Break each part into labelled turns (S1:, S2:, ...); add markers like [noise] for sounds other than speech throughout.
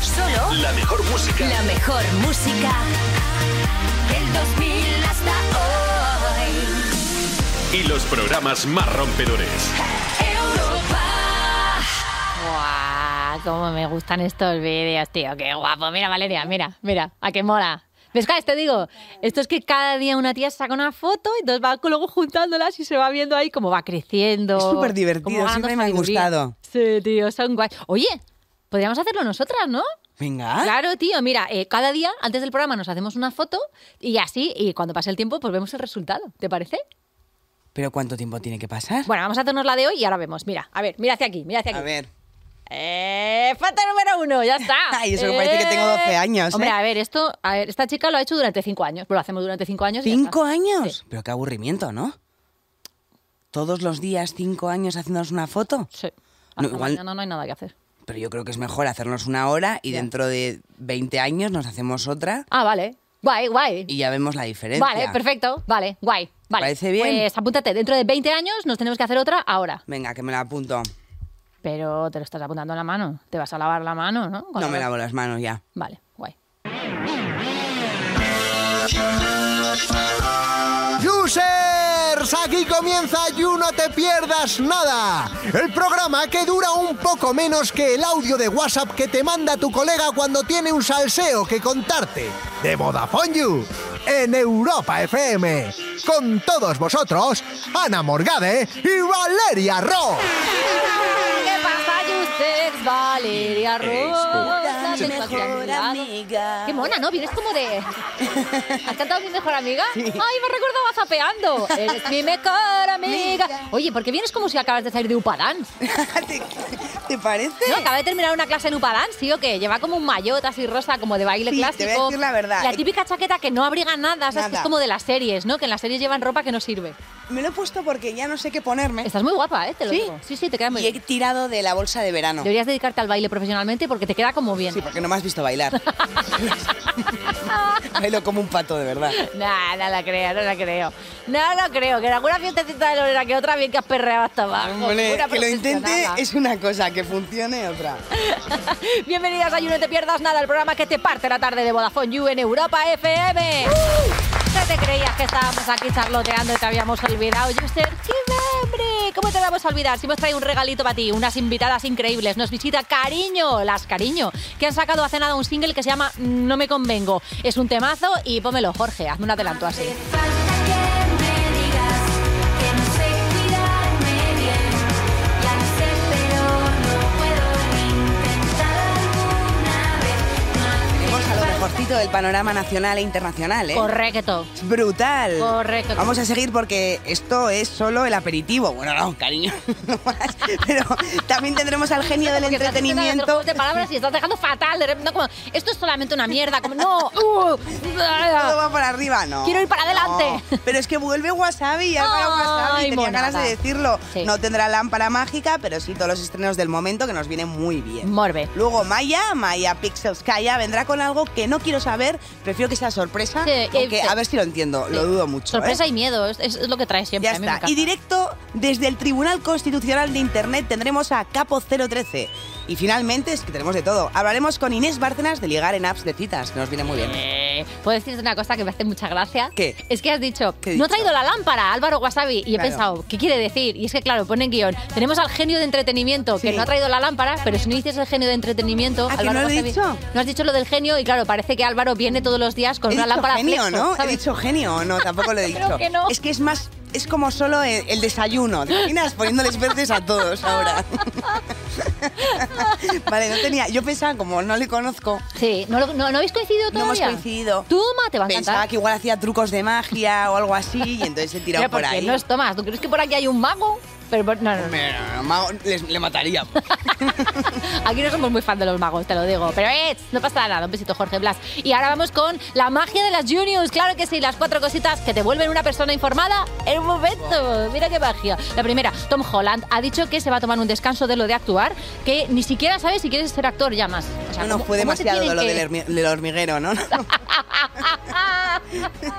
S1: Solo
S2: La mejor música.
S1: la mejor música del 2000 hasta hoy.
S2: Y los programas más rompedores.
S1: Europa.
S3: ¡Guau! Cómo me gustan estos vídeos, tío. Qué guapo. Mira, Valeria, mira, mira. A qué mola. ¿Ves, Cás? Te digo, esto es que cada día una tía saca una foto y entonces va luego juntándolas y se va viendo ahí cómo va creciendo.
S4: Es súper
S3: cómo
S4: divertido,
S3: va
S4: siempre
S3: ganando
S4: me ha
S3: sabiduría.
S4: gustado.
S3: Sí, tío, son guay. Oye, podríamos hacerlo nosotras, ¿no?
S4: Venga.
S3: Claro, tío, mira, eh, cada día antes del programa nos hacemos una foto y así, y cuando pase el tiempo, pues vemos el resultado. ¿Te parece?
S4: Pero ¿cuánto tiempo tiene que pasar?
S3: Bueno, vamos a hacernos la de hoy y ahora vemos. Mira, a ver, mira hacia aquí, mira hacia aquí.
S4: A ver.
S3: Eh, falta número uno, ya está.
S4: [laughs] Ay, eso que parece que tengo 12 años,
S3: Hombre,
S4: ¿eh?
S3: a ver, esto, a ver, esta chica lo ha hecho durante cinco años. Pues lo hacemos durante cinco años. y ya
S4: ¿Cinco
S3: está.
S4: años? Pero qué aburrimiento, ¿no? Todos los días, cinco años haciéndonos una foto.
S3: Sí.
S4: No,
S3: Hasta
S4: igual-
S3: mañana Ah, no hay nada que hacer.
S4: Pero yo creo que es mejor hacernos una hora y dentro de 20 años nos hacemos otra
S3: Ah, vale. Guay, guay.
S4: y ya vemos la diferencia.
S3: Vale, perfecto. Vale, guay. Vale.
S4: parece bien?
S3: Pues apúntate, dentro de 20 años nos tenemos que hacer otra ahora.
S4: Venga, que me la apunto.
S3: Pero te lo estás apuntando en la mano. Te vas a lavar la mano, ¿no? Cuando-
S4: No me lavo las manos ya.
S3: Vale, guay.
S5: Users, aquí comienza You No Te Pierdas Nada, el programa que dura un poco menos que el audio de WhatsApp que te manda tu colega cuando tiene un salseo que contarte, de Vodafone You, en Europa FM. Con todos vosotros, Ana Morgade y Valeria Ro.
S3: ¿Qué pasa, Yusef? Valeria Rosa.
S4: tu
S3: sensual
S4: mejor
S3: que has llegado.
S4: amiga.
S3: Qué mona, ¿no? Vienes como de... ¿Has cantado mi mejor amiga? Ay, me recordaba zapeando. Eres mi mejor amiga. Oye, ¿por qué vienes como si acabas de salir de Upadance?
S4: [laughs] ¿Te, te parece?
S3: No, acaba de terminar una clase en Upadance, ¿sí o qué? Lleva como un maillot así rosa, como de baile
S4: Sí, te voy a
S3: clásico.
S4: decir la verdad.
S3: La típica chaqueta que no abriga nada, ¿sabes? Que es
S4: Nada.
S3: como de las series, ¿no? Que en las series llevan ropa que no sirve.
S4: Me lo he puesto porque ya no sé qué ponerme.
S3: Estás muy guapa, ¿eh? Te lo
S4: Sí.
S3: digo. Sí, sí, te queda muy
S4: Y he
S3: bien.
S4: tirado de la bolsa de verano.
S3: Deberías dedicarte al baile profesionalmente porque te queda como bien.
S4: Sí, porque no me has
S3: [laughs]
S4: visto bailar. [laughs] Bailo como un pato, de verdad.
S3: Nah, no la creo, no la creo. No lo creo, que en alguna fiestecita de Lorena que otra bien que has perreado hasta abajo.
S4: Hombre,
S3: Una
S4: que lo intente
S3: profesionada.
S4: es una cosa, que funcione otra.
S3: [laughs] Bienvenidas a You, no te pierdas nada, el programa que te parte la tarde de Vodafone You en Europa FM. ¿Qué te creías que estábamos aquí charloteando y te habíamos olvidado, Juster? ¡Sí, hombre! ¿Cómo te vamos a olvidar? Si hemos traído un regalito para ti, unas invitadas increíbles. Nos visita Cariño, las Cariño, que han sacado hace nada un single que se llama No me convengo. Es un temazo y pómelo, Jorge, hazme un adelanto así.
S1: Falta que me digas que no sé cuidarme bien. Ya lo sé, pero no puedo ni intentar alguna vez.
S4: Vamos a lo mejorcito del panorama nacional e internacional, ¿eh?
S3: Correcto.
S4: Es Brutal.
S3: Correcto.
S4: Vamos a seguir porque esto es solo el aperitivo. Bueno, no, cariño. [laughs] no más. Pero también tendremos al genio del
S3: Porque te haces nada de los
S4: entretenimiento.
S3: juegos de palabras y estás dejando fatal. De repente, como, esto es solamente una mierda. Como,
S4: [laughs]
S3: no. uh,
S4: Todo va para arriba, no.
S3: Quiero ir para adelante.
S4: No. Pero es que vuelve Wasabi, ya para Wasabi.
S3: Ay,
S4: Tenía
S3: monada.
S4: ganas de decirlo.
S3: Sí.
S4: No tendrá lámpara mágica, pero sí todos los estrenos del momento que nos vienen muy bien.
S3: Morbe.
S4: Luego Maya, Maya Pixelskaya, vendrá con algo que no quiero saber, prefiero que sea sorpresa,
S3: Sí, eh,
S4: aunque
S3: sí.
S4: a ver si lo entiendo, lo
S3: Sí.
S4: dudo mucho.
S3: Sorpresa
S4: ¿eh?
S3: y miedo, es, es lo que trae siempre.
S4: Ya
S3: a mí me
S4: está.
S3: encanta.
S4: Y directo desde el Tribunal Constitucional de Internet tendremos a Capo 013. Y finalmente, es que tenemos de todo. Hablaremos con Inés Bárcenas de ligar en apps de citas, que nos viene muy bien.
S3: Eh, Puedo decirte una cosa que me hace mucha gracia.
S4: ¿Qué?
S3: Es que has dicho,
S4: ¿Qué he
S3: no ha
S4: dicho?
S3: traído la lámpara, Álvaro Wasabi. Y he
S4: Claro.
S3: pensado, ¿qué quiere decir? Y es que, claro, pone en guión. Tenemos al genio de entretenimiento que
S4: Sí.
S3: no ha traído la lámpara, pero si no dices el genio de entretenimiento.
S4: Ah, que
S3: Álvaro
S4: no lo he
S3: Wasabi-
S4: dicho.
S3: No has dicho lo del genio y, claro, parece que Álvaro viene todos los días con
S4: He
S3: una
S4: dicho
S3: lámpara
S4: genio,
S3: flexo,
S4: ¿no?
S3: ¿sabes?
S4: He dicho genio, no, tampoco lo he dicho.
S3: [laughs] Creo que no.
S4: Es que es más, es como solo el, el desayuno. ¿Te imaginas poniéndoles verdes a todos ahora? [laughs] vale, no tenía. Yo pensaba, como no le conozco,
S3: Sí, ¿no, lo- no, no habéis coincidido
S4: no hemos
S3: todavía?
S4: coincidido.
S3: Toma, te va a
S4: Pensaba
S3: encantar.
S4: que igual hacía trucos de magia o algo así y entonces se tiró
S3: Pero
S4: por
S3: ¿por qué
S4: ahí.
S3: no es Tomás? ¿Tú crees que por aquí hay un mago? Pero por- no, no, no.
S4: Hombre, no, mago, les- le mataría.
S3: Aquí no somos muy fan de los magos, te lo digo. Pero eh, no pasa nada. Un besito, Jorge Blas. Y ahora vamos con la magia de las juniors. Claro que sí, las cuatro cositas que te vuelven una persona informada en un momento. Mira qué magia. La primera, Tom Holland ha dicho que se va a tomar un descanso de lo de actuar, que ni siquiera sabe si quieres ser actor ya más. O sea,
S4: No, no,
S3: ¿cómo-
S4: fue
S3: cómo te
S4: demasiado
S3: tienen
S4: lo
S3: que- Ah,
S4: del, hermi- del hormiguero, ¿no? [laughs]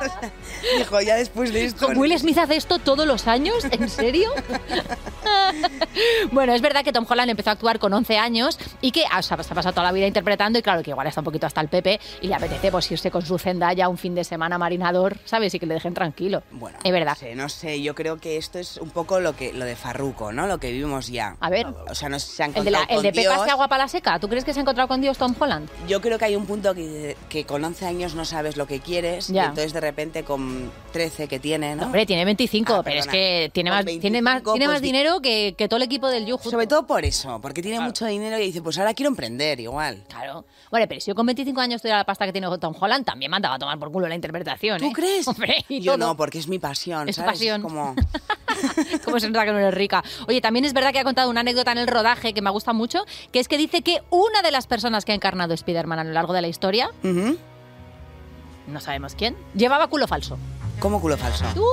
S4: Dijo, ya después
S3: [laughs]
S4: de esto.
S3: Tom Will Smith hace esto todos los años, ¿en serio? [laughs] bueno, es verdad que Tom Holland empezó a actuar con 11 años y que ah, se ha se ha pasado toda la vida interpretando y claro que igual está un poquito hasta el Pepe y le apetece pues irse con su Zendaya un fin de semana marinador, ¿sabes? Y que le dejen tranquilo.
S4: Bueno,
S3: es verdad.
S4: No sé, no sé, yo creo que esto es un poco lo que lo de Farruco, ¿no? Lo que vivimos ya.
S3: A ver.
S4: O sea, nos se han
S3: El de, la,
S4: encontrado
S3: el de
S4: con
S3: Pepas
S4: Dios.
S3: que agua para la seca, ¿tú crees que se ha encontrado con Dios Tom Holland?
S4: Yo creo que hay un punto que, que con 11 años no sabes lo que quieres
S3: Ya.
S4: y entonces de repente con 13 que tiene, ¿no?
S3: Hombre, tiene 25,
S4: Ah,
S3: pero es
S4: perdona.
S3: que eh, tiene
S4: Con
S3: más, tiene más,
S4: 25,
S3: tiene
S4: pues
S3: más
S4: di-
S3: dinero que, que todo el equipo del Yuju.
S4: Sobre todo por eso, porque tiene mucho dinero y dice, pues ahora quiero emprender igual.
S3: Claro. Bueno, pero si yo con 25 años tuviera la pasta que tiene Tom Holland, también me andaba a tomar por culo la interpretación.
S4: ¿Tú
S3: ¿eh?
S4: crees?
S3: Hombre, y
S4: Yo
S3: todo.
S4: no, porque es mi pasión.
S3: Es tu
S4: ¿sabes?
S3: pasión.
S4: Como...
S3: Cómo se nota que no eres rica. Oye, también es verdad que ha contado una anécdota en el rodaje que me gusta mucho, que es que dice que una de las personas que ha encarnado Spider-Man a lo largo de la historia,
S4: Ujú.
S3: no sabemos quién, llevaba culo falso.
S4: ¿Cómo culo falso?
S3: ¡Toma!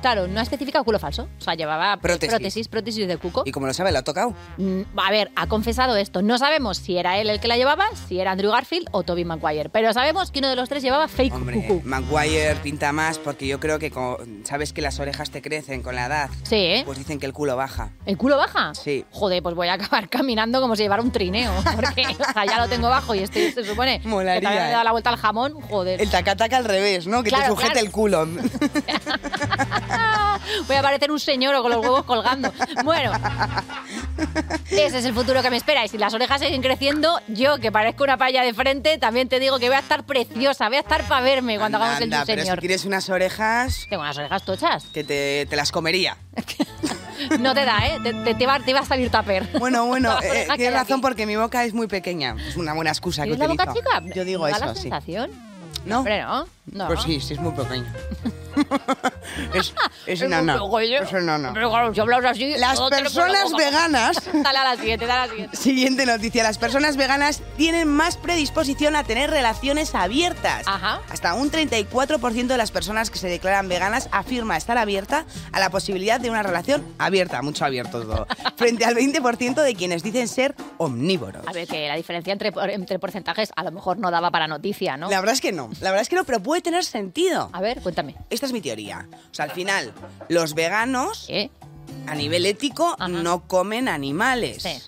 S3: Claro, no ha especificado culo falso. O sea, llevaba eh,
S4: Prótesis.
S3: prótesis, prótesis de cuco.
S4: Y como lo sabe, lo ha tocado.
S3: Mm, A ver, ha confesado esto. No sabemos si era él el que la llevaba, si era Andrew Garfield o Toby Maguire. Pero sabemos que uno de los tres llevaba fake
S4: Hombre,
S3: cucú.
S4: Maguire pinta más porque yo creo que con- sabes que las orejas te crecen con la edad.
S3: Sí, ¿eh?
S4: Pues dicen que el culo baja.
S3: ¿El culo baja?
S4: Sí.
S3: Joder, pues voy a acabar [laughs] caminando como si llevara un trineo. Porque o sea, ya lo tengo bajo y estoy, se supone,
S4: Molaría,
S3: que también me he dado
S4: ¿eh?
S3: la vuelta al jamón. Joder.
S4: El tacataca al revés, ¿no? Que te
S3: Claro,
S4: sujete
S3: claro.
S4: el culo.
S3: [laughs] Voy a parecer un señor o con los huevos colgando. Bueno, ese es el futuro que me espera. Y si las orejas siguen creciendo, yo que parezco una palla de frente, también te digo que voy a estar preciosa, voy a estar para verme cuando
S4: Anda,
S3: hagamos el
S4: anda,
S3: You
S4: pero
S3: señor.
S4: si tienes unas orejas
S3: Tengo unas orejas tochas.
S4: que te, te las comería.
S3: No te da, ¿eh? Te, te- te va, te va a salir taper. [laughs]
S4: Bueno, bueno,
S3: Las
S4: eh,
S3: orejas que
S4: tienes
S3: hay
S4: razón
S3: aquí.
S4: porque mi boca es muy pequeña. Es una buena excusa que
S3: ¿Tienes la
S4: utilizo.
S3: boca chica?
S4: Yo digo
S3: ¿Me da
S4: eso,
S3: la
S4: sí.
S3: sensación?
S4: ¿No?
S3: Hombre, no. No.
S4: Pues sí, sí, es muy pequeño.
S3: [laughs]
S4: es es
S3: un
S4: enana.
S3: cogollo.
S4: Es enana.
S3: Pero claro, si hablas así...
S4: Las
S3: todo "Oh, te lo
S4: personas
S3: pongo.
S4: veganas.
S3: [laughs] Dale a la siguiente, dale a la siguiente.
S4: Siguiente noticia. Las personas veganas tienen más predisposición a tener relaciones abiertas.
S3: Ajá.
S4: Hasta un 34% de las personas que se declaran veganas afirma estar abierta a la posibilidad de una relación abierta, mucho abierto
S3: [laughs]
S4: todo, frente al 20% de quienes dicen ser omnívoros.
S3: A ver, que la diferencia entre, entre porcentajes a lo mejor no daba para noticia, ¿no?
S4: La verdad es que no, la verdad es que no, pero puede tener sentido.
S3: A ver, cuéntame.
S4: Esta es mi teoría. O sea, al final, los veganos,
S3: ¿Eh?
S4: a nivel ético,
S3: Ajá.
S4: no comen animales.
S3: Sí.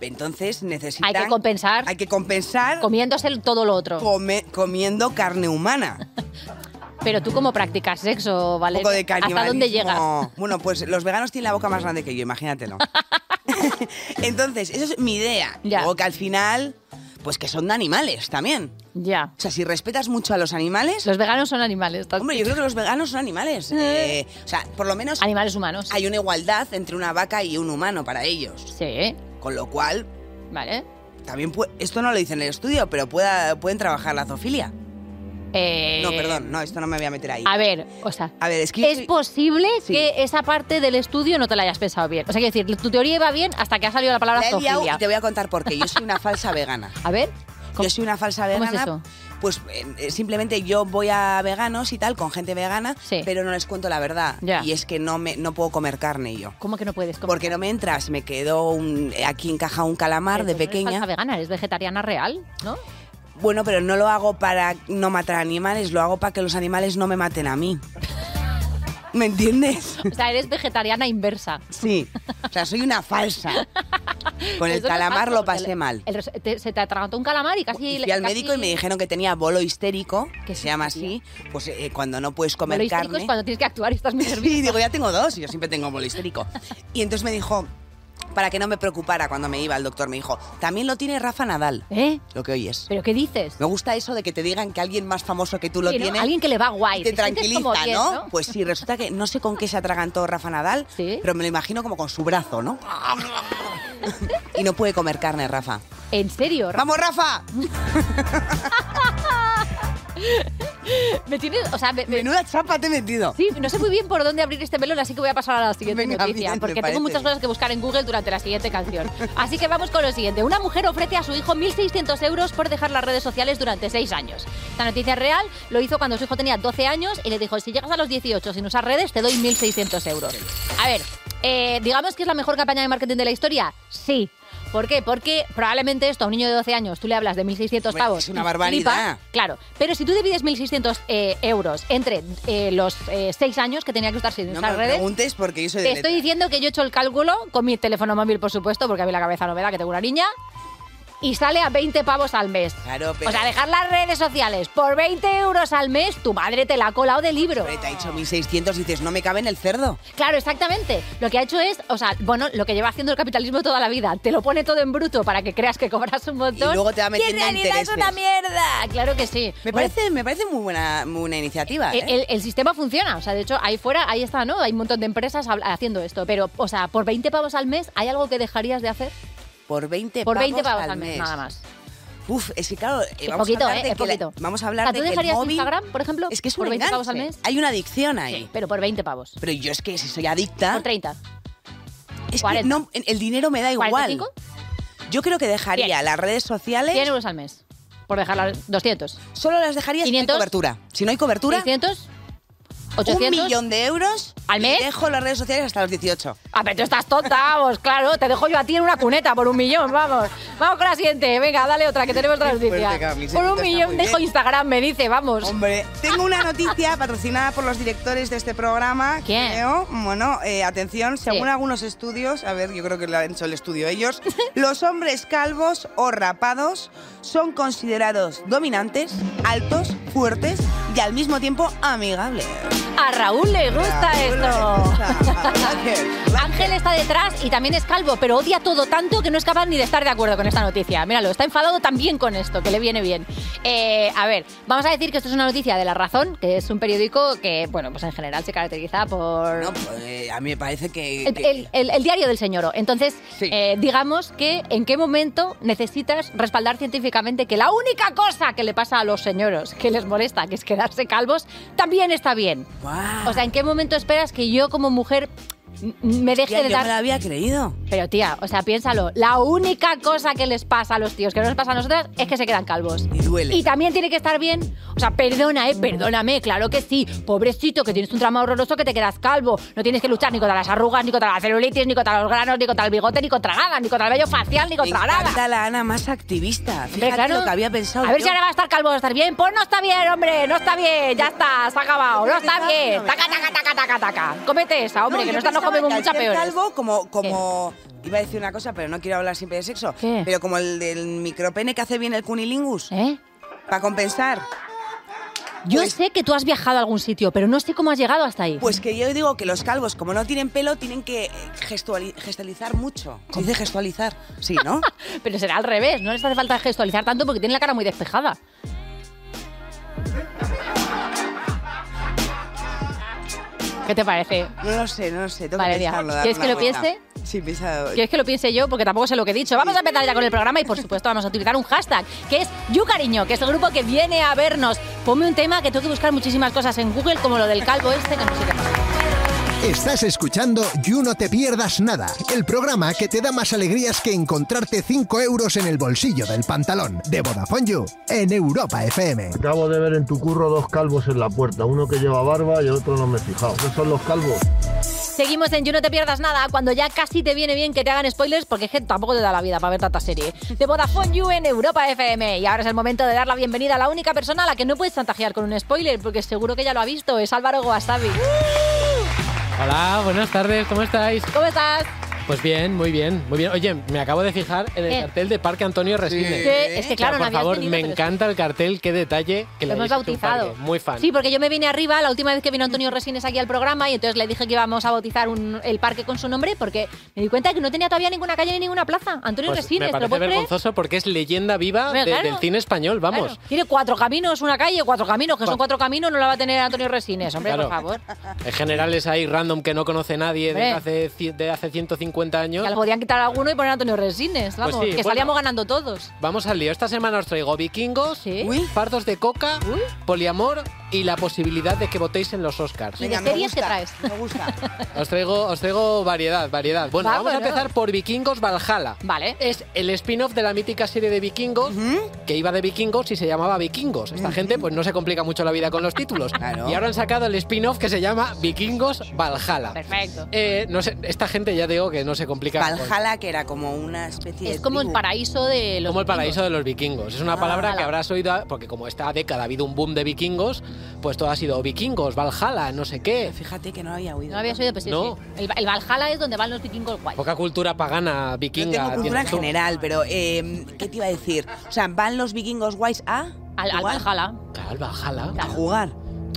S4: Entonces necesitan...
S3: Hay que compensar.
S4: Hay que compensar
S3: Comiéndose el- todo lo otro.
S4: come- comiendo carne humana.
S3: [laughs] Pero tú cómo practicas sexo,
S4: Un
S3: ¿vale?
S4: poco de canibalismo.
S3: ¿Hasta dónde llegas?
S4: Bueno, pues los veganos tienen la boca más grande que
S3: [laughs]
S4: yo, imagínatelo. Entonces, esa es mi idea.
S3: Ya.
S4: O que al final, pues que son de animales también.
S3: Ya.
S4: O sea, si respetas mucho a los animales...
S3: Los veganos son animales. estás-
S4: Hombre, yo creo que los veganos son animales. Eh, o sea, por lo menos
S3: Animales humanos.
S4: hay una igualdad entre una vaca y un humano para ellos.
S3: Sí, ¿eh?
S4: Con lo cual,
S3: ¿vale?
S4: también pu- esto no lo dice en el estudio, pero pueda- pueden trabajar la zoofilia.
S3: Eh,
S4: No, perdón, no, esto no me voy a meter ahí.
S3: A ver, o sea,
S4: A ver, es que-
S3: es posible
S4: Sí.
S3: que esa parte del estudio no te la hayas pensado bien. O sea, quiero decir, tu teoría iba bien hasta que ha salido la palabra
S4: La he liado
S3: zoofilia.
S4: y te voy a contar por qué. Yo
S3: [laughs]
S4: soy una falsa vegana.
S3: A ver, ¿cómo-
S4: Yo soy una falsa
S3: cómo
S4: vegana.
S3: es eso?
S4: Pues eh, simplemente yo voy a veganos y tal, con gente vegana,
S3: Sí.
S4: pero no les cuento la verdad.
S3: Ya.
S4: Y es que no, me, no puedo comer carne yo.
S3: ¿cómo que no puedes? comer?
S4: Porque no me entras, me quedó un, aquí encaja un calamar
S3: Pero
S4: de
S3: tú no eres falsa
S4: pequeña.
S3: vegana, eres vegetariana real, ¿no?
S4: Bueno, pero no lo hago para no matar animales, lo hago para que los animales no me maten a mí. ¿Me entiendes?
S3: O sea, eres vegetariana inversa.
S4: Sí. O sea, soy una falsa. Con el
S3: Eso no es
S4: calamar
S3: falso,
S4: lo
S3: porque
S4: pasé
S3: el-
S4: mal.
S3: el res- te- se te atragantó un calamar y casi...
S4: Y fui al
S3: casi-
S4: médico y me dijeron que tenía bolo histérico,
S3: ¿Qué
S4: que se llama así,
S3: significa?
S4: pues eh, cuando no puedes
S3: Bueno,
S4: comer
S3: lo histérico
S4: carne.
S3: es cuando tienes que actuar y estás
S4: [laughs]
S3: muy nervioso.
S4: Sí, digo, ya tengo dos, y yo siempre tengo bolo histérico. Y entonces me dijo, para que no me preocupara cuando me iba el doctor, me dijo, también lo tiene Rafa Nadal,
S3: ¿Eh?
S4: lo que oyes.
S3: ¿Pero qué dices?
S4: Me gusta eso de que te digan que alguien más famoso que tú lo
S3: Sí, ¿no?
S4: tiene.
S3: Alguien que le va guay.
S4: y te
S3: sientes
S4: tranquiliza,
S3: como bien,
S4: ¿no? Pues sí, resulta que no sé con qué se atragantó Rafa Nadal,
S3: Sí.
S4: pero me lo imagino como con su brazo, ¿no? y no puede comer carne, Rafa.
S3: ¿En serio?
S4: ¡Vamos, Rafa!
S3: Me tienes... O sea, me- me-
S4: Menuda chapa te he metido.
S3: Sí, no sé muy bien por dónde abrir este melón, así que voy a pasar a la siguiente
S4: Venga,
S3: noticia,
S4: bien, me
S3: porque tengo
S4: parece
S3: muchas
S4: bien.
S3: cosas que buscar en Google durante la siguiente canción. Así que vamos con lo siguiente. Una mujer ofrece a su hijo 1.600 euros por dejar las redes sociales durante seis años. Esta noticia es real, lo hizo cuando su hijo tenía 12 años y le dijo, si llegas a los 18 sin usar redes, te doy 1.600 euros. A ver, eh, digamos que es la mejor campaña de marketing de la historia, sí. ¿Por qué? Porque probablemente esto a un niño de 12 años tú le hablas de 1.600
S4: Hombre,
S3: pavos.
S4: es una
S3: y
S4: barbaridad.
S3: flipa, claro. Pero si tú divides 1.600 eh, euros entre eh, los 6 años que tenía que estar sin
S4: No
S3: usar
S4: me
S3: redes,
S4: preguntes porque yo soy de
S3: te estoy
S4: letras.
S3: diciendo que yo he hecho el cálculo con mi teléfono móvil, por supuesto, porque a mí la cabeza no me da que tengo una niña. Y sale a 20 pavos al mes.
S4: Claro, pero-
S3: O sea, dejar las redes sociales por 20 euros al mes, tu madre te la ha colado de libro.
S4: Hombre, Te ha dicho 1600 y dices, no me cabe en el cerdo.
S3: Claro, exactamente. Lo que ha hecho es, o sea, bueno, lo que lleva haciendo el capitalismo toda la vida. Te lo pone todo en bruto para que creas que cobras un montón.
S4: Y luego te va
S3: y en
S4: metiendo
S3: realidad es
S4: intereses.
S3: una mierda. Claro que sí.
S4: Me
S3: Bueno,
S4: parece, me parece muy buena, muy buena iniciativa. ¿eh?
S3: el, el- el sistema funciona, o sea, de hecho, ahí fuera, ahí está, ¿no? Hay un montón de empresas habla- haciendo esto, pero, o sea, por 20 pavos al mes, ¿hay algo que dejarías de hacer?
S4: por 20
S3: Por
S4: pavos
S3: 20 pavos al, mes, nada más.
S4: Uf, es que claro, eh,
S3: Es
S4: vamos,
S3: poquito,
S4: a hablar
S3: ¿eh?
S4: de
S3: Es
S4: que la-
S3: poquito.
S4: vamos a hablar
S3: O sea, ¿tú
S4: de que el
S3: dejarías
S4: móvil-
S3: Instagram, por ejemplo,
S4: Es que es
S3: por
S4: un
S3: 20 pavos al
S4: enganche.
S3: mes?
S4: Hay una adicción ahí.
S3: Sí, pero por 20 pavos.
S4: Pero yo es que si soy adicta,
S3: Por 30.
S4: es que
S3: 40.
S4: no- el dinero me da igual.
S3: ¿45?
S4: Yo creo que dejaría
S3: Bien.
S4: las redes
S3: 100
S4: sociales,
S3: euros al mes. Por dejarla 200.
S4: solo las dejaría si no hay
S3: 500.
S4: cobertura. Si no hay cobertura,
S3: 600.
S4: un
S3: 800.
S4: millón de euros
S3: ¿Al
S4: y
S3: mes?
S4: Dejo las redes sociales hasta los 18.
S3: Ah, pero tú estás tonta, vamos, claro. Te dejo yo a ti en una cuneta por un millón, vamos. Vamos con la siguiente. Venga, dale otra, que tenemos otra
S4: Qué
S3: noticia.
S4: fuerte, Cami, sí,
S3: por
S4: tú
S3: un
S4: estás
S3: millón
S4: muy
S3: dejo
S4: bien.
S3: Instagram, me dice, vamos.
S4: Hombre, tengo una noticia patrocinada por los directores de este programa.
S3: ¿Quién?
S4: creo. Bueno, eh, atención, según
S3: Sí.
S4: algunos estudios, a ver, yo creo que lo han hecho el estudio ellos, [laughs] los hombres calvos o rapados son considerados dominantes, altos, fuertes y al mismo tiempo amigables.
S3: A Raúl le gusta
S4: Bueno,
S3: esto.
S4: le gusta.
S3: Ángel está detrás y también es calvo, pero odia todo tanto que no es capaz ni de estar de acuerdo con esta noticia. Míralo, está enfadado también con esto, que le viene bien. Eh, a ver, vamos a decir que esto es una noticia de La Razón, que es un periódico que, bueno, pues en general se caracteriza por...
S4: No, pues, eh, a mí me parece que...
S3: El,
S4: que-
S3: el- el- el diario del señor. Entonces,
S4: Sí.
S3: eh, digamos que en qué momento necesitas respaldar científicamente que la única cosa que le pasa a los señoros que les molesta, que es quedarse calvos, también está bien.
S4: Guau,
S3: O sea, ¿en qué momento esperas que yo como mujer m- me deje
S4: tía,
S3: de
S4: yo me lo
S3: dar...
S4: había creído.
S3: Pero tía, o sea, piénsalo, la única cosa que les pasa a los tíos, que no les pasa a nosotras, es que se quedan calvos.
S4: Y duele.
S3: Y también tiene que estar bien. O sea, perdona, eh, perdóname, claro que sí. Pobrecito, que tienes un trama horroroso que te quedas calvo. No tienes que luchar ni contra las arrugas, ni contra la celulitis, ni contra los granos, ni contra el bigote, ni contra nada, ni contra el vello facial, ni
S4: Me
S3: contra nada.
S4: encanta la Ana más activista.
S3: Hombre,
S4: Fíjate
S3: claro.
S4: lo que había pensado
S3: A ver
S4: yo.
S3: si ahora va a estar calvo, va a estar bien. Pues no está bien, hombre, no está bien, ya está, se ha acabado, no está bien. Taca, taca, taca, taca, taca. Cómete esa, hombre, que
S4: yo
S3: no nos
S4: pensaba
S3: comemos
S4: que al
S3: mucha
S4: ser
S3: peor.
S4: calvo como como iba a decir una cosa, pero no quiero hablar siempre de sexo,
S3: ¿Qué?
S4: pero como el del micropene que hace bien el cunilingus
S3: ¿Eh?
S4: para compensar.
S3: Yo
S4: Pues-
S3: sé que tú has viajado a algún sitio, pero no sé cómo has llegado hasta ahí.
S4: Pues que yo digo que los calvos como no tienen pelo tienen que eh, gestuali- gestualizar mucho. Se dice gestualizar, sí, ¿no?
S3: [laughs] Pero será al revés, no les hace falta gestualizar tanto porque tienen la cara muy despejada. ¿Qué te parece?
S4: No lo sé, no lo sé, tengo
S3: Vale,
S4: que
S3: tía.
S4: pensarlo. dar
S3: ¿Quieres
S4: una
S3: que lo
S4: vuelta.
S3: piense?
S4: Sí, piensa.
S3: ¿Quieres que lo piense yo? Porque tampoco sé lo que he dicho. Vamos a empezar ya con el programa y, por supuesto, vamos a utilizar un hashtag, que es YuCariño, que es el grupo que viene a vernos. Ponme un tema que tengo que buscar muchísimas cosas en Google, como lo del calvo este, que no sé qué más.
S5: Estás escuchando You No Te Pierdas Nada, el programa que te da más alegrías que encontrarte 5 euros en el bolsillo del pantalón de Vodafone You en Europa FM.
S6: Acabo de ver en tu curro dos calvos en la puerta, uno que lleva barba y otro no me he fijado. ¿Qué son los calvos?
S3: Seguimos en You No Te Pierdas Nada, cuando ya casi te viene bien que te hagan spoilers, porque es que tampoco te da la vida para ver tanta serie. ¿eh? De Vodafone You en Europa FM. Y ahora es el momento de dar la bienvenida a la única persona a la que no puedes chantajear con un spoiler, porque seguro que ya lo ha visto, es Álvaro Guasabi.
S7: Hola, buenas tardes, ¿cómo estáis?
S3: ¿Cómo estás?
S7: Pues bien, muy bien, muy bien. Oye, me acabo de fijar en el
S3: ¿Qué?
S7: cartel de Parque Antonio Resines.
S3: Eh. Sí, es que claro,
S7: por
S3: no habías
S7: favor,
S3: venido,
S7: me
S3: pero es que
S7: encanta el cartel, qué detalle que
S3: lo
S7: le
S3: hemos
S7: hayáis hecho un
S3: bautizado.
S7: parque. Muy fan.
S3: Sí, porque yo me vine arriba la última vez que vino Antonio Resines aquí al programa y entonces le dije que íbamos a bautizar un- el parque con su nombre porque me di cuenta que no tenía todavía ninguna calle ni ninguna plaza. Antonio
S7: Pues
S3: Resines,
S7: me
S3: ¿te lo
S7: parece
S3: puedes creer?
S7: vergonzoso porque es leyenda viva
S3: Hombre,
S7: de-
S3: claro.
S7: del cine español, vamos.
S3: Claro, Tiene cuatro caminos, una calle, cuatro caminos, que son
S7: Cuatro.
S3: cuatro caminos, no la va a tener Antonio Resines, hombre, por
S7: Claro. [laughs]
S3: favor.
S7: En general es ahí random que no conoce nadie desde hace, ci- de hace 150 años.
S3: Ya le podían quitar alguno y poner a Antonio Resines, vamos,
S7: Pues sí,
S3: que
S7: bueno.
S3: salíamos ganando todos.
S7: Vamos al lío. Esta semana os traigo vikingos,
S3: Sí.
S7: partos de coca,
S3: Uy.
S7: poliamor y la posibilidad de que votéis en los Oscars.
S3: ¿Y de
S4: me
S3: series qué
S4: gusta,
S3: traes? [laughs]
S4: Me gusta.
S7: Os traigo, os traigo variedad, variedad. Bueno, vamos a
S3: Vámonos.
S7: empezar por Vikingos Valhalla.
S3: Vale.
S7: Es el spin-off de la mítica serie de vikingos que iba de vikingos y se llamaba Vikingos. Esta gente pues no se complica mucho la vida con los títulos.
S4: Claro.
S7: Y ahora han sacado el spin-off que se llama Vikingos Valhalla.
S3: Perfecto.
S7: Eh, no sé, esta gente ya digo que no se complica. con-
S4: Valhalla, que era como una especie de
S3: Es como el
S4: tribu.
S3: paraíso de los.
S7: Como el paraíso de los vikingos. Es una
S4: Ah,
S7: palabra que
S3: Valhalla.
S7: habrás oído, porque como esta década ha habido un boom de vikingos, pues todo ha sido vikingos, Valhalla, no sé qué.
S4: Fíjate que no había oído.
S3: No habías oído, pues sí,
S7: No.
S3: sí. El, el Valhalla es donde van los vikingos guay.
S7: Poca cultura pagana
S4: Yo
S7: vikinga.
S4: tengo cultura en
S7: tienes tú.
S4: general, pero eh, ¿qué te iba a decir? O sea, ¿van los vikingos guays a...?
S3: Al, al
S4: jugar?
S3: Valhalla.
S7: Claro, el Valhalla.
S4: A jugar.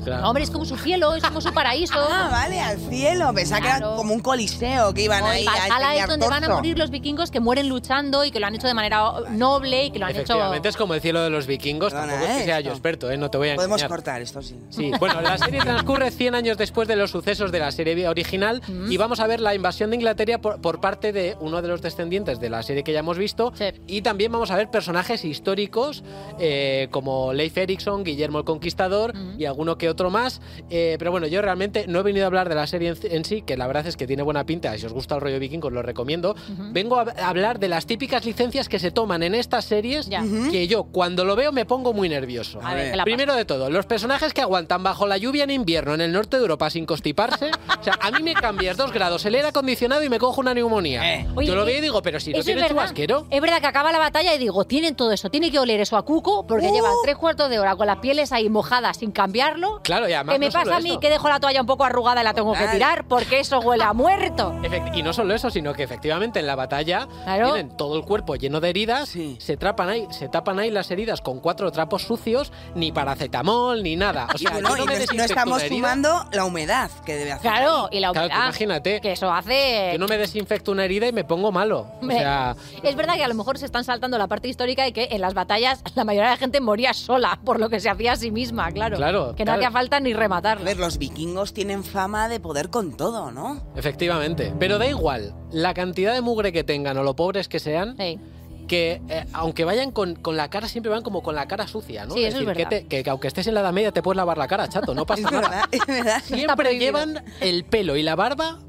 S7: Claro.
S3: No, hombre, es como su cielo, es como su paraíso.
S4: [laughs] Ah, vale, al cielo. Pensaba que
S3: Claro.
S4: era como un coliseo que iban
S3: No, el
S4: ahí a
S3: Valhalla es
S4: enseñar
S3: donde van a
S4: torso.
S3: morir los vikingos que mueren luchando y que lo han hecho de manera noble y que lo han hecho.
S7: Efectivamente, es como el cielo de los vikingos.
S4: Perdona,
S7: Tampoco es que
S4: ¿eh?
S7: sea yo
S4: Esto.
S7: experto, ¿eh? No te voy a engañar.
S4: Podemos cortar esto, sí.
S7: Sí, bueno, la serie transcurre 100 años después de los sucesos de la serie original
S3: Mm.
S7: y vamos a ver la invasión de Inglaterra por, por parte de uno de los descendientes de la serie que ya hemos visto
S3: Sí.
S7: y también vamos a ver personajes históricos eh, como Leif Erikson, Guillermo el Conquistador
S3: Mm.
S7: y alguno que otro más. Eh, pero bueno, yo realmente no he venido a hablar de la serie en, en sí, que la verdad es que tiene buena pinta y si os gusta el rollo vikingo os lo recomiendo. Vengo a, a hablar de las típicas licencias que se toman en estas series
S3: Ya.
S7: que yo cuando lo veo me pongo muy nervioso.
S3: A ver, que la
S7: Primero de todo, los personajes que aguantan bajo la lluvia en invierno en el norte de Europa sin constiparse. o sea, a mí me cambias dos grados el aire acondicionado y me cojo una neumonía.
S4: Eh.
S3: Oye,
S7: Yo lo
S3: eh,
S7: veo y digo, pero si no
S3: Eso es
S7: tienes
S3: verdad.
S7: chubasquero.
S3: Es verdad que acaba la batalla y digo, tienen todo eso. Tiene que oler eso a cuco
S7: Uh.
S3: porque llevan tres cuartos de hora con las pieles ahí mojadas sin cambiarlo.
S7: Claro, y además
S3: Que me
S7: no solo
S3: pasa a mí
S7: eso.
S3: que dejo la toalla un poco arrugada y la tengo que
S4: Total.
S3: tirar porque eso huele a
S7: [laughs]
S3: muerto.
S7: Efect- Y no solo eso, sino que efectivamente en la batalla
S3: Claro.
S7: tienen todo el cuerpo lleno de heridas,
S4: Sí.
S7: se, trapan ahí, se tapan ahí las heridas con cuatro trapos sucios, ni paracetamol, ni nada. O
S4: Y
S7: sea,
S4: bueno,
S7: yo no me
S4: y no- no,
S7: desinfecto
S4: estamos
S7: una herida.
S4: fumando la humedad que debe hacer.
S3: Claro, y la humedad.
S7: Claro, tú imagínate.
S3: Que eso hace.
S7: Yo no me desinfecto una herida y me pongo malo. O
S3: Hombre,
S7: sea,
S3: es verdad que a lo mejor se están saltando la parte histórica de que en las batallas la mayoría de la gente moría sola por lo que se hacía a sí misma, claro.
S7: Claro,
S3: que no
S7: claro.
S3: hacía falta ni
S4: A
S3: rematarla.
S4: ver, los vikingos tienen fama de poder con todo, ¿no?
S7: efectivamente. Pero da igual, la cantidad de mugre que tengan o lo pobres que sean,
S3: Sí.
S7: que eh, aunque vayan con, con la cara, siempre van como con la cara sucia, ¿no?
S3: Sí, eso es
S7: decir,
S3: verdad.
S7: Que, te- que- que aunque estés en la edad media te puedes lavar la cara, chato, no
S4: [laughs] Es
S7: pasa nada.
S4: verdad, es verdad.
S3: Está
S7: Siempre
S3: prohibido.
S7: llevan el pelo y la barba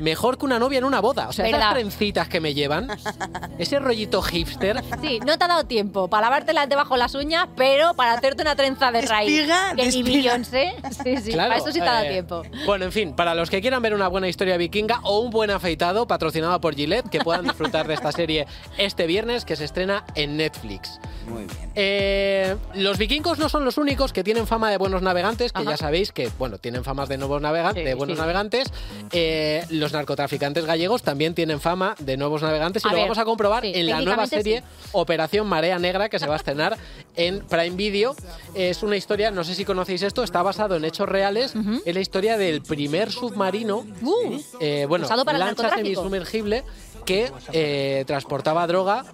S7: mejor que una novia en una boda. O sea, esas
S3: Verdad.
S7: trencitas que me llevan, ese rollito hipster,
S3: Sí, no te ha dado tiempo para lavártelas debajo las uñas, pero para hacerte una trenza de raíz.
S4: Espiga,
S3: que ni
S4: despiga.
S3: Beyoncé. Sí, sí,
S7: Claro,
S3: para eso sí te ha dado
S7: eh,
S3: tiempo.
S7: Bueno, en fin, para los que quieran ver una buena historia vikinga o un buen afeitado patrocinado por Gillette, que puedan disfrutar de esta serie este viernes que se estrena en Netflix.
S4: Muy bien.
S7: Eh, los vikingos no son los únicos que tienen fama de buenos navegantes, que
S3: Ajá.
S7: ya sabéis que, bueno, tienen fama de, nuevos navegantes,
S3: Sí,
S7: de buenos
S3: sí.
S7: navegantes. Eh, los narcotraficantes gallegos también tienen fama de nuevos navegantes y
S3: A
S7: lo
S3: ver,
S7: vamos a comprobar
S3: sí,
S7: en la nueva
S3: técnicamente
S7: serie Operación Marea Negra que se va a estrenar en Prime Video. Es una historia, no sé si conocéis esto, está basado en hechos reales, es la historia del primer submarino,
S3: Uh.
S7: eh, bueno,
S3: Usado para el
S7: lancha
S3: narcotráfico.
S7: semisumergible que eh, transportaba droga,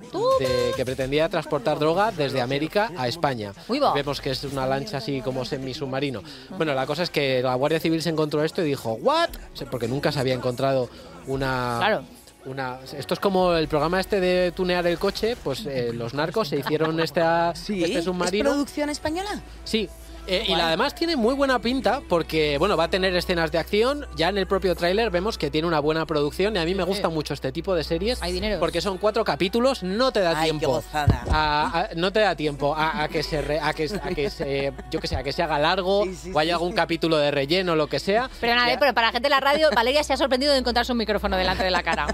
S7: de- que pretendía transportar droga desde América a España.
S3: Uy, va.
S7: Vemos que es una lancha así como semisubmarino. Bueno, la cosa es que la Guardia Civil se encontró esto y dijo, ¿what? O sea, Porque nunca se había encontrado una...
S3: Claro.
S7: Una, esto es como el programa este de tunear el coche, pues eh, los narcos se hicieron esta, este
S4: ¿Es
S7: submarino.
S4: producción española?
S7: Sí. eh, y la- además tiene muy buena pinta porque, bueno, va a tener escenas de acción. Ya en el propio tráiler vemos que tiene una buena producción y a mí me gusta mucho este tipo de series.
S3: Hay dinero.
S7: Porque son cuatro capítulos, no te da
S4: Ay, qué
S7: tiempo.
S4: gozada.
S7: a- a- no te da tiempo a, a que se, re- a que, a que se, yo que sé, a que se haga largo
S4: Sí, sí,
S7: o haya
S4: sí.
S7: algún capítulo de relleno, lo que sea.
S3: Pero nada, eh, pero para la gente de la radio, Valeria se ha sorprendido de encontrarse un micrófono delante de la
S4: [laughs]
S3: cara.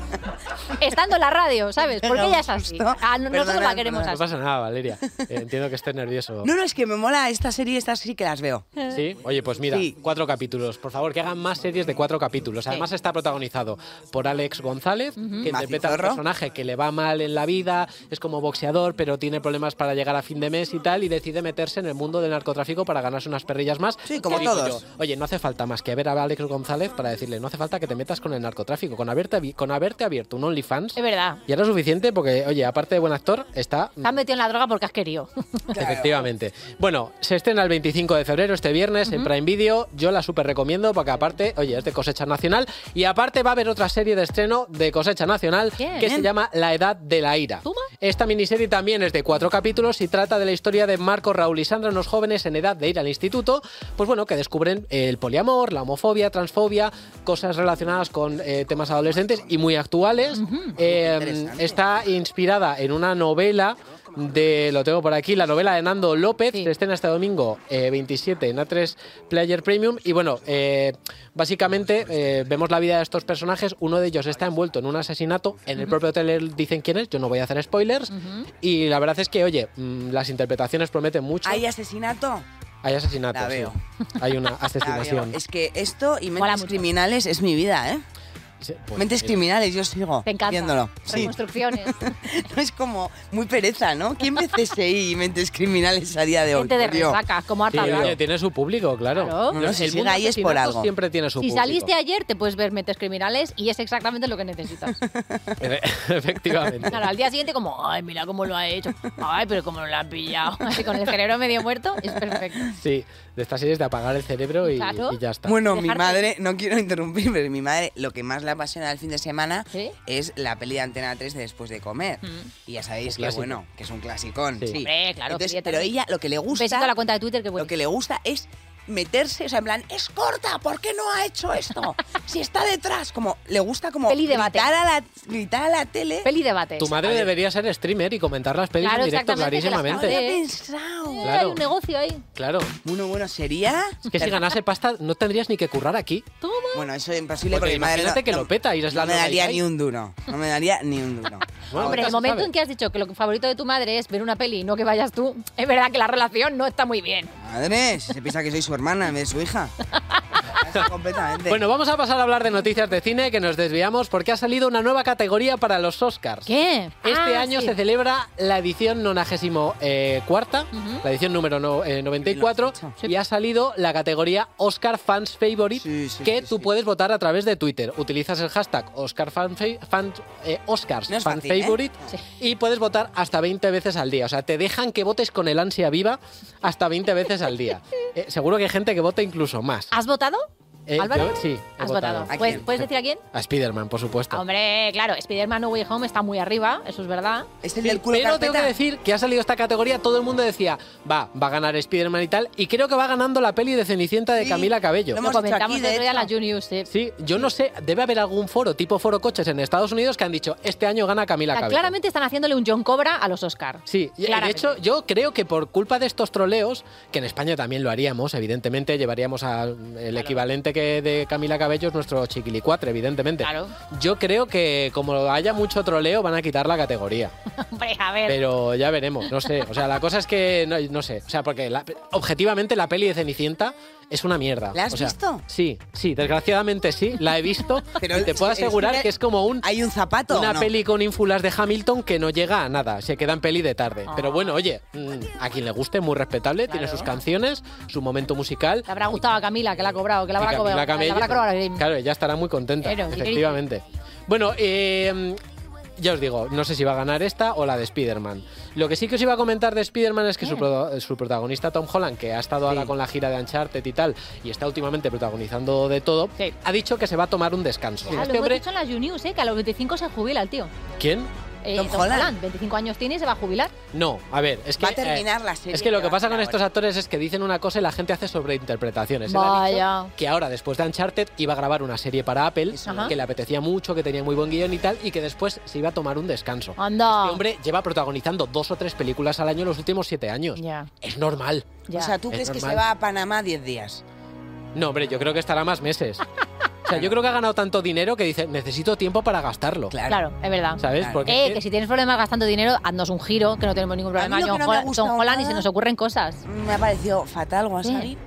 S3: Estando en la radio, ¿sabes? Porque
S4: Pero
S3: ella es así.
S4: justo.
S3: Ah, no- nosotros
S4: Perdona,
S3: la queremos
S7: No
S4: perdona.
S3: así.
S7: pasa nada,
S4: [laughs]
S7: Valeria. Eh, Entiendo que estés nervioso.
S4: No, no, es que me mola esta serie, estas sí que las veo.
S7: Sí, oye, pues mira,
S4: Sí.
S7: cuatro capítulos. Por favor, que hagan más series de cuatro capítulos. Además, está protagonizado por Alex González, que interpreta al
S4: Macizorro.
S7: personaje que le va mal en la vida, es como boxeador, pero tiene problemas para llegar a fin de mes y tal, y decide meterse en el mundo del narcotráfico para ganarse unas perrillas más.
S4: Sí, como
S7: Y digo
S4: todos.
S7: yo, oye, no hace falta más que ver a Alex González para decirle, no hace falta que te metas con el narcotráfico, con haberte, abi- con haberte abierto un OnlyFans.
S3: Es verdad.
S7: Y ahora es suficiente porque, oye, aparte de buen actor, está
S3: Te has metido en la droga porque has querido. [laughs]
S7: Efectivamente. Bueno, se estrena el 25 de febrero, este viernes, en Prime Video. Yo la súper recomiendo porque aparte, oye, es de cosecha nacional. Y aparte va a haber otra serie de estreno de cosecha nacional
S3: Bien.
S7: que se llama La Edad de la Ira.
S3: Toma.
S7: Esta miniserie también es de cuatro capítulos y trata de la historia de Marco, Raúl y Sandra, unos jóvenes en edad de ir al instituto, pues bueno, que descubren el poliamor, la homofobia, transfobia, cosas relacionadas con eh, temas adolescentes y muy actuales. Eh,
S4: Interesante.
S7: está inspirada en una novela de, lo tengo por aquí, la novela de Nando López,
S3: Sí.
S7: se estrena este domingo eh, 27 en A3 Player Premium. Y bueno, eh, básicamente eh, vemos la vida de estos personajes. Uno de ellos está envuelto en un asesinato. En el propio hotel dicen quién es, yo no voy a hacer spoilers. Y la verdad es que, oye, mm, las interpretaciones prometen mucho.
S4: ¿Hay asesinato?
S7: Hay asesinatos.
S4: La
S7: sí.
S4: veo.
S7: Hay una
S4: [laughs] La veo.
S7: asesinación.
S4: Es que esto y
S3: Mola
S4: mentes
S3: mucho.
S4: criminales es mi vida, ¿eh?
S7: Sí, pues,
S4: Mentes
S7: eh,
S4: criminales, yo sigo
S3: Te encanta.
S4: viéndolo. Sí.
S3: Reconstrucciones.
S4: [laughs] No es como muy pereza, ¿no? ¿Quién ve CSI y mentes criminales a día de hoy?
S3: Gente de
S4: por Dios?
S3: resaca, como
S7: sí,
S3: harta
S7: oye,
S3: Blanca.
S7: tiene su público, claro.
S3: Claro.
S4: No, no, si
S7: el
S4: sigue
S7: mundo
S4: ahí es por
S7: asesinatos
S4: algo.
S7: Siempre tiene su
S3: Si
S7: público.
S3: saliste ayer, te puedes ver Mentes Criminales y es exactamente lo que
S4: [laughs]
S3: necesitas.
S7: [laughs] Efectivamente.
S3: Claro, al día siguiente como, ay, mira cómo lo ha hecho. Ay, pero cómo lo han pillado. [laughs] Así con el cerebro medio muerto, es perfecto.
S7: Sí, de estas series de apagar el cerebro y,
S3: Claro.
S7: y ya está.
S4: Bueno, mi
S3: Dejarte-
S4: madre, no quiero interrumpir, pero mi madre lo que más le apasiona el fin de semana
S3: ¿Sí? Mm.
S4: es la peli de Antena 3 de Después de comer. Y ya sabéis
S7: Un
S4: que,
S7: clásico.
S4: bueno, que es un clasicón.
S7: Sí.
S4: Sí.
S3: Hombre, claro,
S4: Entonces,
S3: fíjate.
S4: pero ella lo que le
S3: Un besito
S4: gusta,
S3: a la cuenta de Twitter que
S4: lo
S3: bueno.
S4: que le gusta es meterse, o sea, en plan, es corta, ¿por qué no ha hecho
S3: [laughs]
S4: esto? si está detrás, como le gusta como
S3: Peli debate.
S4: gritar, a la, gritar a la tele.
S3: Peli debate.
S7: Tu madre debería ser streamer y comentar las pelis
S3: Claro,
S7: en directo
S3: exactamente, que las
S4: No
S7: clarísimamente.
S4: había
S3: madres-
S4: pensado.
S3: Eh, Hay
S7: claro.
S3: un negocio ahí.
S7: Claro.
S4: Bueno, bueno, sería...
S7: Es que si ganase pasta no tendrías ni que currar aquí.
S3: Toma.
S4: Bueno, eso es imposible
S7: Porque
S4: porque, mi madre
S7: imagínate
S4: no-
S7: que
S4: no-
S7: lo peta y eres la
S4: No me
S7: Lola
S4: daría
S7: Yai.
S4: ni un duro. No me daría ni un duro.
S7: Bueno,
S3: Hombre,
S7: nunca
S3: el
S7: se
S3: momento
S7: sabe.
S3: en que has dicho que lo favorito de tu madre es ver una peli y no que vayas tú, [laughs] es verdad que la relación no está muy bien.
S4: Madre, Eh, si se piensa que soy su hermana en vez de su hija. Eso Ah, completamente.
S7: Bueno, vamos a pasar a hablar de noticias de cine que nos desviamos porque ha salido una nueva categoría para los Oscars.
S3: ¿Qué?
S7: Este
S3: Ah,
S7: año
S3: sí.
S7: se celebra la edición 94, la edición número no- eh, 94,
S4: Bien lo has
S7: y ha salido la categoría Oscar Fans Favorite,
S4: Sí, sí,
S7: que
S4: sí,
S7: tú
S4: sí.
S7: puedes votar a través de Twitter. Utilizas el hashtag Oscar Fan Fa- Fan- eh, Oscars
S4: No es
S7: Fan
S4: fácil, ¿eh?
S7: Favorite
S3: Sí.
S7: y puedes votar hasta 20 veces al día. O sea, te dejan que votes con el ansia viva hasta 20 veces
S3: [laughs]
S7: al día. Eh, seguro que hay gente que vota incluso más.
S3: ¿Has votado?
S7: Eh,
S3: Álvaro?
S7: yo- sí, he
S3: ¿Has
S7: votado.
S3: votado?
S4: ¿A
S3: ¿Puedes,
S4: quién?
S3: puedes decir a quién?
S7: A Spider-Man, por supuesto.
S3: Hombre, claro, Spider-Man No Way Home está muy arriba, eso es verdad.
S4: ¿Es el
S7: Sí,
S4: del culo
S7: pero
S4: carpeta?
S7: tengo que decir que ha salido esta categoría, todo el mundo decía, va, va a ganar Spider-Man y tal, y creo que va ganando la peli de Cenicienta de
S4: Sí,
S7: Camila Cabello.
S4: lo
S3: Lo
S4: Hemos dicho
S3: comentamos
S4: aquí, de
S3: el otro día en la eh.
S4: hecho.
S3: Junior sí.
S7: Sí, yo no sé, debe haber algún foro, tipo foro coches en Estados Unidos, que han dicho, este año gana Camila
S3: O sea,
S7: Cabello.
S3: claramente están haciéndole un John Cobra a los Oscar.
S7: Sí, y- y de
S3: Claramente.
S7: hecho yo creo que por culpa de estos troleos, que en España también lo haríamos, evidentemente, llevaríamos al el equivalente que de Camila Cabello es nuestro chiquilicuatre, evidentemente.
S3: Claro.
S7: Yo creo que como haya mucho troleo van a quitar
S3: [laughs]
S7: la categoría.
S3: [laughs] Hombre, a ver.
S7: Pero ya veremos, no sé. O sea, la cosa es que no, no sé. O sea, porque la- objetivamente la peli de Cenicienta es una mierda.
S4: ¿La has
S7: O sea,
S4: visto?
S7: Sí, sí, desgraciadamente sí, la he visto.
S4: [laughs] Pero
S7: y te puedo
S4: es-
S7: asegurar
S4: es-
S7: que es como un,
S4: ¿Hay un zapato
S7: una
S4: o no?
S7: peli con ínfulas de Hamilton que no llega a nada, se queda en peli de tarde. Pero bueno,
S3: Ah.
S7: oye, mm, a quien le guste, muy respetable, tiene sus canciones, su momento musical.
S3: Le habrá gustado a Camila, que la ha cobrado, que la habrá
S7: Y Camila
S3: cobrado.
S7: Cabello,
S3: La habrá cobrado a Grimm.
S7: Claro, ella estará muy contenta,
S3: Pero, ¿y qué dice?
S7: efectivamente. Bueno, eh, ya os digo, no sé si va a ganar esta o la de Spider-Man. Lo que sí que os iba a comentar de Spider-Man es que
S3: Eh.
S7: su, pro- su protagonista Tom Holland, que ha estado ahora con la gira de Uncharted y tal, y está últimamente protagonizando de todo,
S3: Sí.
S7: ha dicho que se va a tomar un descanso.
S3: Ah, lo
S7: Este
S3: hemos
S7: hombre,
S3: dicho en la Juniors, eh, que a los 25 se jubila el tío.
S7: ¿quién?
S3: Eh,
S4: Tom Holland.
S3: 25 años tiene y se va a jubilar.
S7: No, a ver, es que... eh,
S4: Va a terminar la serie
S7: Es que lo
S4: que
S7: que
S4: va a
S7: pasa con
S4: hacer
S7: estos
S4: ahora.
S7: actores es que dicen una cosa y la gente hace sobreinterpretaciones. Él ha dicho
S3: Vaya.
S7: que ahora, después de Uncharted, iba a grabar una serie para Apple,
S4: Eso,
S3: Ajá.
S7: que le apetecía mucho, que tenía muy buen guión y tal, y que después se iba a tomar un descanso.
S3: Anda.
S7: Este hombre lleva protagonizando dos o tres películas al año los últimos siete años.
S3: Ya,
S7: Es normal.
S3: ya.
S4: O sea, ¿tú
S7: Es
S4: crees que se
S7: normal.
S4: va a Panamá 10 días?
S7: No, hombre, yo creo que estará más meses. O sea, yo creo que ha ganado tanto dinero que dice, necesito tiempo para gastarlo.
S4: Claro.
S3: claro, es verdad.
S7: ¿Sabes?
S4: Claro.
S7: Porque es
S3: Eh,
S7: que-
S3: que si tienes problemas gastando dinero, haznos un giro, que no tenemos ningún problema.
S4: A mí lo
S3: John
S4: que no me ha
S3: Hola-
S4: gustado
S3: John Holland y se
S4: nada-
S3: nos ocurren cosas.
S4: Me ha parecido fatal, Wasabi.
S3: ¿Qué?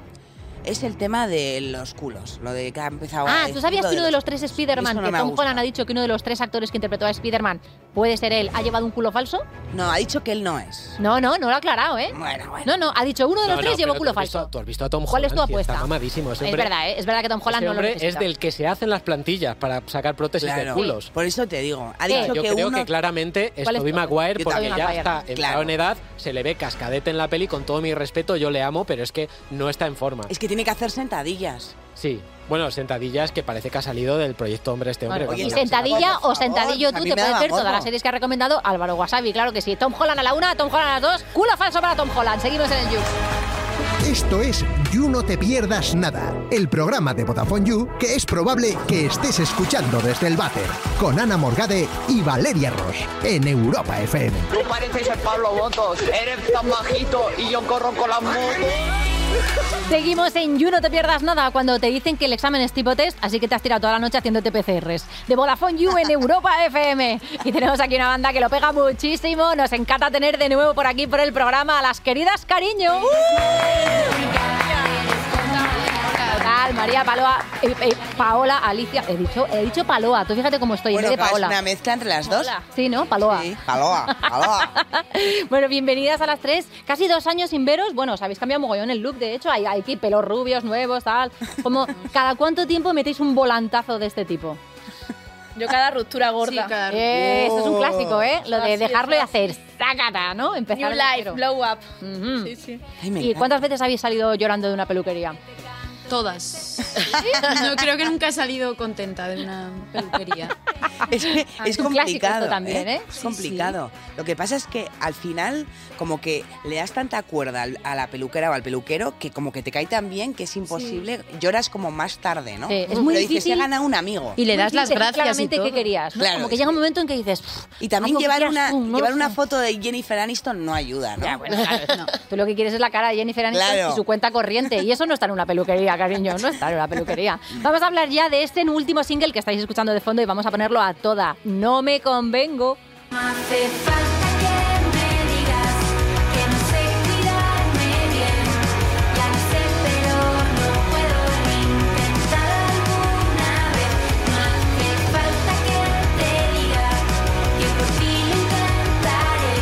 S4: Es el tema de los culos, lo de que ha empezado a
S3: Ah,
S4: decir
S3: ¿tú sabías
S4: lo
S3: que uno de los tres Spider-Man,
S4: Eso no
S3: que
S4: me ha
S3: Tom
S4: gustado.
S3: Holland ha dicho que uno de los tres actores que interpretó a Spider-Man puede ser él, ha llevado un culo falso?
S4: No, ha dicho que él no es.
S3: No, no, no lo ha aclarado, ¿eh?
S4: Bueno, bueno.
S3: No, no, ha dicho uno de los
S7: No, no,
S3: tres llevó
S7: pero
S3: culo
S7: tú has visto-
S3: falso.
S7: Tú has visto a Tom
S3: ¿Cuál es tu
S7: Holland, sí,
S3: apuesta?
S7: Está mamadísimo. Ese
S3: Es
S7: hombre-
S3: verdad, ¿eh? Es verdad que Tom Holland
S7: ese
S3: no lo
S7: Este hombre es
S3: necesita.
S7: del que se hacen las plantillas para sacar prótesis de
S4: Claro.
S7: culos.
S4: Por eso te digo, ha
S3: Sí.
S4: dicho
S7: Yo
S4: que
S7: creo
S4: uno...
S7: que claramente es
S3: Eh, ¿Cuál es
S7: Tobey
S3: tu-
S7: Maguire
S4: Yo
S7: porque
S4: también.
S7: ya
S3: Maguire.
S7: está entrado
S4: Claro.
S7: en edad, se le ve cascadete en la peli, con todo mi respeto, yo le amo, pero es que no está en forma.
S4: Es que tiene que hacer sentadillas.
S7: Sí. Bueno, sentadillas que parece que ha salido del proyecto Hombre este hombre.
S3: Bueno,
S4: Oye,
S7: cuando-
S3: y
S4: no,
S3: sentadilla
S4: por favor,
S3: o sentadillo
S4: a
S3: tú
S4: mí
S3: te
S4: me da
S3: puedes ver
S4: morbo.
S3: todas las series que ha recomendado Álvaro Wasabi, claro que sí. Tom Holland a la una, Tom Holland a las dos, culo falso para Tom Holland. Seguimos en el You.
S5: Esto es You No Te Pierdas Nada, el programa de Vodafone You que es probable que estés escuchando desde el váter, con Ana Morgade y Valeria Ross, en Europa FM.
S8: Tú pareces el Pablo Botos, eres tan bajito y yo corro con las motos.
S3: Seguimos en You, no te pierdas nada cuando te dicen que el examen es tipo test, así que te has tirado toda la noche haciéndote PCRs. De Vodafone You en Europa [laughs] FM. Y tenemos aquí una banda que lo pega muchísimo. Nos encanta tener de nuevo por aquí, por el programa, a las queridas Cariño. Total, María Paloa, eh, eh, Paola, Alicia, he dicho, he dicho Paloa, tú fíjate cómo estoy, en
S4: Bueno,
S3: vez de
S4: claro, es
S3: Paola.
S4: una mezcla entre las dos.
S3: Sí, ¿no? Paloa.
S4: Sí, [laughs] paloa, paloa.
S3: bueno, bienvenidas a las tres. Casi dos años sin veros. Bueno, os habéis cambiado mogollón el look, de hecho. Hay, hay aquí pelos rubios, nuevos, tal. Como, ¿cada cuánto tiempo metéis un volantazo de este tipo?
S9: Yo cada ruptura gorda.
S3: Eh, eso es un clásico, ¿eh? Lo de
S9: Así es,
S3: dejarlo y
S9: así
S3: hacer zacata, ¿no? Empezar
S9: New
S3: de
S9: life,
S3: cero.
S9: blow up.
S3: Ujú.
S9: Sí, sí.
S4: Ay, me
S3: ¿Y
S4: encanta.
S3: cuántas veces habéis salido llorando de una peluquería?
S10: Todas. No creo que nunca he salido contenta de una peluquería.
S4: Es, que Ah,
S10: Ah,
S4: es
S3: un clásico
S4: complicado.
S3: esto también, ¿eh?
S4: Es
S10: Sí,
S4: complicado. Lo que pasa es que al final, como que le das tanta cuerda al- a la peluquera o al peluquero que como que te cae tan bien que es imposible. Lloras como más tarde, ¿no?
S3: Sí, es
S4: Pero
S3: muy
S4: dices,
S3: difícil.
S4: se ha ganado un amigo.
S10: Y le das
S3: Sí,
S10: las
S3: sí,
S10: gracias y
S3: claramente
S10: todo.
S3: qué querías, ¿no?
S4: Claro,
S3: Como que
S4: es
S3: llega un
S4: que-
S3: momento en que dices... "Pff,
S4: Y
S3: haz
S4: también
S3: lo que
S4: llevar
S3: quieras
S4: una,
S3: tú, ¿no?
S4: llevar
S3: O
S4: una
S3: sea,
S4: foto de Jennifer Aniston no ayuda, ¿no?
S3: Ya, Ah, bueno, claro, no. Tú lo que quieres es la cara de Jennifer Aniston
S4: Claro.
S3: y su cuenta corriente. Y eso no está en una peluquería, cariño. No está en una peluquería. Vamos a hablar ya de este último single que estáis escuchando de fondo y vamos a ponerlo a toda. No me convengo.
S1: No hace falta que me digas que no sé cuidarme bien. Ya lo sé, pero no puedo ni intentar alguna vez. No hace falta que te diga que por fin lo intentaré.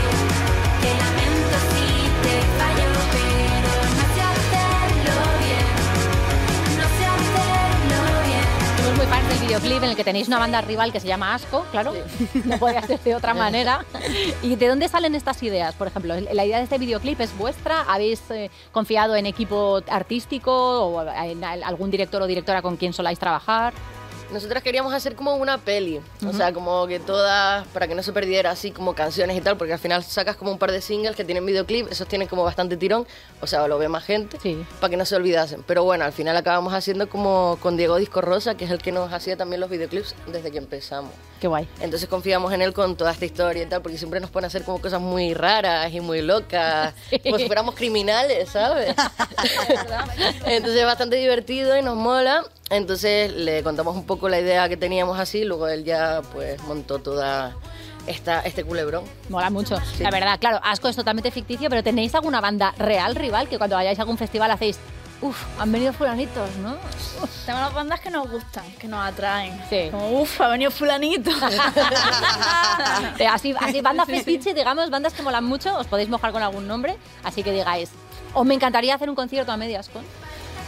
S1: Te lamento si te fallo, pero no sé hacerlo bien. No sé hacerlo bien.
S3: Somos muy fans del videoclip en el que tenéis una banda rival que se llama Asco, claro. [laughs] No podía ser de otra manera. ¿Y de dónde salen estas ideas? Por ejemplo, ¿la idea de este videoclip es vuestra? ¿Habéis eh, confiado en equipo artístico o en al- algún director o directora con quien soláis trabajar?
S11: Nosotras queríamos hacer como una peli, o sea, como que todas, para que no se perdiera así como canciones y tal, porque al final sacas como un par de singles que tienen videoclip, esos tienen como bastante tirón, o sea, lo ve más gente,
S3: Sí.
S11: para que no se olvidasen. Pero bueno, al final acabamos haciendo como con Diego Disco Rosa, que es el que nos hacía también los videoclips desde que empezamos.
S3: Qué guay.
S11: Entonces confiamos en él con toda esta historia y tal, porque siempre nos pone a hacer como cosas muy raras y
S3: [laughs]
S11: muy locas, como si fuéramos criminales, ¿sabes? [laughs] Entonces es bastante divertido y nos mola. Entonces le contamos un poco la idea que teníamos así, luego él ya pues montó toda esta, este culebrón.
S3: Mola mucho. La verdad, claro, Asco es totalmente ficticio, pero ¿tenéis alguna banda real rival que cuando vayáis a algún festival hacéis, uff, han venido fulanitos, ¿no?
S9: Tenemos las bandas que nos gustan, que nos atraen. [laughs]
S3: Sí.
S9: Como, uff, ha venido fulanito.
S3: Eh, así, así bandas fetiche, digamos, bandas que molan mucho, os podéis mojar con algún nombre, así que digáis, o me encantaría hacer un concierto a medias con...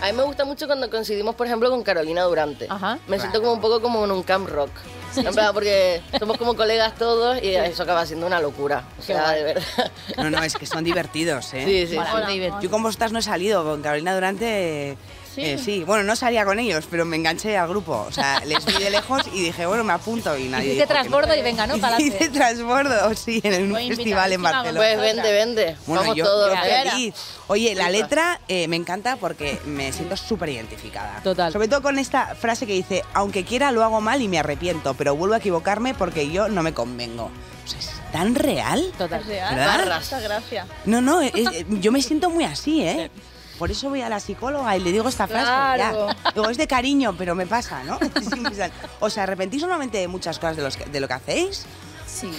S11: A mí me gusta mucho cuando coincidimos, por ejemplo, con Carolina Durante.
S3: Ajá.
S11: Me siento como un poco como en un camp rock. En plan, porque somos como colegas todos y eso acaba siendo una locura. O sea, de verdad.
S4: [laughs] No, no, es que son divertidos, ¿eh?
S11: Sí, sí.
S4: Yo con vosotras no he salido, con Carolina Durante... eh, Sí. bueno, no salía con ellos, pero me enganché al grupo. O sea, les vi de lejos y dije, bueno, me apunto y
S3: Hiciste
S4: nadie. dijo que no.
S3: transbordo y venga, ¿no?
S4: Y
S3: Pa'lante.
S4: de transbordo, sí, en un
S9: Voy a
S4: festival en
S9: invitar a
S4: Barcelona.
S11: Pues vende, vende.
S4: Bueno,
S11: Vamos
S4: yo,
S11: todos.
S4: yo
S11: ¿eh?
S4: feliz. Oye, la letra eh, me encanta porque me siento súper identificada.
S3: Total.
S4: Sobre todo con esta frase que dice, aunque quiera lo hago mal y me arrepiento, pero vuelvo a equivocarme porque yo no me convengo. O sea, es tan real.
S3: Total.
S4: ¿Verdad?
S9: ah, Muchas gracias.
S4: No, no, es- es- yo me siento muy así, ¿eh? Por eso voy a la psicóloga y le digo esta frase.
S9: Claro.
S4: ya. Digo, es de cariño, pero me pasa, ¿no? [laughs] Siempre sale. ¿Os arrepentís normalmente de muchas cosas de, los que- de lo que hacéis?
S10: Sí.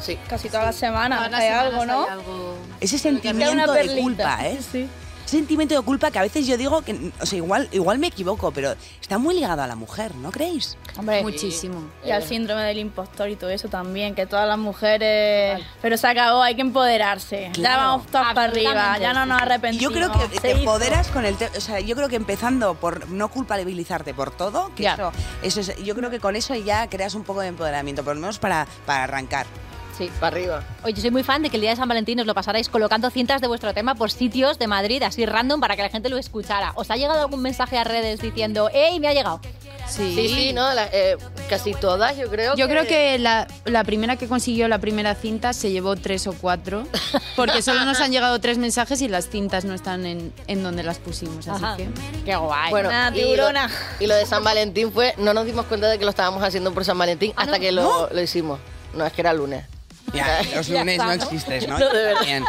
S11: Sí.
S9: Casi todas
S10: Todas
S9: las semanas
S10: las
S9: hay
S10: semanas
S9: algo, ¿no?
S10: hay algo.
S4: Ese
S9: Te da
S4: sentimiento de
S9: perlita.
S4: culpa, ¿eh?
S9: Sí, sí.
S4: Ese sentimiento de culpa que a veces yo digo que, o sea, igual, igual me equivoco, pero está muy ligado a la mujer, ¿no creéis?
S3: Hombre,
S10: Muchísimo.
S9: Y al síndrome del impostor y todo eso también, que todas las mujeres... Pero se acabó, hay que empoderarse. Ya
S4: Claro.
S9: vamos todas para arriba,
S3: Absolutamente,
S9: ya no nos
S4: Y
S9: arrepentimos.
S4: yo creo que
S9: Se
S4: te
S9: hizo.
S4: empoderas con el... te- O sea, yo creo que empezando por no culpabilizarte por todo, que
S3: Ya.
S4: eso, eso es- yo creo que con eso ya creas un poco de empoderamiento, por lo menos para, para arrancar.
S11: Sí, para arriba.
S3: Oye, yo soy muy fan de que el día de San Valentín os lo pasarais colocando cintas de vuestro tema por sitios de Madrid, así random, para que la gente lo escuchara. ¿Os ha llegado algún mensaje a redes diciendo, ¡Ey, me ha llegado!
S10: Sí.
S11: Sí, sí, no, la- eh, casi todas, yo creo.
S10: Yo creo que la, la primera que consiguió la primera cinta se llevó tres o cuatro, porque solo nos han llegado tres mensajes y las cintas no están en, en donde las pusimos, así
S11: Ajá.
S10: que...
S3: ¡Qué guay!
S11: Bueno, y, lo, y lo de San Valentín fue, no nos dimos cuenta de que lo estábamos haciendo por San Valentín hasta que lo, lo hicimos. No, es que era lunes.
S4: Ya, los
S11: Ya
S4: lunes
S11: está,
S4: no
S11: ¿no?
S4: existes,
S3: [laughs]
S4: ¿no?
S11: No,
S4: Yo
S11: de verdad.
S4: también.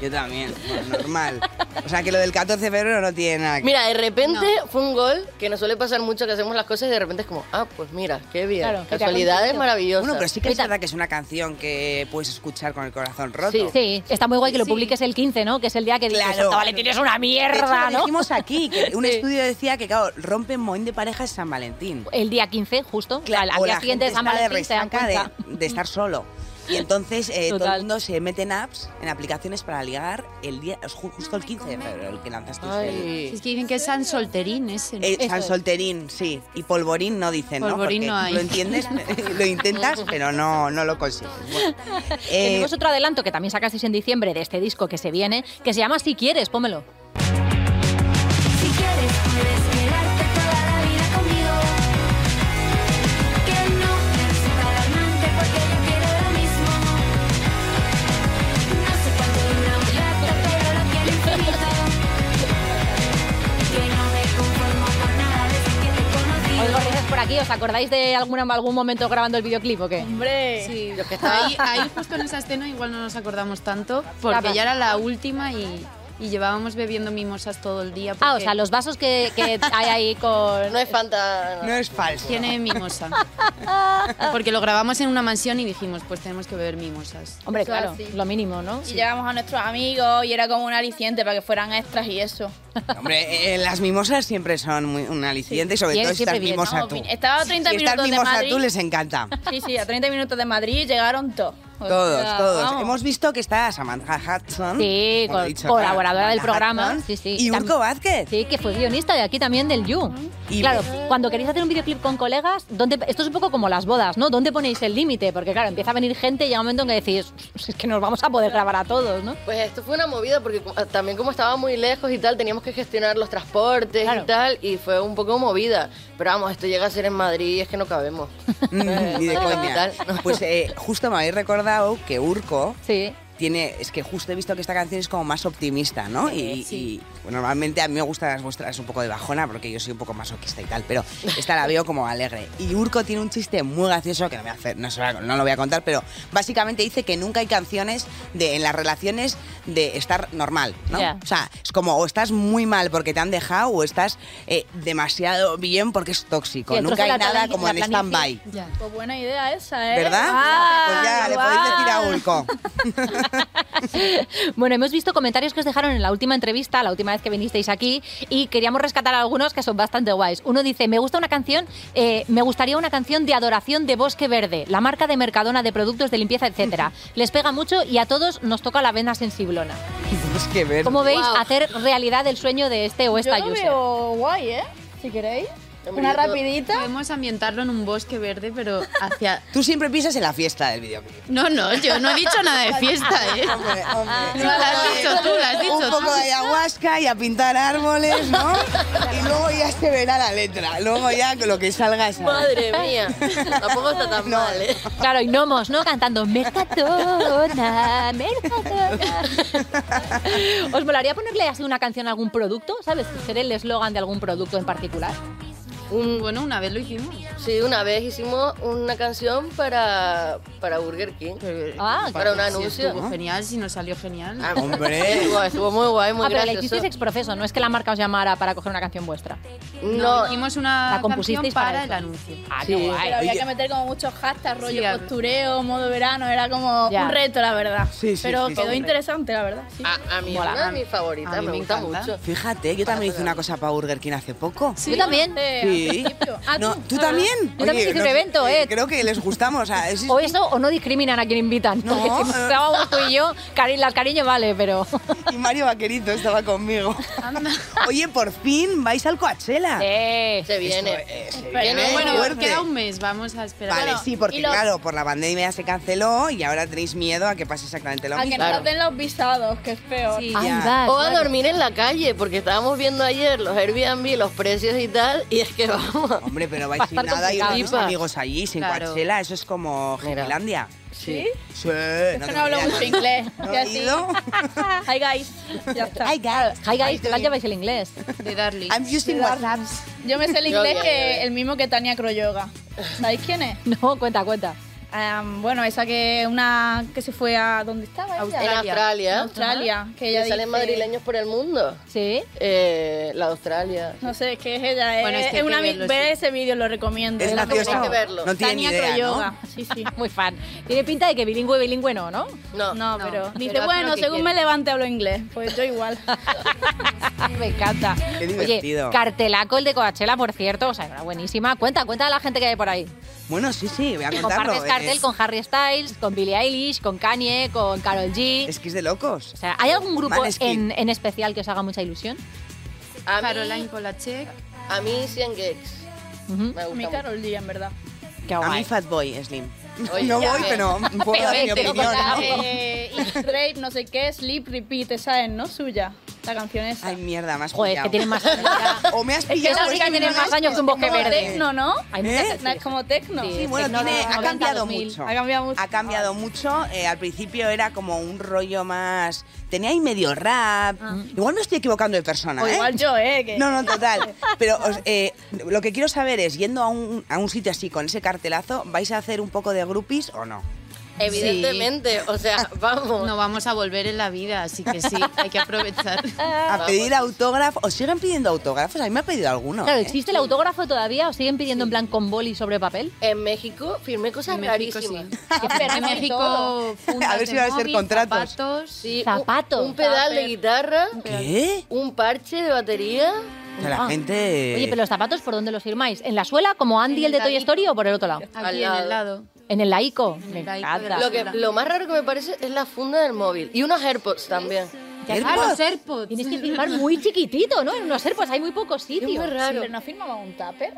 S4: Yo también. Bueno, normal. O sea, que lo del 14 de febrero no tiene nada que
S11: Mira, de repente fue un gol que nos suele pasar mucho que hacemos las cosas y de repente es como, ah, pues mira, qué bien.
S4: Claro, que te ha
S11: Casualidades
S4: coincidido.
S11: maravillosas.
S4: Bueno, pero sí que es verdad que es una canción que puedes escuchar con el corazón roto.
S3: Sí, está muy guay que lo publiques el 15, ¿no? Que es el día que dices,
S4: Claro.
S3: "Santa Valentín es una mierda,
S4: De hecho, lo
S3: ¿no? [laughs]
S4: dijimos aquí, que un estudio decía que, claro, rompe moín de pareja es San Valentín.
S3: El día 15, justo. al al
S4: o
S3: día
S4: la
S3: siguiente de
S4: gente
S3: San
S4: está de
S3: Valentín se dan
S4: resaca de-
S3: cuenta.
S4: De, estar solo. Y entonces eh, todo
S3: Total.
S4: el mundo se mete en apps, en aplicaciones para ligar el día, es ju- justo el 15 de febrero, el que lanzaste.
S10: Sí, Es que dicen que es San Solterín ese. ¿no?
S4: Eh, San Solterín, sí. Y polvorín no dicen, ¿no?
S10: Polvorín
S4: Porque
S10: no hay.
S4: Lo entiendes, [laughs] lo intentas, pero no, no lo consigues. Bueno, eh,
S3: Tenemos otro adelanto que también sacasteis en diciembre de este disco que se viene, que se llama Si quieres, pómelo.
S1: Si quieres puedes quedarte toda la vida conmigo Que no es alarmante porque yo quiero lo mismo No sé cuánto dura un rato pero lo quiero infinito Que no me conformo con nada desde que te conocí
S3: Oigo risas por aquí, ¿os acordáis de alguna, algún momento grabando el videoclip o qué?
S10: Hombre, sí.
S11: estaba-
S10: ahí, ahí justo en esa escena igual no nos acordamos tanto, porque
S3: Claro.
S10: ya era la última y, y llevábamos bebiendo mimosas todo el día.
S3: [laughs] Ah, o sea, los vasos que,
S10: [laughs]
S3: que hay ahí con...
S11: No es fanta.
S4: [laughs] no es falso.
S10: Tiene mimosa. Porque lo grabamos en una mansión y dijimos, pues tenemos que beber mimosas.
S3: Hombre,
S9: Eso
S3: claro,
S9: así.
S3: lo mínimo, ¿no?
S9: [laughs] Y llegamos a nuestros amigos y era como un aliciente para que fueran extras y eso.
S4: Hombre, eh, las mimosas siempre son muy, un aliciente y sobre
S9: Y él
S4: todo si
S9: siempre
S4: estás
S9: bien,
S4: mimosa
S9: ¿no?
S4: tú.
S9: Opin- estaba a 30
S4: si estás
S9: minutos de
S4: mimosa
S9: Madrid.
S4: tú les encanta.
S9: Sí, sí, a 30 minutos de Madrid llegaron todos. O
S4: Todos,
S9: sea,
S4: todos.
S9: vamos.
S4: Hemos visto que está Samantha Hudson.
S3: Sí,
S4: como he
S3: col-
S4: dicho,
S3: colaboradora
S4: claro,
S3: del
S4: Samantha
S3: programa. [laughs]
S4: Hudson
S3: Sí, sí.
S4: Y
S3: Tam-
S4: Urco Vázquez.
S3: Sí, que fue guionista de aquí también del You.
S4: Y-
S3: claro, cuando queréis hacer un videoclip con colegas, ¿dónde, esto es un poco como las bodas, ¿no? ¿Dónde ponéis el límite? Porque claro, empieza a venir gente y llega un momento en que decís, es que nos vamos a poder grabar a todos, ¿no? [laughs]
S11: Pues esto fue una movida porque co- también como estaba muy lejos y tal, teníamos que gestionar los transportes y tal, y fue un poco movida. Pero vamos, esto llega a ser en Madrid y es que no cabemos.
S4: Mm, ni de
S11: Bueno,
S4: coña.
S11: tal.
S4: Pues eh, justo me habéis recordado que Urco
S3: Sí.
S4: tiene. Es que justo he visto que esta canción es como más optimista, ¿no? y, y normalmente a mí me gustan las vuestras un poco de bajona porque yo soy un poco masoquista y tal, pero esta la veo como alegre. Y Urco tiene un chiste muy gracioso que no, voy a hacer, no, se va- no lo voy a contar, pero básicamente dice que nunca hay canciones de, en las relaciones de estar normal, ¿no?
S3: Ya.
S4: O sea, es como o estás muy mal porque te han dejado o estás eh, demasiado bien porque es tóxico.
S3: Sí, el
S4: nunca
S3: trozo de
S4: hay
S3: la
S4: nada
S3: plani-
S4: como
S3: la
S4: en
S3: planicie.
S4: stand-by.
S9: Pues buena idea esa, ¿eh?
S4: ¿Verdad?
S9: Ah,
S4: pues ya, le
S9: guau.
S4: podéis decir a Urco.
S3: Bueno, hemos visto comentarios que os dejaron en la última entrevista, la última vez que vinisteis aquí, y queríamos rescatar algunos que son bastante guays. Uno dice, me gusta una canción, eh, me gustaría una canción de adoración de Bosque Verde, la marca de Mercadona de productos de limpieza, etcétera. Les pega mucho y a todos nos toca la vena sensiblona.
S4: Es que ver.
S3: ¿Cómo veis
S9: Guau.
S3: hacer realidad el sueño de este o esta
S9: Yo lo
S3: user?
S9: veo guay, ¿eh? Si queréis. Una rapidita.
S10: Podemos ambientarlo en un bosque verde, pero hacia...
S4: [laughs] Tú siempre piensas en la fiesta del videoclip.
S10: No, no,
S11: [laughs]
S10: yo no he dicho nada de fiesta, ¿eh?
S4: Hombre, hombre.
S10: Lo has dicho tú, lo has dicho
S4: Un poco
S10: tú.
S4: de ayahuasca y a pintar árboles, ¿no? Y luego ya se verá la letra. Luego ya lo que salga es.
S11: Madre mía, tampoco está tan mal, ¿eh?
S3: Claro, y gnomos, ¿no? Cantando Mercadona, Mercadona. ¿Os molaría ponerle así una canción a algún producto? ¿Sabes? Ser el eslogan de algún producto en particular.
S11: Un-
S10: Bueno, una vez lo hicimos.
S11: sí, una vez hicimos una canción para, para Burger King.
S3: Ah,
S11: Para un
S10: Sí,
S11: anuncio.
S10: Estuvo genial, si nos salió genial.
S11: Ah,
S10: [laughs]
S4: Hombre.
S3: [laughs]
S11: Estuvo, estuvo muy guay, muy
S3: ah, pero la
S11: gracioso.
S3: hicisteis ex profeso, no es que la marca os llamara para coger una canción vuestra.
S11: No,
S10: No, hicimos una
S3: La compusisteis
S10: canción
S3: para
S10: para,
S3: eso.
S10: el anuncio.
S3: Ah,
S11: Sí.
S3: qué guay.
S9: Pero había
S4: Oye.
S9: que meter como muchos hashtags, rollo
S10: Sí, a-
S9: postureo, modo verano, era como
S3: Ya.
S9: un reto, la verdad.
S4: Sí, sí,
S9: Pero
S4: sí,
S9: quedó
S4: sí.
S9: interesante, la verdad. sí.
S11: a, a mí
S3: Mola.
S11: una de mis favoritas,
S10: A mí
S11: me,
S10: me
S11: gusta
S10: encanta.
S11: mucho.
S4: Fíjate, yo también hice una cosa para Burger King hace poco.
S3: Yo también.
S9: Sí,
S4: Sí, Sí.
S3: Ah,
S4: No, ¿Tú también?
S3: Yo también hice un
S4: no-
S3: evento, ¿eh?
S4: Creo que les gustamos. O sea, es-
S3: O eso, o no discriminan a quien invitan.
S4: No.
S3: Porque si estábamos tú y yo, cari las cariño vale, pero...
S4: Y Mario Vaquerito estaba conmigo. [laughs] Oye, por fin vais al Coachella. eh,
S3: Sí,
S11: se viene.
S4: viene
S10: bueno,
S4: fuerte.
S10: queda un mes, vamos a esperar.
S4: Vale,
S10: Bueno,
S4: sí, porque
S10: y los-
S4: claro, por la pandemia se canceló y ahora tenéis miedo a que pase exactamente lo
S9: A que
S4: mismo.
S9: no nos den los visados, que es peor.
S4: Ahí Ya. va,
S11: o a
S4: claro.
S11: dormir en la calle, porque estábamos viendo ayer los Airbnb, los precios y tal, y es que vamos.
S4: Hombre, pero vais sin nada y unos amigos allí, sin
S11: Claro.
S4: Coachella, eso es como Finlandia.
S11: Sí.
S4: Sí, no
S9: que
S4: te
S9: no hablo
S4: creas.
S9: mucho inglés.
S4: No,
S9: y así.
S4: ido.
S9: [laughs] Hi guys. Ya está.
S3: Hi guys. Hi guys. ¿Qué tal lleváis el inglés?
S10: De Darly.
S4: I'm using
S9: De Darly. Yo me sé el
S3: Yo
S9: inglés
S3: bien, yo
S9: que
S3: bien.
S9: el mismo que Tania Croyoga. ¿Sabéis quién es?
S3: No, cuenta, cuenta.
S9: Am, bueno, esa que una que se fue a ¿dónde estaba? ella?
S11: En Australia.
S9: En Australia,
S11: Ajá.
S9: que ella dice-
S11: salen madrileños por el mundo. Eh,
S3: Sí.
S11: la de Australia.
S9: No sé, es que es ella.
S11: Bueno,
S9: es,
S11: es que
S9: es una,
S11: hay que verlo,
S9: ver ese vídeo, lo recomiendo.
S11: Es
S9: lo
S11: gracioso.
S9: recomiendo.
S11: Hay que verlo. No tiene ni
S9: Tania
S11: idea,
S9: Croyoga.
S11: ¿no?
S9: Sí, sí.
S3: [laughs] Muy fan. Tiene pinta de que bilingüe, bilingüe no, ¿no?
S11: No,
S9: No, pero dice,
S3: Pero hace lo
S9: bueno,
S3: que
S9: según
S3: quiere.
S9: me levante hablo inglés. Pues
S3: [laughs]
S9: yo igual.
S3: Me encanta.
S4: Qué divertido.
S3: Oye, cartelaco el de Coachella, por cierto. O sea, era buenísima. Cuenta, cuenta a la gente que hay por ahí.
S4: Bueno, sí, sí, voy a contarlo.
S3: Compartes cartel
S4: es,
S3: con Harry Styles, con Billie Eilish, con Kanye, con Carol G.
S4: es que es de locos.
S3: O sea, ¿hay algún grupo
S4: Maneskin.
S3: en, en especial que os haga mucha ilusión?
S11: A
S10: Caroline
S11: mí,
S10: Polachek.
S11: a mí 100 gigs. Me
S9: Mm, Mi
S11: gusta.
S9: Carol G, en
S4: [laughs]
S9: verdad.
S4: A mí Fatboy Slim.
S11: Oye,
S4: no
S11: ya
S4: voy,
S11: ves.
S4: pero puedo dar mi
S9: Pero
S4: opinión.
S9: la,
S4: ¿no?
S9: eh, Eat, Drape, no sé qué, Sleep, Repeat, esa es, ¿no? Suya. La canción esa.
S4: Ay, mierda, más
S9: Joder,
S4: pillado.
S9: que tiene más-
S4: [laughs] O me has
S9: que
S4: pillado.
S9: esa
S4: porque
S9: chica tiene
S4: no
S9: más
S4: es-
S3: años que un bosque
S9: como
S3: verde.
S9: tecno, ¿no?
S3: Hay
S4: ¿Eh?
S3: muchas
S9: No, es como tecno.
S4: Sí, bueno, tiene- ha cambiado mucho.
S9: Ha cambiado mucho.
S4: Ha cambiado mucho. Eh, al principio era como un rollo más. Tenía ahí medio rap.
S9: Ah.
S4: Igual me estoy equivocando de persona,
S9: O
S4: ¿eh?
S9: igual yo, ¿eh? Que...
S4: No,
S3: [laughs]
S4: no, total. Pero os- eh, lo que quiero saber es, yendo a un, a un sitio así con ese cartelazo, ¿vais a hacer un poco de groupies o no?
S11: Evidentemente, o
S10: [laughs]
S11: sea, vamos.
S10: No vamos a volver en la vida, así que sí, hay que aprovechar.
S4: A pedir autógrafos. ¿Os siguen pidiendo autógrafos? A mí me ha pedido alguno.
S3: claro,
S4: ¿eh?
S3: ¿existe el autógrafo todavía o siguen pidiendo en plan con boli sobre papel?
S11: En México firmé cosas
S10: En México,
S11: rarísimas.
S10: pero [laughs] en México, fundas
S4: A ver si
S10: de
S4: va a ser
S10: móvil,
S4: contratos.
S10: zapatos.
S11: Sí, un-
S3: Zapatos.
S11: Un, pedal de
S3: Tupper.
S11: guitarra,
S4: ¿Qué?
S11: un parche de batería.
S4: O sea, la
S3: Ah.
S4: gente...
S3: Oye, pero los zapatos, ¿por dónde los firmáis? ¿En la suela, como Andy
S10: En
S3: el de
S10: el
S3: Toy
S10: laico.
S3: Story o por el otro lado?
S11: Al
S10: Aquí en
S11: lado.
S10: el lado.
S3: En el laico. Me
S10: el laico de la-
S3: encanta.
S11: Lo, que, lo más raro que me parece es la funda del móvil. Y unos AirPods también.
S10: Ah, los AirPods.
S3: Tienes que
S11: [laughs]
S3: firmar muy chiquitito, ¿no? En unos serpos hay muy pocos sitios.
S11: Es muy raro.
S9: ¿Pero no firmaba un tupper?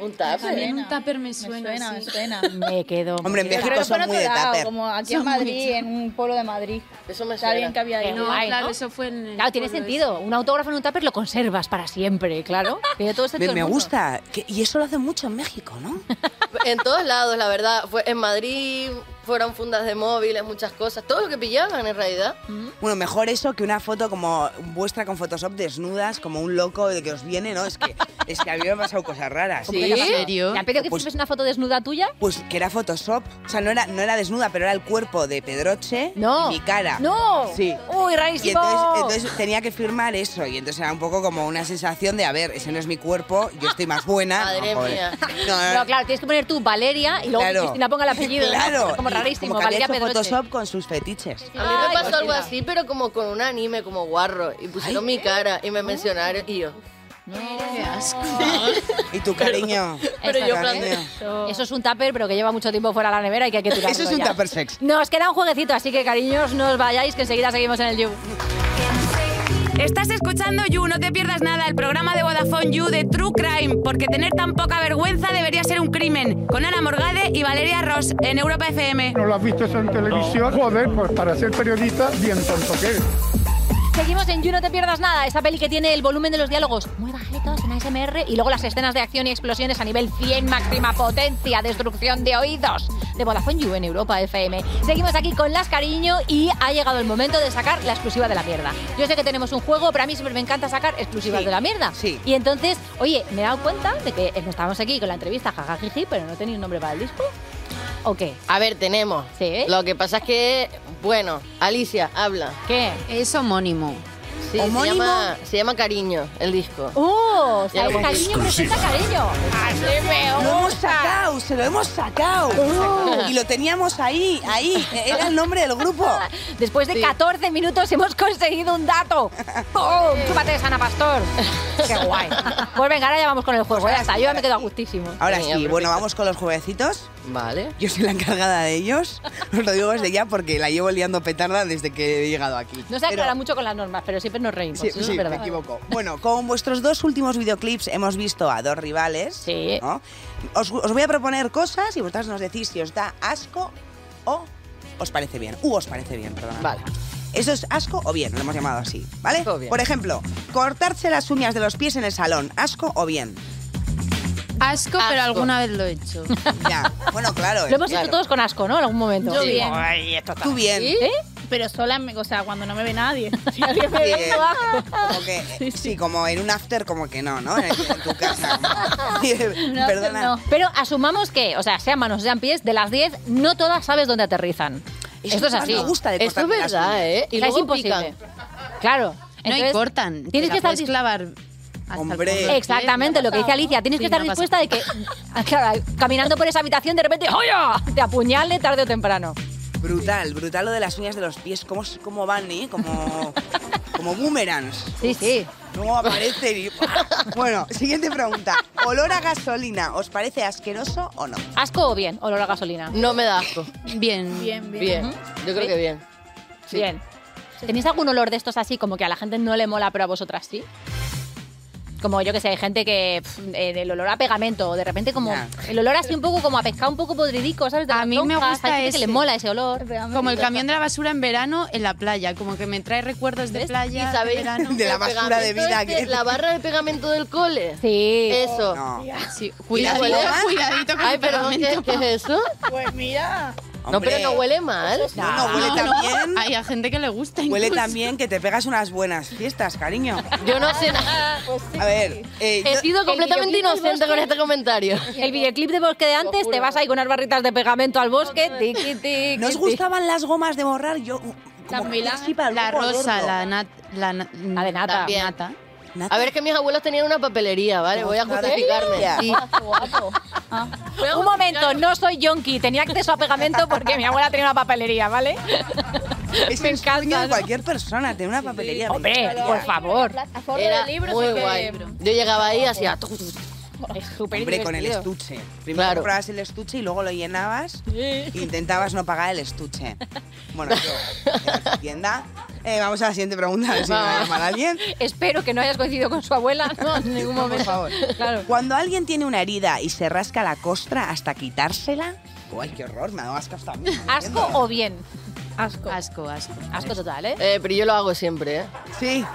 S11: Un tupper.
S10: También un tupper me
S9: Me
S10: suena,
S9: suena, me
S10: sí.
S9: suena.
S3: Me quedo.
S4: Hombre, en
S3: muy-
S9: Yo
S4: México
S9: creo que fue
S4: son
S9: en
S4: muy
S9: otro
S4: de
S9: lado,
S4: tupper.
S9: como aquí
S10: Son
S9: en
S10: muy
S9: Madrid, en un pueblo de Madrid.
S11: Eso me
S9: Está bien que
S11: suena.
S9: había
S3: Qué
S9: ahí.
S10: No,
S3: guay,
S10: claro,
S3: ¿no?
S10: eso fue en el
S3: Claro, tiene
S10: pueblo
S3: sentido. Un autógrafo en un tupper lo conservas para siempre, claro. Tiene todo
S4: Me,
S3: sentido
S4: me
S3: del mundo.
S4: gusta. Que- y eso lo hacen mucho en México, ¿no?
S11: [laughs] En todos lados, la verdad. Fue, en Madrid fueron fundas de móviles, muchas cosas. Todo lo que pillaban, en realidad.
S3: ¿Mm?
S4: Bueno, mejor eso que una foto como vuestra con Photoshop desnudas, como un loco de que os viene, ¿no? Es que, es que a mí me han pasado cosas raras.
S11: ¿Sí?
S3: ¿Qué te ha pasado?
S10: serio?
S3: ¿Te ha pedido que
S4: Pues-
S3: firmes una foto desnuda tuya?
S4: Pues que era Photoshop. O sea, no era, no era desnuda, pero era el cuerpo de Pedroche
S3: No.
S4: y mi cara.
S3: ¡No!
S4: Sí.
S3: ¡Uy,
S4: Y
S3: rarísimo!
S4: entonces, entonces tenía que firmar eso. Y entonces era un poco como una sensación de, a ver, ese no es mi cuerpo, yo estoy más buena.
S11: [laughs] Madre
S4: Ah, No, joder.
S11: mía.
S4: No, [laughs] no,
S3: Pero claro, tienes que poner tú Valeria y luego
S4: claro.
S3: Cristina ponga el apellido. ¿no?
S4: Claro.
S3: Como
S4: Y
S3: rarísimo,
S4: como que había
S3: Valeria
S4: hecho
S3: Pedroche.
S4: Photoshop con sus
S3: [laughs]
S4: fetiches.
S11: A mí me
S3: Ay,
S11: pasó algo
S3: Dios.
S11: así, pero como con un anime, como guarro. Y pusieron mi cara y me mencionaron. Y yo,
S10: Qué asco.
S4: Y tu cariño.
S11: Pero yo planteé-
S4: cariño.
S3: Eso es un tupper, pero que lleva mucho tiempo fuera de la nevera y que hay que tirarlo
S4: Eso es un
S3: ya.
S4: tupper sex.
S3: Nos queda un jueguecito, así que cariños, no os vayáis, que enseguida seguimos en el You.
S12: Estás escuchando You, no te pierdas nada, el programa de Vodafone You de True Crime, porque tener tan poca vergüenza debería ser un crimen. Con Ana Morgade y Valeria Ross en Europa FM.
S13: ¿No lo has visto eso en televisión? Joder, pues para ser periodista, bien tonto que eres.
S3: Seguimos en You, no te pierdas nada. Esa peli que tiene el volumen de los diálogos muy bajitos en ASMR y luego las escenas de acción y explosiones a nivel 100, máxima potencia, destrucción de oídos. De Vodafone You en Europa FM. Seguimos aquí con Las Cariño y ha llegado el momento de sacar la exclusiva de la mierda. Yo sé que tenemos un juego, pero a mí siempre me encanta sacar exclusivas
S4: Sí,
S3: de la mierda.
S4: sí.
S3: Y entonces, oye, me he dado cuenta de que eh, estábamos aquí con la entrevista jajajiji, pero no tenéis nombre para el disco. ¿O qué?
S11: a ver, tenemos.
S3: ¿Sí?
S11: Lo que pasa es que, bueno, Alicia, habla.
S3: ¿Qué?
S10: Es homónimo.
S11: Sí, se
S4: ¿Homónimo?
S11: llama, se llama Cariño, el disco.
S3: ¡Oh! o sea,
S11: Ya
S3: es
S11: lo
S3: cariño presenta cariño.
S4: Lo hemos sacado, se lo hemos sacado.
S3: Oh.
S4: y lo teníamos ahí, ahí, era el nombre del grupo.
S3: [laughs] Después de 14 minutos hemos conseguido un dato. ¡Pum! Chúpate, Sana
S4: [laughs]
S3: Pastor. ¡Qué guay! Pues venga, ahora ya vamos con el juego. Ya está, yo ya me quedo a gustísimo.
S4: Ahora sí, bueno, vamos con los jueguecitos.
S11: Vale.
S4: Yo soy la encargada de ellos. Os lo digo desde ya porque la llevo liando petarda desde que he llegado aquí.
S3: No se
S4: Pero-
S3: aclara mucho con las normas, pero siempre nos reímos.
S4: Sí,
S3: eso es
S4: sí,
S3: verdad.
S4: me equivoco. Bueno, con vuestros dos últimos videoclips hemos visto a dos rivales. ¿no? Os, os voy a proponer cosas y vosotras nos decís si os da asco o os parece bien. U os parece bien, perdón. Vale. Eso es asco o bien, lo hemos llamado así, ¿vale?
S11: Asco o bien.
S4: Por ejemplo, cortarse las uñas de los pies en el salón, asco o bien.
S10: Asco, pero alguna vez lo he hecho.
S4: Ya, bueno, claro.
S3: Lo hemos hecho todos con asco, ¿no? En algún momento.
S9: Yo bien.
S4: Tú bien. [laughs]
S9: ¿Sí? Pero sola, me- o sea, cuando no me ve nadie. Si alguien me ve,
S4: Eh,
S9: no hago.
S4: como que- Eh, sí, como en un after, como que no, ¿no? En, en tu casa.
S3: No, pues
S4: Perdona.
S3: no. Pero asumamos que, o sea, sean manos, sean pies, de las 10, no todas sabes dónde aterrizan.
S4: Eso
S3: Esto es
S4: más
S3: así.
S4: me gusta de
S11: Esto es verdad, ¿eh?
S3: O sea, es imposible. Claro.
S10: No, y
S3: Entonces,
S10: cortan. te
S3: Tienes
S10: la
S3: que estar
S10: puedes clavar.
S4: Hombre.
S3: Exactamente, lo que dice Alicia. Tienes que estar dispuesta de que, [laughs] claro, caminando por esa habitación, de repente, ¡oya! Te apuñale tarde o temprano.
S4: Brutal, brutal lo de las uñas de los pies, cómo, s- cómo van, ¿eh? Como, como boomerangs.
S3: Sí, sí.
S4: Luego aparecen y... [laughs] Bueno, siguiente pregunta. ¿Olor a gasolina os parece asqueroso o no?
S3: ¿Asco o bien? Olor a gasolina.
S11: No me da asco.
S10: Bien.
S9: Bien, bien.
S11: Bien. Yo creo que bien.
S3: Bien. ¿Tenéis algún olor de estos así, como que a la gente no le mola, pero a vosotras sí? Como yo que sé, hay gente que pf, eh, el olor a pegamento, o de repente como
S10: Ya.
S3: el olor así un poco como a pescado, un poco podridico, ¿sabes? De
S10: A
S3: las
S10: mí me
S3: lonjas,
S10: gusta
S3: hay gente que
S10: ese.
S3: le mola ese olor.
S10: Como el camión de la basura en verano en la playa, como que me trae recuerdos de playa,
S11: ¿Y sabéis?
S10: de
S11: [laughs]
S10: verano.
S4: De la
S11: El
S4: basura de
S11: pegamento
S4: vida
S11: este,
S4: que-
S11: La barra de pegamento del cole.
S3: Sí.
S11: Eso.
S4: No.
S10: Sí,
S11: ¿Y
S10: cuidadito,
S11: huele?
S10: [laughs] cuidadito con
S11: Ay,
S10: el
S11: perdón, ¿qué,
S10: pegamento.
S11: qué es eso?
S9: Pues mira.
S11: No,
S4: Hombre.
S11: pero no huele mal.
S4: No, no, huele también.
S10: Hay a gente que le gusta
S4: Huele
S10: incluso.
S4: también que te pegas unas buenas fiestas, cariño.
S11: Yo no
S4: [laughs]
S11: sé nada.
S4: A ver, eh,
S11: He
S4: yo-
S11: sido completamente inocente con este comentario.
S3: El videoclip de bosque de antes, te vas ahí con unas barritas de pegamento al bosque, tiqui, tiqui,
S4: ¿no os
S3: tiqui.
S4: gustaban las gomas de borrar? Yo...
S10: La,
S4: Como así para
S10: la
S4: luego
S10: rosa,
S4: adorno.
S10: la, nat- la, na-
S3: de nata.
S10: también.
S4: Nata.
S11: A ver, es que mis abuelos tenían una papelería, ¿vale? Voy a justificarme.
S10: Sí.
S3: Ah. Un momento, no soy yonki, tenía acceso a pegamento porque mi abuela tenía una papelería, ¿vale?
S4: Es el sueño de cualquier persona, tener una papelería.
S3: Hombre,
S4: venga.
S3: por favor.
S11: Era
S9: de libros
S11: muy
S9: o qué
S4: [laughs]
S11: guay.
S9: libro?
S11: Yo llegaba ahí y hacía...
S3: Es súper
S4: Hombre, con el
S3: divertido.
S4: estuche. Primero
S11: Claro.
S4: comprabas el estuche y luego lo llenabas e intentabas no pagar el estuche. Bueno, yo en la tienda. Eh, vamos a la siguiente pregunta, a ver si me va a llamar alguien.
S3: Espero que no hayas coincidido con su abuela, no, en ningún
S4: No, por
S3: momento.
S4: favor.
S3: Claro.
S4: Cuando alguien tiene una herida y se rasca la costra hasta quitársela... ¡Ay, qué horror! Me ha dado asco hasta a mí.
S3: ¿Asco o bien? Asco.
S10: Asco, asco.
S3: Asco total, ¿eh?
S11: Eh, pero yo lo hago siempre, ¿eh?
S4: Sí,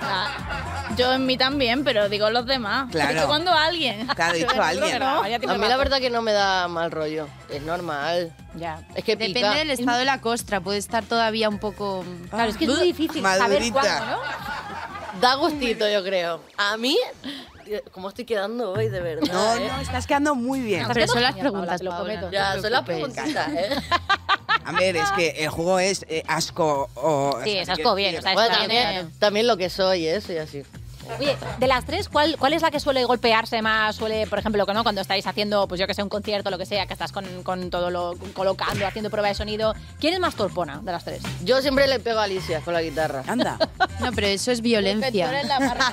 S9: Yo en mí también, pero digo los demás.
S4: Claro.
S9: Estoy cuando a alguien.
S3: Ah,
S9: [laughs]
S4: claro, dicho a alguien.
S3: María tiene
S11: A mí la
S3: razón.
S11: verdad que no me da mal rollo. Es normal.
S3: Ya.
S11: [laughs] Es que
S10: Depende
S11: pica.
S10: del estado de la costra, puede estar todavía un poco...
S3: Claro, es que es muy difícil saber
S4: Ah, madurita.
S3: cuándo, ¿no?
S11: Da gustito, yo creo. A mí, eh, ¿cómo estoy quedando hoy, de verdad?
S4: No,
S11: eh?
S4: no, estás quedando muy bien.
S10: Pero son las
S3: Paola,
S10: preguntas,
S3: te lo
S11: [laughs]
S10: Paola,
S3: prometo.
S10: no
S11: Ya,
S10: te
S11: son las
S10: preocupes.
S11: preguntitas, ¿eh?
S4: A ver, es que el juego es eh, asco o...
S3: Sí, es
S4: así
S3: asco
S4: que-
S3: bien, o sea,
S11: Bueno,
S3: Claro,
S11: también,
S3: claro.
S11: también lo que soy, ¿eh? Soy así.
S3: Oye, de las tres, ¿cuál, ¿cuál es la que suele golpearse más? Suele, por ejemplo, que no cuando estáis haciendo, pues yo que sé, un concierto, lo que sea, que estás con, con todo lo colocando, haciendo prueba de sonido. ¿Quién es más torpona de las tres?
S11: Yo siempre le pego a Alicia con la guitarra.
S4: Anda.
S10: No, pero eso es violencia.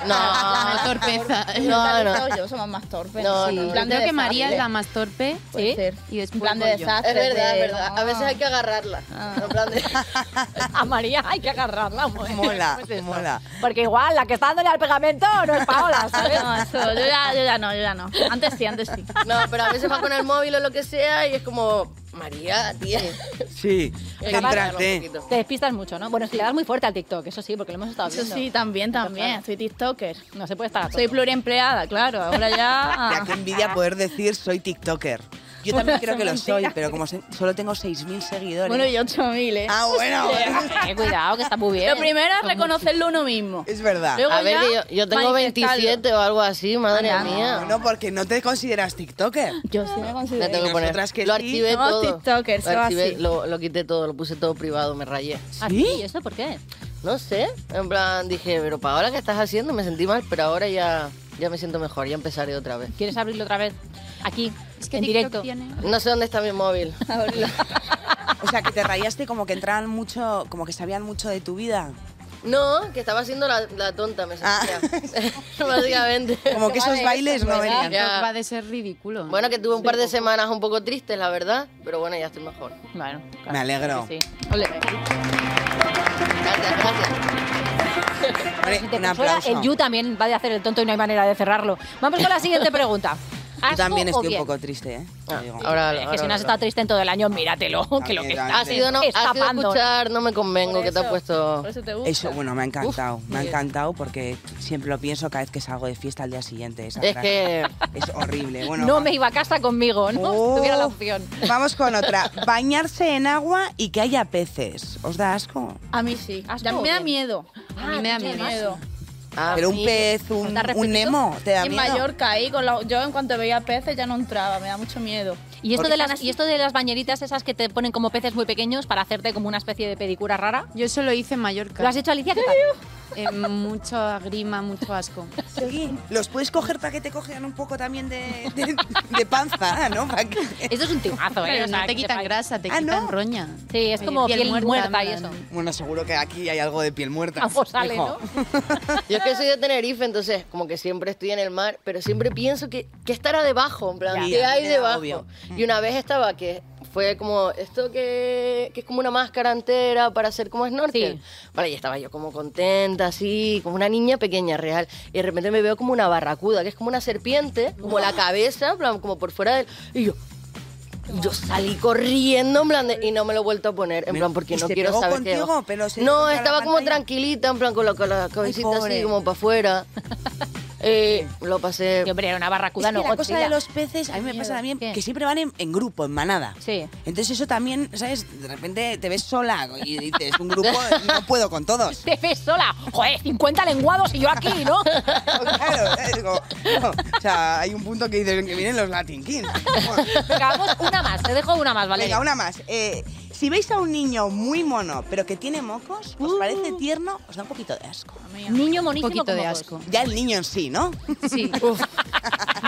S10: [laughs]
S11: No.
S10: No, torpeza.
S11: No,
S3: eh.
S11: no.
S9: Yo somos más torpes.
S11: No,
S9: Sí.
S11: no.
S9: En plan de
S10: Creo que María es
S9: desastre.
S10: la más torpe
S9: Puede
S3: ¿Sí?
S9: ser.
S10: y
S9: En
S10: después
S9: plan de
S10: voy yo.
S9: desastre.
S11: Es verdad, es
S9: de-
S11: verdad. A veces hay que agarrarla.
S4: Ah,
S11: En plan de-
S3: [laughs] A María hay que agarrarla, mujer. [laughs]
S4: Mola,
S3: Pues eso.
S4: mola.
S3: Porque igual la que está dándole al pegamento no es Paola, ¿sabes?
S9: [laughs] No, eso, yo ya, yo ya no, yo ya no.
S3: [laughs]
S9: Antes sí, antes sí.
S11: No, pero a veces va con el móvil o lo que sea y es como, María, tía.
S4: Sí,
S11: Hay que agarrarla un
S4: céntrate.
S11: poquito.
S3: Te despistas mucho, ¿no? Bueno, si le das muy fuerte al TikTok, eso sí, porque lo hemos estado
S9: Eso
S3: viendo.
S9: sí, también, también. Soy TikToker.
S3: No se puede estar a todo.
S9: Soy pluriempleada, claro. Ahora
S4: [laughs] Ya, qué
S9: ya.
S4: envidia poder decir soy TikToker. Yo también creo que lo soy, pero como se- solo tengo 6.000 seguidores.
S9: Bueno, y 8000, ¿eh?
S4: Ah,
S9: [laughs]
S4: bueno.
S3: Eh, cuidado, que está muy bien.
S9: Lo primero es reconocerlo uno mismo.
S4: es verdad.
S9: Luego
S11: Ah, A ver,
S9: ya,
S11: que yo, yo tengo
S9: manifestarlo.
S11: 27 o algo así, madre
S9: Ah, no.
S11: mía.
S4: No, porque no te consideras TikToker.
S9: Yo sí me
S11: Le
S9: considero.
S11: tengo que poner.
S4: Nosotras que
S11: lo
S4: sí.
S11: activé
S9: Somos
S11: todo.
S9: tiktokers,
S11: lo,
S9: Seba,
S11: activé,
S9: sí.
S11: lo, lo quité todo, lo puse todo privado, me rayé. pues,
S3: ¿Ah, sí? ¿Y eso por qué?
S11: No sé, en plan dije, pero para ahora que estás haciendo me sentí mal, pero ahora ya, ya me siento mejor, ya empezaré otra vez.
S3: ¿Quieres abrirlo otra vez? Aquí,
S11: que
S3: en
S11: TikTok
S3: directo.
S11: No sé dónde está
S4: [laughs]
S11: mi móvil.
S4: O sea, que te rayaste como que entraban mucho, como que sabían mucho de tu
S11: [laughs]
S4: vida.
S11: No, que estaba haciendo la, la tonta, me sentía. [laughs] Básicamente.
S4: Ah. Como que esos bailes no venían.
S11: Ya.
S10: Va de ser ridículo.
S11: Bueno, que tuve un par de semanas un poco tristes, la verdad, pero bueno, ya estoy mejor.
S10: Bueno,
S4: Me alegro.
S10: Sí.
S11: Gracias, gracias.
S4: Hombre, un
S3: Ahora,
S4: aplauso.
S3: el Yu también va de hacer el tonto y no hay manera de cerrarlo. Vamos con la siguiente pregunta.
S4: Yo también
S3: ¿Asco o
S4: estoy un
S3: bien?
S4: poco triste, ¿eh? Te digo.
S11: Ah, ahora-
S3: Es que si
S11: ahora-
S3: no
S11: ahora.
S3: has estado triste en todo el año, míratelo, [laughs] que lo que
S4: También,
S3: estás
S11: Ha sido, no,
S3: es
S11: ha sido
S3: tapando.
S11: escuchar, no me convengo, que te ha puesto...
S4: Eso, bueno, me ha encantado.
S11: Uf,
S4: me ha
S11: bien.
S4: encantado porque siempre lo pienso cada vez que salgo de fiesta al día siguiente. esa
S11: Es
S4: frase.
S11: que-
S4: [laughs] Es horrible. Bueno,
S3: no
S4: va- Oh.
S3: me iba a casa conmigo, ¿no? Si tuviera la opción.
S4: vamos con otra. Bañarse en agua y que haya peces. ¿Os da asco?
S9: A mí sí. Ya me da miedo.
S3: Ah,
S9: A mí me da miedo.
S4: Pero un pez, un, un nemo, ¿te da
S9: en
S4: miedo?
S9: Mallorca ahí, con la- yo en cuanto veía peces ya no entraba, me da mucho miedo.
S3: ¿Y esto, de las, ¿Y esto de las bañeritas esas que te ponen como peces muy pequeños para hacerte como una especie de pedicura rara?
S10: Yo eso lo hice en Mallorca.
S3: ¿Lo has hecho, Alicia? ¿Qué tal?
S10: Eh, mucha grima, mucho asco.
S4: Sí, los puedes coger para que te cojan un poco también de, de- de panza, ¿no?
S3: Esto es un ¿eh? timazo,
S10: Pero no te quitan grasa,
S4: Ah,
S10: te quitan roña.
S3: Sí, es
S10: Eh,
S3: como
S10: piel
S3: piel,
S10: muerta,
S3: muerta, y
S10: en
S3: eso.
S4: Bueno, seguro que aquí hay algo de piel muerta.
S3: Algo sale,
S4: hijo.
S3: ¿no?
S11: [laughs] Yo es que soy de Tenerife, entonces como que siempre estoy en el mar, pero siempre pienso que, que estará debajo, en plan,
S4: Ya.
S11: ¿qué hay
S4: Ya,
S11: debajo?
S4: obvio.
S11: Y una vez estaba que fue como esto que, que es como una máscara entera para hacer como snorkel. Vale, y estaba yo como contenta, así, como una niña pequeña real. Y de repente me veo como una barracuda, que es como una serpiente, como la cabeza, en plan, como por fuera del... Y yo... y Yo salí corriendo, en plan, de- y no me lo he vuelto a poner, en plan, porque
S4: ¿Y
S11: no
S4: se
S11: quiero
S4: pegó
S11: saber qué.
S4: contigo? ¿Pero se dio
S11: no,
S4: contra la
S11: estaba como
S4: pantalla?
S11: tranquilita, en plan, con la, con la cabecita así,
S4: pobre.
S11: como
S4: [laughs]
S11: para afuera. Eh, lo pasé.
S3: Yo, hombre, era una barracuda,
S4: Es que
S3: no
S4: la cosa
S3: Godzilla.
S4: de los peces, a mí me pasa también que siempre van en, en grupo, en manada.
S3: Sí.
S4: Entonces eso también, ¿sabes? De repente te ves sola y dices, un grupo, no puedo
S3: [laughs]
S4: con todos. [laughs]
S3: Te ves sola. Joder, 50 lenguados y yo aquí, ¿no?
S4: Claro, ¿sabes? Como, no, o sea, hay un punto que dices que vienen los Latin Kings.
S3: Venga, vamos una más. Te dejo una más, ¿vale?
S4: Venga, una más. Eh, si veis a un niño muy mono, pero que tiene mocos,
S14: Uh.
S4: os parece tierno, os da un poquito de asco.
S3: Niño monísimo
S10: Un poquito
S3: con
S10: de
S3: mocos.
S10: asco.
S4: Ya el niño en
S14: [laughs]
S4: sí, ¿no?
S10: Sí.
S3: [laughs]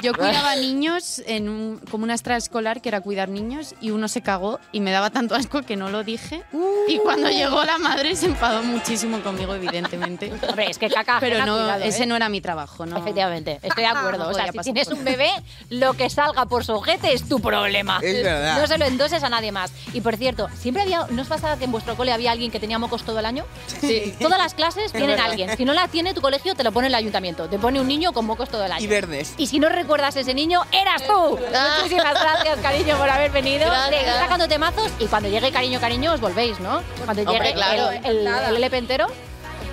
S10: Yo cuidaba niños en un, como una extraescolar que era cuidar niños y uno se cagó y me daba tanto asco que no lo dije. Y
S4: Uh.
S10: cuando llegó la madre se enfadó muchísimo
S3: [laughs]
S10: conmigo, evidentemente.
S3: Hombre, es que caca
S10: Pero
S3: ajena,
S10: no,
S3: cuidado, ¿eh?
S10: ese no era mi trabajo, ¿no?
S3: Efectivamente, estoy de
S11: Ah,
S3: acuerdo.
S10: [laughs] No
S3: o sea,
S10: podía
S3: si
S10: pasar
S3: tienes
S10: por
S3: un
S10: ahí.
S3: bebé, lo que salga por su ojete es tu problema.
S4: Es verdad.
S3: No se lo endoses a nadie más. Y por cierto, siempre había, ¿no os pasaba que en vuestro cole había alguien que tenía mocos todo el año?
S11: Sí.
S3: Todas las clases tienen a
S11: verdad.
S3: alguien. Si no la tiene tu colegio, te lo pone el ayuntamiento. Te pone un niño con mocos todo el año.
S4: Y verdes.
S3: Y si no recuerdas ese niño, eras tú.
S11: Ah.
S3: Muchísimas gracias, cariño, por haber venido.
S11: Gracias.
S3: Seguid sacando temazos y cuando llegue cariño, cariño, os volvéis, ¿no? Cuando
S11: Hombre,
S3: llegue
S11: claro.
S3: el, el, el LP entero.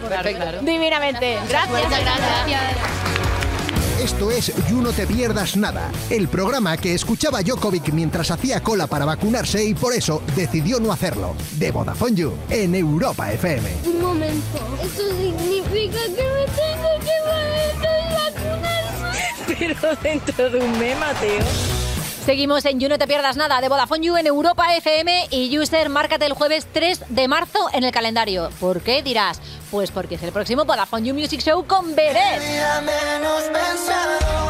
S11: Perfecto.
S3: Divinamente.
S11: Muchas gracias.
S5: Esto es You No Te Pierdas Nada, el programa que escuchaba Jokovic mientras hacía cola para vacunarse y por eso decidió no hacerlo. De Vodafone You, en Europa FM.
S1: Un momento. Eso significa que me tengo que
S15: Pero dentro de un
S11: ¿eh,
S15: mes, Mateo.
S3: Seguimos en You No Te Pierdas Nada de Vodafone You en Europa FM y User, márcate el jueves 3 de marzo en el calendario. ¿Por qué dirás? Pues porque es el próximo Vodafone You Music Show con Beret.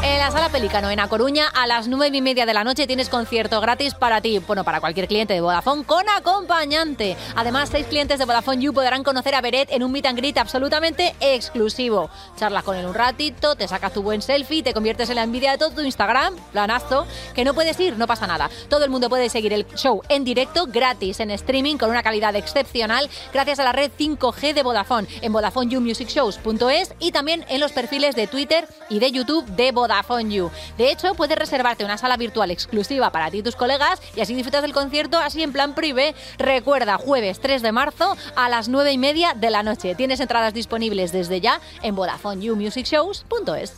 S3: En la sala Pelicano, en A Coruña, a las 9 y media de la noche tienes concierto gratis para ti, bueno, para cualquier cliente de Vodafone con acompañante. Además, seis clientes de Vodafone You podrán conocer a Beret en un meet and greet absolutamente exclusivo. Charlas con él un ratito, te sacas tu buen selfie, te conviertes en la envidia de todo tu Instagram, planazo, que no puedes ir, no pasa nada. Todo el mundo puede seguir el show en directo, gratis, en streaming, con una calidad excepcional, gracias a la red 5G de Vodafone, en VodafoneYouMusicShows.es y también en los perfiles de Twitter y de YouTube de Vodafone You. De hecho, puedes reservarte una sala virtual exclusiva para ti y tus colegas y así disfrutas del concierto así en plan privé. Recuerda, jueves 3 de marzo a las 9 y media de la noche. Tienes entradas disponibles desde ya en VodafoneYouMusicShows.es.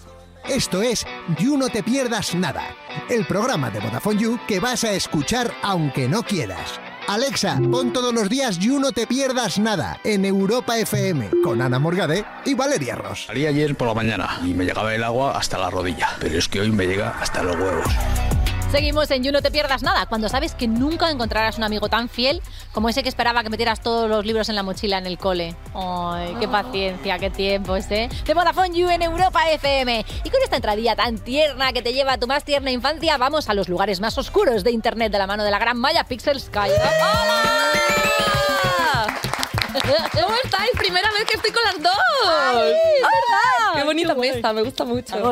S5: Esto es You No Te Pierdas Nada, el programa de Vodafone You que vas a escuchar aunque no quieras. Alexa, pon todos los días You No Te Pierdas Nada en Europa FM con Ana Morgade y Valeria Ross.
S14: Salí ayer por la mañana y me llegaba el agua hasta la rodilla, pero es que hoy me llega hasta los huevos.
S3: Seguimos en You No Te Pierdas Nada, cuando sabes que nunca encontrarás un amigo tan fiel como ese que esperaba que metieras todos los libros en la mochila en el cole. Ay,
S14: Ah.
S3: qué paciencia, qué tiempo este. De Vodafone You en Europa FM. Y con esta entradilla tan tierna que te lleva a tu más tierna infancia, vamos a los lugares más oscuros de Internet de la mano de la gran Maya Pixel Sky. ¡Hola!
S14: ¿Cómo estáis? Primera vez que estoy con las dos. Qué bonita mesa, me gusta mucho.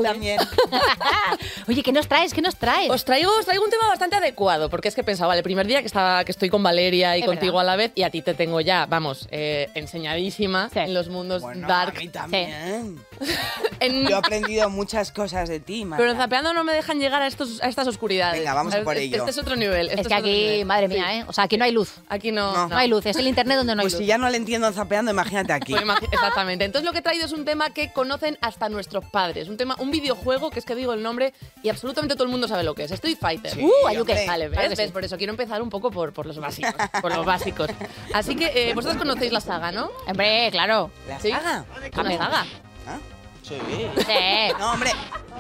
S3: Oye, ¿qué nos traes? ¿Qué nos traes?
S14: Os traigo, os traigo un tema bastante adecuado, porque es que pensaba, el primer día que estaba, que estoy con Valeria y
S3: Es
S14: contigo
S3: verdad.
S14: a la vez, y a ti te tengo ya, vamos, eh, enseñadísima en los mundos dark.
S4: Yo he aprendido muchas cosas de ti, Marta.
S14: Pero zapeando no me dejan llegar a, estos, a estas oscuridades.
S4: Venga, vamos a por
S14: Este-
S4: ello.
S14: Este es otro nivel.
S3: Es que aquí, madre mía, ¿eh? O sea, aquí no hay luz.
S14: Aquí no.
S3: No. No hay luz, es el internet donde no hay
S4: Pues
S14: luz.
S4: si ya no le entiendo zapeando, imagínate aquí.
S14: Pues imagi- Exactamente. Entonces lo que he traído es un tema que conocen hasta nuestros padres. Un tema, un videojuego que es que digo el nombre y absolutamente todo el mundo sabe lo que es. Street Fighter.
S3: Sí, Uh, ayuque. hombre.
S14: Vale, ¿ves?
S3: Claro que sí.
S14: ¿Ves? Por eso quiero empezar un poco por, por los básicos. por los básicos. Así que eh, vosotros conocéis la saga, ¿no?
S3: Hombre, claro.
S4: ¿La
S14: ¿Sí?
S4: saga?
S14: La saga.
S4: Sí.
S14: Sí.
S4: No, hombre.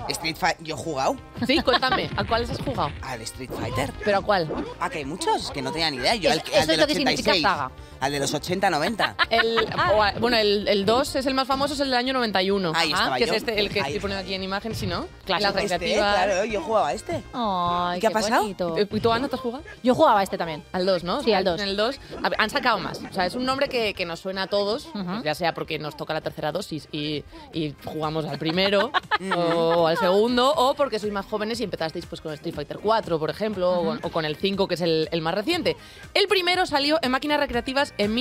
S4: Street Fighter, yo he jugado.
S14: Sí, cuéntame, ¿a cuáles has jugado?
S4: Al Street Fighter.
S14: ¿Pero a cuál?
S4: Ah, que hay muchos, que no tenía ni idea. Yo
S14: Es-
S4: al,
S14: eso
S4: al
S14: es
S4: del
S14: lo que significa
S4: 86,
S14: saga.
S4: Al de los 80, 90.
S14: El, o a- bueno, el, el 2 es el más famoso, es el del año 91.
S4: Ahí estaba
S14: que
S4: Ah, yo.
S14: es este, el que
S4: Ahí
S14: estoy
S4: está.
S14: poniendo aquí en imagen, si no.
S4: Clásico.
S14: Las
S4: Este,
S14: recreativas.
S4: claro, yo jugaba a este.
S3: Ay,
S14: ¿Qué ha pasado? Eh,
S3: bonito.
S14: ¿Y tú, Ana, te has jugado?
S3: Yo jugaba a este también.
S14: Al 2, ¿no?
S3: Sí, al 2.
S14: En el 2 a ver, han sacado más. O sea, es un nombre que, que nos suena a todos, pues ya sea porque nos toca la tercera dosis y, y jugamos al primero o al segundo, o porque sois más jóvenes y empezasteis pues, con Street Fighter 4, por ejemplo, o, con, o con el 5, que es el, el más reciente. El primero salió en máquinas recreativas en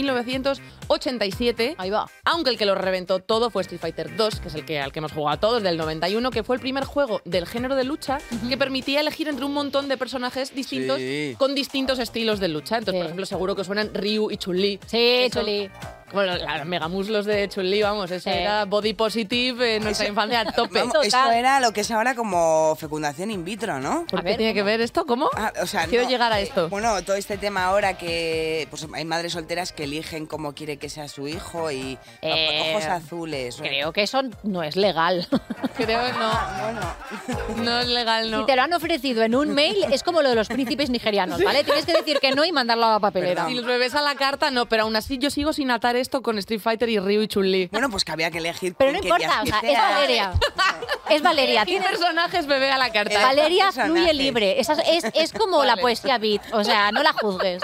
S14: 1987. Ahí va. Aunque el que lo reventó todo fue Street Fighter 2, que es el que, al que hemos jugado todos, del 91, que fue el primer juego del género de lucha que permitía elegir entre un montón de personajes distintos
S4: Sí.
S14: con distintos estilos de lucha. Entonces, por ejemplo, seguro que suenan Ryu y Chun-Li.
S3: Sí,
S14: Eso-
S3: Chun-Li.
S14: Bueno, los megamuslos de Chun-Li, vamos, eso
S4: Sí.
S14: era body positive en nuestra infancia a tope.
S4: Vamos, esto era lo que es ahora como fecundación in vitro, ¿no?
S14: ¿Por qué tiene que ver esto? ¿Cómo?
S4: o sea,
S14: Quiero
S4: no,
S14: llegar a
S4: eh,
S14: esto.
S4: Bueno, todo este tema ahora que pues, hay madres solteras que eligen cómo quiere que sea su hijo y
S3: Eh,
S4: ojos azules.
S3: Creo que eso no [laughs] es legal.
S14: Creo que no.
S4: Ah,
S14: No es legal, no.
S3: Si te lo han ofrecido en un mail, es como lo de los príncipes nigerianos, ¿vale? Tienes que decir que no y mandarlo a la papelera.
S14: Si los bebés a la carta, no, pero aún así yo sigo sin atar esto con Street Fighter y Ryu y Chun-Li.
S4: Bueno, pues que había que elegir.
S3: Pero no importa, o sea, es Valeria. [laughs] Es Valeria.
S14: ¿Qué personajes bebé a la carta?
S3: Valeria fluye libre. Esa es, es- es como la poesía beat. O sea, no la juzgues.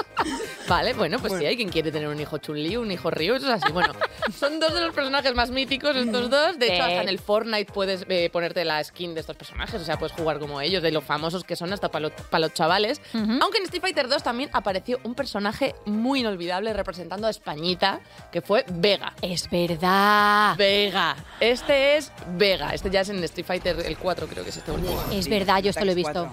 S14: Vale, bueno, pues sí, hay quien quiere tener un hijo Chun-Li, un hijo Ryu, eso es así. Bueno, son dos de los personajes más míticos estos dos. De hecho,
S3: Sí.
S14: hasta en el Fortnite puedes eh, ponerte la skin de estos personajes, o sea, puedes jugar como ellos, de los famosos que son hasta para los chavales. Aunque en Street Fighter 2 también apareció un personaje muy inolvidable representando a Españita, que fue Vega.
S3: Es verdad.
S14: Vega. Este es Vega. Este ya es en Street Fighter el 4, creo que es este último.
S3: Es verdad, yo esto lo he visto.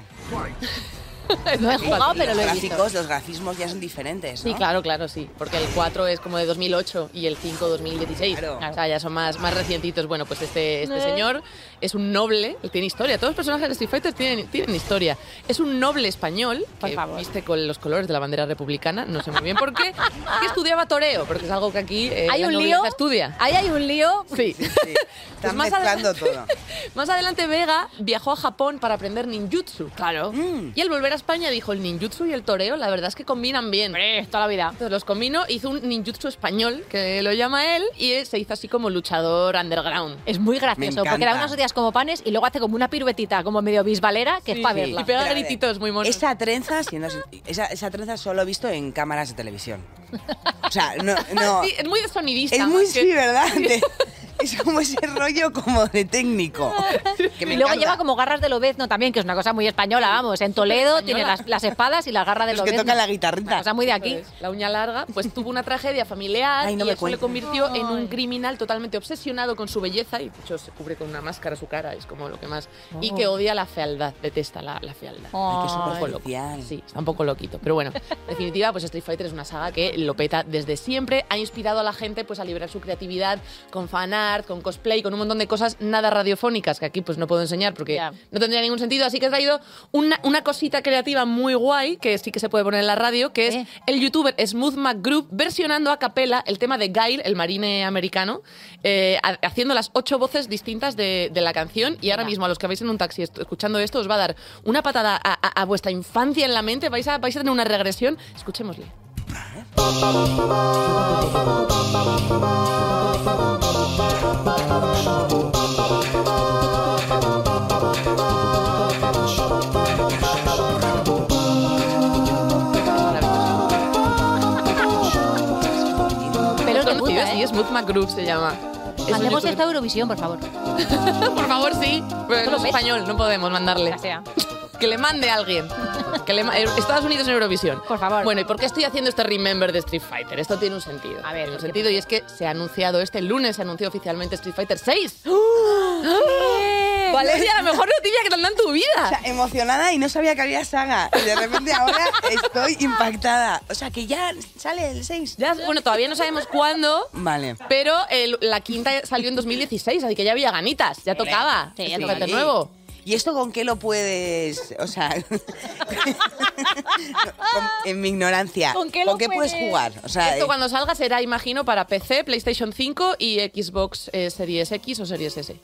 S14: No he jugado, pero lo he
S4: los
S14: visto.
S4: gráficos, pues Los grafismos ya son diferentes, ¿no?
S14: Sí, claro, claro, sí. Porque el 4 es como de 2008 y el 5 2016. O sea, ya son más, más recientitos. Bueno, pues este, este
S3: Eh.
S14: señor es un noble, y tiene historia. Todos los personajes de Street Fighter tienen, tienen historia. Es un noble español que viste con los colores de la bandera republicana, no sé muy bien por qué, que estudiaba toreo, porque es algo que aquí eh,
S3: Hay
S14: la
S3: un
S14: nobleza
S3: lío.
S14: estudia.
S3: Ahí hay un lío.
S14: Sí. [laughs] Pues
S4: Están
S14: más
S3: [laughs]
S4: mezclando todo.
S14: Más adelante Vega viajó a Japón para aprender ninjutsu. Claro. Y al volver a España dijo, el ninjutsu y el toreo, la verdad es que combinan bien.
S3: toda la vida.
S14: Entonces los combinó, hizo un ninjutsu español, que lo llama él, y él se hizo así como luchador underground.
S3: Es muy gracioso, porque da unas hostias como panes y luego hace como una piruetita, como medio bisbalera, que es para verla.
S14: Y pega
S4: Pero a ver,
S14: grititos muy monos.
S4: Esa trenza, si no es- esa, esa trenza solo he visto en cámaras de televisión. O sea,
S14: [laughs]
S4: no. no
S14: Sí, es muy de sonidista.
S4: es muy,
S14: más que-
S4: sí, ¿verdad?
S14: [laughs]
S4: De- es como ese rollo como de técnico. Que me
S3: y luego
S4: encanta.
S3: lleva como garras de lobezno también, que es una cosa muy española, vamos. En Toledo
S14: Española.
S3: tiene las, las espadas y la garra de
S4: Los que
S3: lobezno.
S4: tocan la guitarrita.
S3: Una cosa muy de aquí.
S14: Pues, la uña larga, pues tuvo una tragedia familiar
S4: Ay, no
S14: y
S4: me
S14: eso le
S4: cuentes.
S14: convirtió en un criminal totalmente obsesionado con su belleza y de hecho se cubre con una máscara su cara, es como lo que más... Y
S3: Oh.
S14: que odia la fealdad, detesta la, la fealdad.
S3: Ay, qué
S14: Está un poco loco. Sí, está un poco loquito. Pero bueno, en definitiva, pues Street Fighter es una saga que lo peta desde siempre, ha inspirado a la gente pues a liberar su creatividad con fanart, art, con cosplay, con un montón de cosas nada radiofónicas que aquí pues no puedo enseñar porque no tendría ningún sentido. Así que he traído una, una cosita creativa muy guay que sí que se puede poner en la radio, que es el youtuber Smooth McGroup versionando a capela el tema de Gail, el marine americano, eh, ha- haciendo las ocho voces distintas de, de la canción. Y ahora mismo a los que vais en un taxi est- escuchando esto os va a dar una patada a, a- a vuestra infancia en la mente, vais a, vais a tener una regresión. Escuchémosle.
S3: Pero
S14: Pero
S3: te gusta, ¿eh?
S14: sí, Smooth McGroup se llama. Es un
S3: Mandemos
S14: youtuber-
S3: esta Eurovisión, por favor.
S14: [laughs] Por favor, sí. Pero
S3: lo
S14: no es
S3: ves?
S14: español, no podemos mandarle. Que le mande a alguien. Que le ma- eh, Estados Unidos en Eurovisión. Por favor. Bueno, ¿y por qué estoy haciendo este Remember de Street Fighter? Esto tiene un sentido. A ver, tiene un sentido y es que se ha anunciado este lunes, se anunció oficialmente Street Fighter 6. Valeria, la mejor noticia que te han dado en tu vida.
S4: O sea, emocionada y no sabía que había saga. Y de repente ahora estoy impactada. O sea, que ya sale el 6.
S14: Ya, bueno, todavía no sabemos cuándo.
S4: Vale.
S14: Pero el- la quinta salió en 2016, así que ya había ganitas, ya tocaba.
S4: Sí, ya
S14: Street
S4: tocaba.
S14: Fighter nuevo.
S4: ¿Y esto con qué lo puedes...? O sea... [laughs] no, con- en mi ignorancia.
S14: ¿Con qué, lo
S4: puedes jugar? O sea,
S14: Esto
S4: eh,
S14: cuando salga será, imagino, para PC, PlayStation 5 y Xbox eh, Series X o Series S.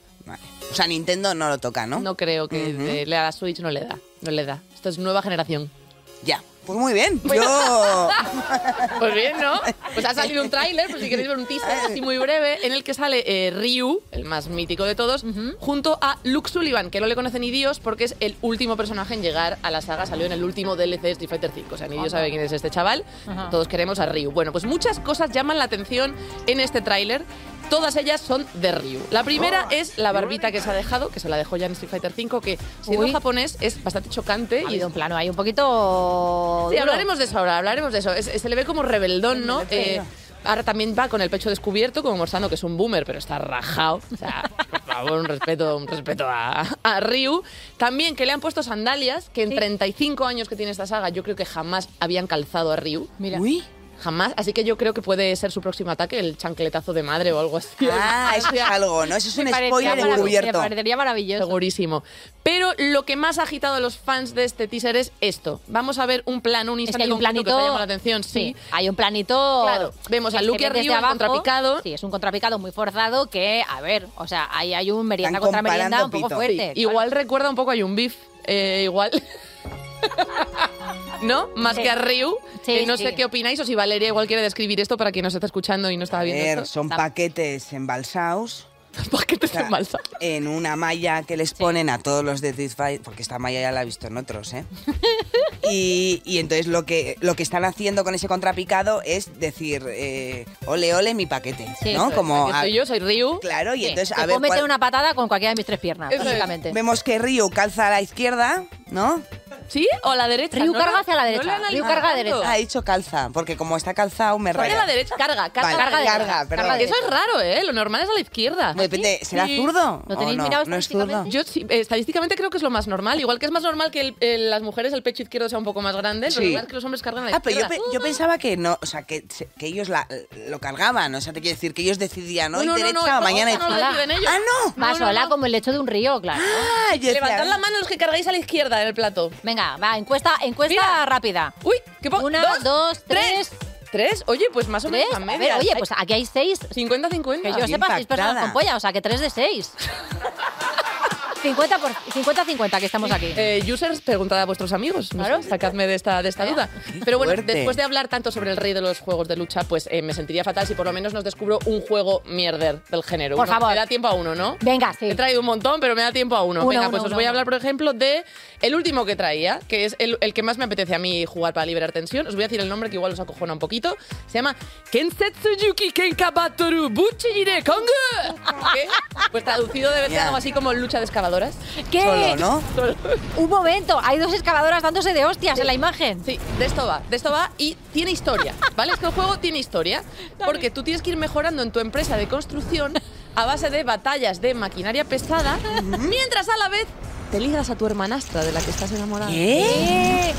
S4: o sea, Nintendo no lo toca, ¿no?
S14: No creo que
S4: Ujú.
S14: eh, le- a la Switch no le da. No le da. Esto es nueva generación.
S4: Ya. Pues muy bien. Yo...
S14: Pues bien, ¿no? Pues ha salido un tráiler, por si queréis ver un teaser así muy breve, en el que sale eh, Ryu, el más mítico de todos, junto a Luke Sullivan, que no le conoce ni Dios porque es el último personaje en llegar a la saga. Salió en el último DLC de Street Fighter 5. O sea, ni Dios sabe quién es este chaval.
S3: Ajá.
S14: Todos queremos a Ryu. Bueno, pues muchas cosas llaman la atención en este tráiler. Todas ellas son de Ryu. La primera es la barbita que se ha dejado, que se la dejó ya en Street Fighter 5, que siendo
S3: Uy.
S14: japonés es bastante chocante. y
S3: habido un plano ahí un poquito...
S14: Sí,
S3: duro.
S14: hablaremos de eso ahora, hablaremos de eso. Es- se le ve como rebeldón, ¿no? Eh, ahora también va con el pecho descubierto, como Morsano, que es un boomer, pero está rajado. O sea, por favor, un respeto, un respeto a, a Ryu. También que le han puesto sandalias, que en 35 años que tiene esta saga, yo creo que jamás habían calzado a Ryu.
S3: Mira.
S14: Jamás, así que yo creo que puede ser su próximo ataque el chancletazo de madre o algo así.
S4: Ah,
S14: [laughs]
S4: eso es algo, ¿no? Eso es un Me parecía spoiler marav- encubierto. me
S14: parecería maravilloso. Segurísimo. Pero lo que más ha agitado a los fans de este teaser es esto. Vamos a ver un plano, un
S3: Es
S14: instante
S3: que hay un
S14: concreto
S3: planito...
S14: que te llama la atención. Sí.
S3: Hay un planito...
S14: Claro, vemos a
S3: que
S14: Luke
S3: se ve desde
S14: arriba en
S3: abajo.
S14: contrapicado.
S3: Sí, es un contrapicado muy forzado que, a ver, o sea, ahí hay un merienda contra merienda un poco fuerte.
S14: Sí, Igual recuerda un poco a un beef. eh, igual. [laughs] ¿No? Más
S3: Sí.
S14: que a Ryu.
S3: Sí,
S14: Eh, no
S3: sí.
S14: sé qué opináis o si Valeria igual quiere describir esto para quien nos está escuchando y no estaba
S4: A
S14: viendo.
S4: ver,
S14: esto.
S4: son paquetes embalsados.
S14: [laughs] paquetes
S4: embalsados. En una malla que les ponen a todos los de Street Fighter, porque esta malla ya la he visto en
S14: [laughs]
S4: otros, ¿eh? y, y entonces lo que, lo que están haciendo con ese contrapicado es decir, eh, ole, ole, mi paquete,
S3: Sí,
S4: ¿no?
S3: eso es,
S4: Como
S3: aquí estoy
S4: a-
S14: yo, soy Ryu.
S4: Claro, y
S3: Sí,
S4: entonces
S3: te
S4: a ver...
S3: puedo meter
S4: cuál-
S3: una patada con cualquiera de mis tres piernas,
S4: Eso es.
S3: básicamente.
S4: Vemos que Ryu calza a la izquierda, ¿no?
S14: ¿Sí? ¿O a la derecha?
S3: Ryu
S14: ¿No
S3: carga
S14: lo-
S3: hacia la
S14: no lo
S3: derecha,
S14: han
S3: Ryu
S14: analizado
S3: carga
S14: tanto?
S3: derecha.
S4: Ah, he dicho calza, porque como está calzado me
S14: Carga
S4: raya.
S14: a la derecha, carga, carga,
S4: Vale,
S14: a la derecha.
S4: carga, perdón.
S14: Eso es raro, ¿eh? Lo normal es a la izquierda.
S4: depende, ¿será zurdo ¿Lo tenéis o no? mirado ¿No es estadísticamente?
S14: Yo sí, eh, estadísticamente creo que es lo más normal. Igual que es más normal que el- el- las mujeres el pecho izquierdo sea un poco más grande,
S4: Sí.
S14: lo normal es que los hombres cargan a la
S4: Ah, pero yo,
S14: izquierda. Uh,
S4: pe- yo pensaba que no, o sea, que, se- que ellos la- lo cargaban, o sea, te quiero decir que ellos decidían hoy
S14: No, no, no,
S4: derecha
S14: no,
S4: o mañana
S14: no, no lo
S4: izquierda.
S14: deciden ellos.
S4: Ah, no.
S3: Más
S14: No, no,
S3: sola
S14: no.
S3: como el lecho de un río, claro.
S4: Ah, yo decía-
S14: Levantad la mano los que cargáis a la izquierda en el plato.
S3: Venga, va, encuesta, encuesta rápida.
S14: Uy, qué poco.
S3: Una, dos, tres.
S14: ¿Tres? Oye, pues más o menos
S3: ¿Tres?
S14: a
S3: A ver,
S14: medias.
S3: oye,
S14: Hay-
S3: pues aquí hay seis.
S14: 50-50.
S3: Que yo
S4: Ah,
S14: Qué
S3: sepa, seis personas
S14: impactada.
S3: con polla, o sea que tres
S14: [laughs]
S3: de seis. 50 por 50 50 que estamos aquí.
S14: Eh, users, preguntad a vuestros amigos. no sé, sacadme de esta, de esta duda. Pero bueno,
S3: fuerte.
S14: después de hablar tanto sobre el rey de los juegos de lucha, pues eh, me sentiría fatal si por lo menos nos descubro un juego mierder del género.
S3: Por
S14: Uno-
S3: favor.
S14: Me da tiempo a uno, ¿no?
S3: Venga, sí.
S14: He traído un montón, pero me da tiempo a uno.
S3: Uno,
S14: Venga,
S3: uno,
S14: pues os
S3: uno,
S14: voy a
S3: uno.
S14: hablar, por ejemplo, de el último que traía, que es el, el que más me apetece a mí jugar para liberar tensión. Os voy a decir el nombre que igual os acojona un poquito. Se llama Kensetsu Yuki Kenka Batoru Buchijire
S3: [laughs]
S14: Kongu. Que, Pues traducido debe ser
S3: Ya.
S14: algo así como lucha de excavadoras.
S3: ¿Qué?
S4: [laughs]
S3: Un momento, hay dos excavadoras dándose de hostias en la imagen.
S14: Sí, de esto va, de esto va y tiene historia, ¿vale? Es que el juego tiene historia, porque tú tienes que ir mejorando en tu empresa de construcción a base de batallas de maquinaria pesada,
S4: ¿Eh?
S14: mientras a la vez te ligas a tu hermanastra de la que estás enamorada.
S3: ¿Qué?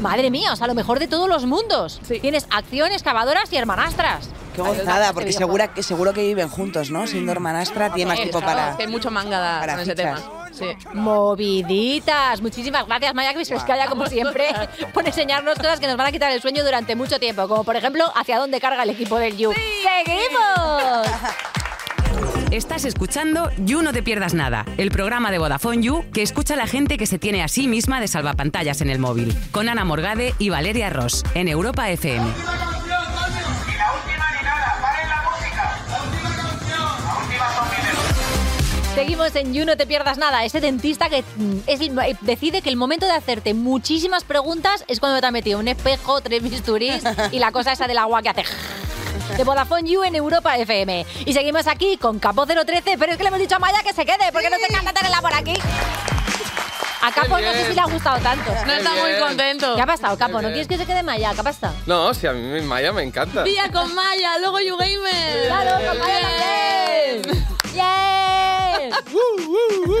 S3: Madre mía, o sea, lo mejor de todos los mundos. Tienes acción, excavadoras y hermanastras.
S4: Qué gozada, porque segura, que seguro que viven juntos, ¿no? Siendo hermanastra, tiene más tiempo para...
S14: Hay mucho manga da-
S4: para
S14: con ese
S4: fichas.
S14: tema. Sí.
S3: Moviditas. Muchísimas gracias, Maya que se os calla como siempre
S14: [laughs]
S3: por enseñarnos cosas que nos van a quitar el sueño durante mucho tiempo, como por ejemplo hacia dónde carga el equipo del You. ¡Seguimos!
S12: Estás escuchando You No Te Pierdas Nada, el programa de Vodafone You que escucha a la gente que se tiene a sí misma de salvapantallas en el móvil, con Ana Morgade y Valeria Ross, en Europa FM.
S3: Seguimos en You, no te pierdas nada. Ese dentista que mm, es el- decide que el momento de hacerte muchísimas preguntas es cuando te ha metido un espejo, tres bisturís y la cosa esa del agua que hace... [laughs] De Vodafone You en Europa FM. Y seguimos aquí con Capo 013, pero es que le hemos dicho a Maya que se quede, porque no se encanta tenerla por aquí. A Capo no sé si le ha gustado tanto.
S14: No está
S16: muy bien.
S3: contento. ¿Qué ha pasado, Capo? ¿No
S16: bien.
S3: quieres que se quede Maya? ¿Qué ha pasado?
S16: No, si a mí Maya me encanta.
S14: Día con Maya, luego YouGamer.
S3: Claro, con Maya también. [laughs]
S16: [laughs]
S3: ¡Yes!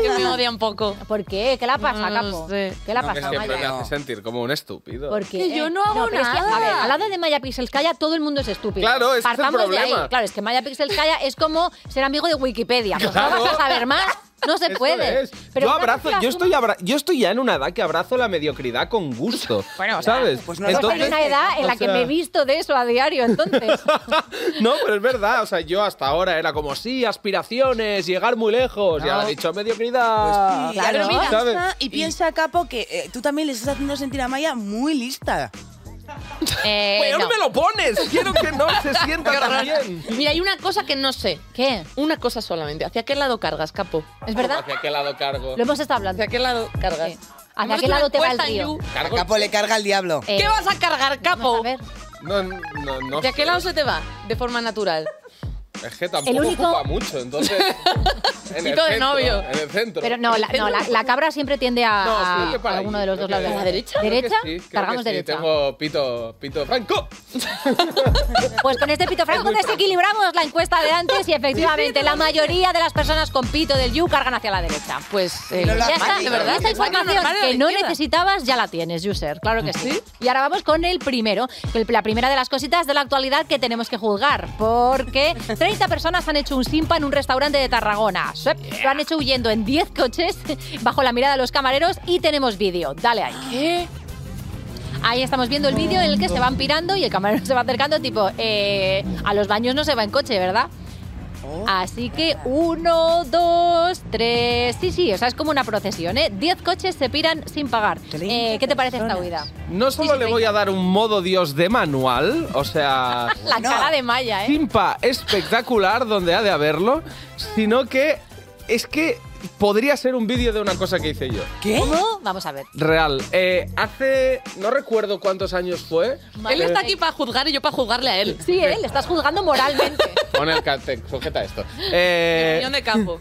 S14: que me odia un poco.
S3: ¿Por qué? ¿Qué la pasa,
S14: No
S3: Capo? ¿Qué la
S16: No, que
S3: pasa,
S16: siempre te
S3: Maya?
S16: hace sentir como un estúpido.
S3: Porque
S14: Que yo no hago
S3: eh, pero es que,
S14: nada.
S3: a ver, al lado de Maya Pixelskaya todo el mundo es estúpido.
S16: Claro, ese es el
S3: de
S16: problema.
S3: ahí. Claro, es que Maya Pixelskaya es como ser amigo de Wikipedia. Pues no vas a saber más. No se
S16: Eso
S3: puede.
S16: es.
S3: Pero
S16: yo
S3: una
S16: abrazo,
S3: vez que
S16: yo
S3: asumas-
S16: estoy, abra- yo estoy ya en una edad que abrazo la mediocridad con
S3: [laughs]
S16: gusto. ¿sabes?
S3: Pues no, estoy en una edad en
S16: o
S3: la que
S16: sea,
S3: me he visto de eso a diario, entonces.
S16: No, pero es verdad, o sea, yo hasta ahora era como, sí, aspiraciones, llegar muy lejos,
S3: No.
S16: y
S3: Pues
S16: ahora he dicho mediocridad.
S4: Claro, mira,
S16: ¿sabes?
S4: está- y piensa, Capo, que eh, tú también le estás haciendo sentir a Maya muy lista.
S3: Eh,
S16: Peor me lo pones, quiero que no se sienta tan bien.
S14: Mira, hay una cosa que no sé. ¿Qué? Una cosa solamente. ¿Hacia qué lado cargas, capo?
S3: ¿Es verdad?
S16: ¿Hacia qué lado cargo?
S3: Lo hemos estado hablando.
S14: ¿Hacia qué lado cargas?
S3: ¿Hacia qué lado te va el río? Eh,
S16: Cargo-
S4: Capo le carga al diablo.
S14: ¿Qué vas a cargar, capo?
S16: No, no, no.
S14: ¿Hacia qué lado se te va? De forma natural.
S16: Es que tampoco
S3: único-
S16: ocupa
S3: [laughs]
S16: mucho, entonces. en el
S14: Quito de
S16: centro,
S14: novio.
S16: En el centro.
S3: Pero no, la, no, la- la cabra siempre tiende a,
S16: No,
S3: a-
S16: creo que para
S3: a alguno de los dos lados.
S16: ¿A
S3: ¿Derecha? ¿Derecha? Cargamos derecha.
S16: Tengo pito, pito franco.
S3: Pues con este pito franco desequilibramos la encuesta de antes y efectivamente la mayoría de las personas con pito del You cargan hacia la derecha.
S14: Pues
S3: eh,
S14: Pero la
S3: ya está,
S14: máquina,
S3: de verdad. Esta
S14: ¿no? Máquina
S3: información
S14: normal de la
S3: que no
S14: izquierda.
S3: necesitabas ya la tienes, user, claro que sí. Y ahora vamos con el primero, el- la primera de las cositas de la actualidad que tenemos que juzgar,
S14: [laughs]
S3: porque 30 personas han hecho un simpa en un restaurante de Tarragona. Suep, Lo han hecho huyendo en 10 coches bajo la mirada de los camareros y tenemos vídeo. Dale ahí. Ahí estamos viendo el vídeo en el que se van pirando y el camarero [laughs] se va acercando, tipo, eh, a los baños no se va en coche, ¿verdad? Así que uno, dos, tres. Sí, sí, o sea, es como una procesión, ¿eh? Diez coches se piran sin pagar. Eh, ¿Qué te parece esta huida?
S16: No solo le voy a dar un modo dios de manual, o sea.
S3: [laughs] La cara de Maya, ¿eh?
S16: Simpa espectacular donde ha de haberlo, sino que es que podría ser un vídeo de una cosa que hice yo.
S3: ¿Cómo? Vamos a ver.
S16: Real. Eh, hace. No recuerdo cuántos años fue.
S14: Él está aquí para juzgar y yo para juzgarle a él.
S3: Sí, él, estás juzgando moralmente.
S16: Pon Eh, el cartel,
S14: [laughs]
S16: sujeta esto. Eh,
S14: Reunión de campo.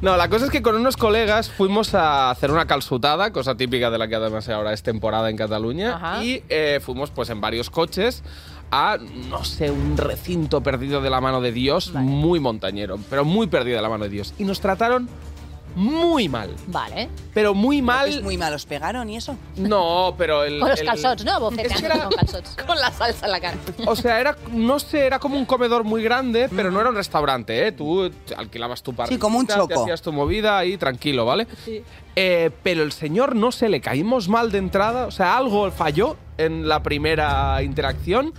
S16: No, la cosa es que con unos colegas fuimos a hacer una calzutada, cosa típica de la que además ahora es temporada en Cataluña,
S14: Ajá.
S16: y eh, fuimos pues en varios coches a, no sé, un recinto perdido de la mano de Dios, muy montañero, pero muy perdido de la mano de Dios. Y nos trataron muy mal.
S3: Vale.
S16: Pero muy mal.
S4: Es muy [laughs] mal, ¿os pegaron y eso?
S16: No, pero el...
S3: Con los
S16: el-
S3: calzots, ¿no? Bofeteando con calzots.
S14: Con la salsa en la cara.
S16: O sea, era, no sé, era como un comedor muy grande, pero no era un restaurante, ¿eh? Tú te alquilabas tu parrilla,
S4: como un
S16: te
S4: choco.
S16: hacías tu movida ahí, tranquilo, ¿vale? Eh, pero el señor, no sé, le caímos mal de entrada, o sea, algo falló en la primera interacción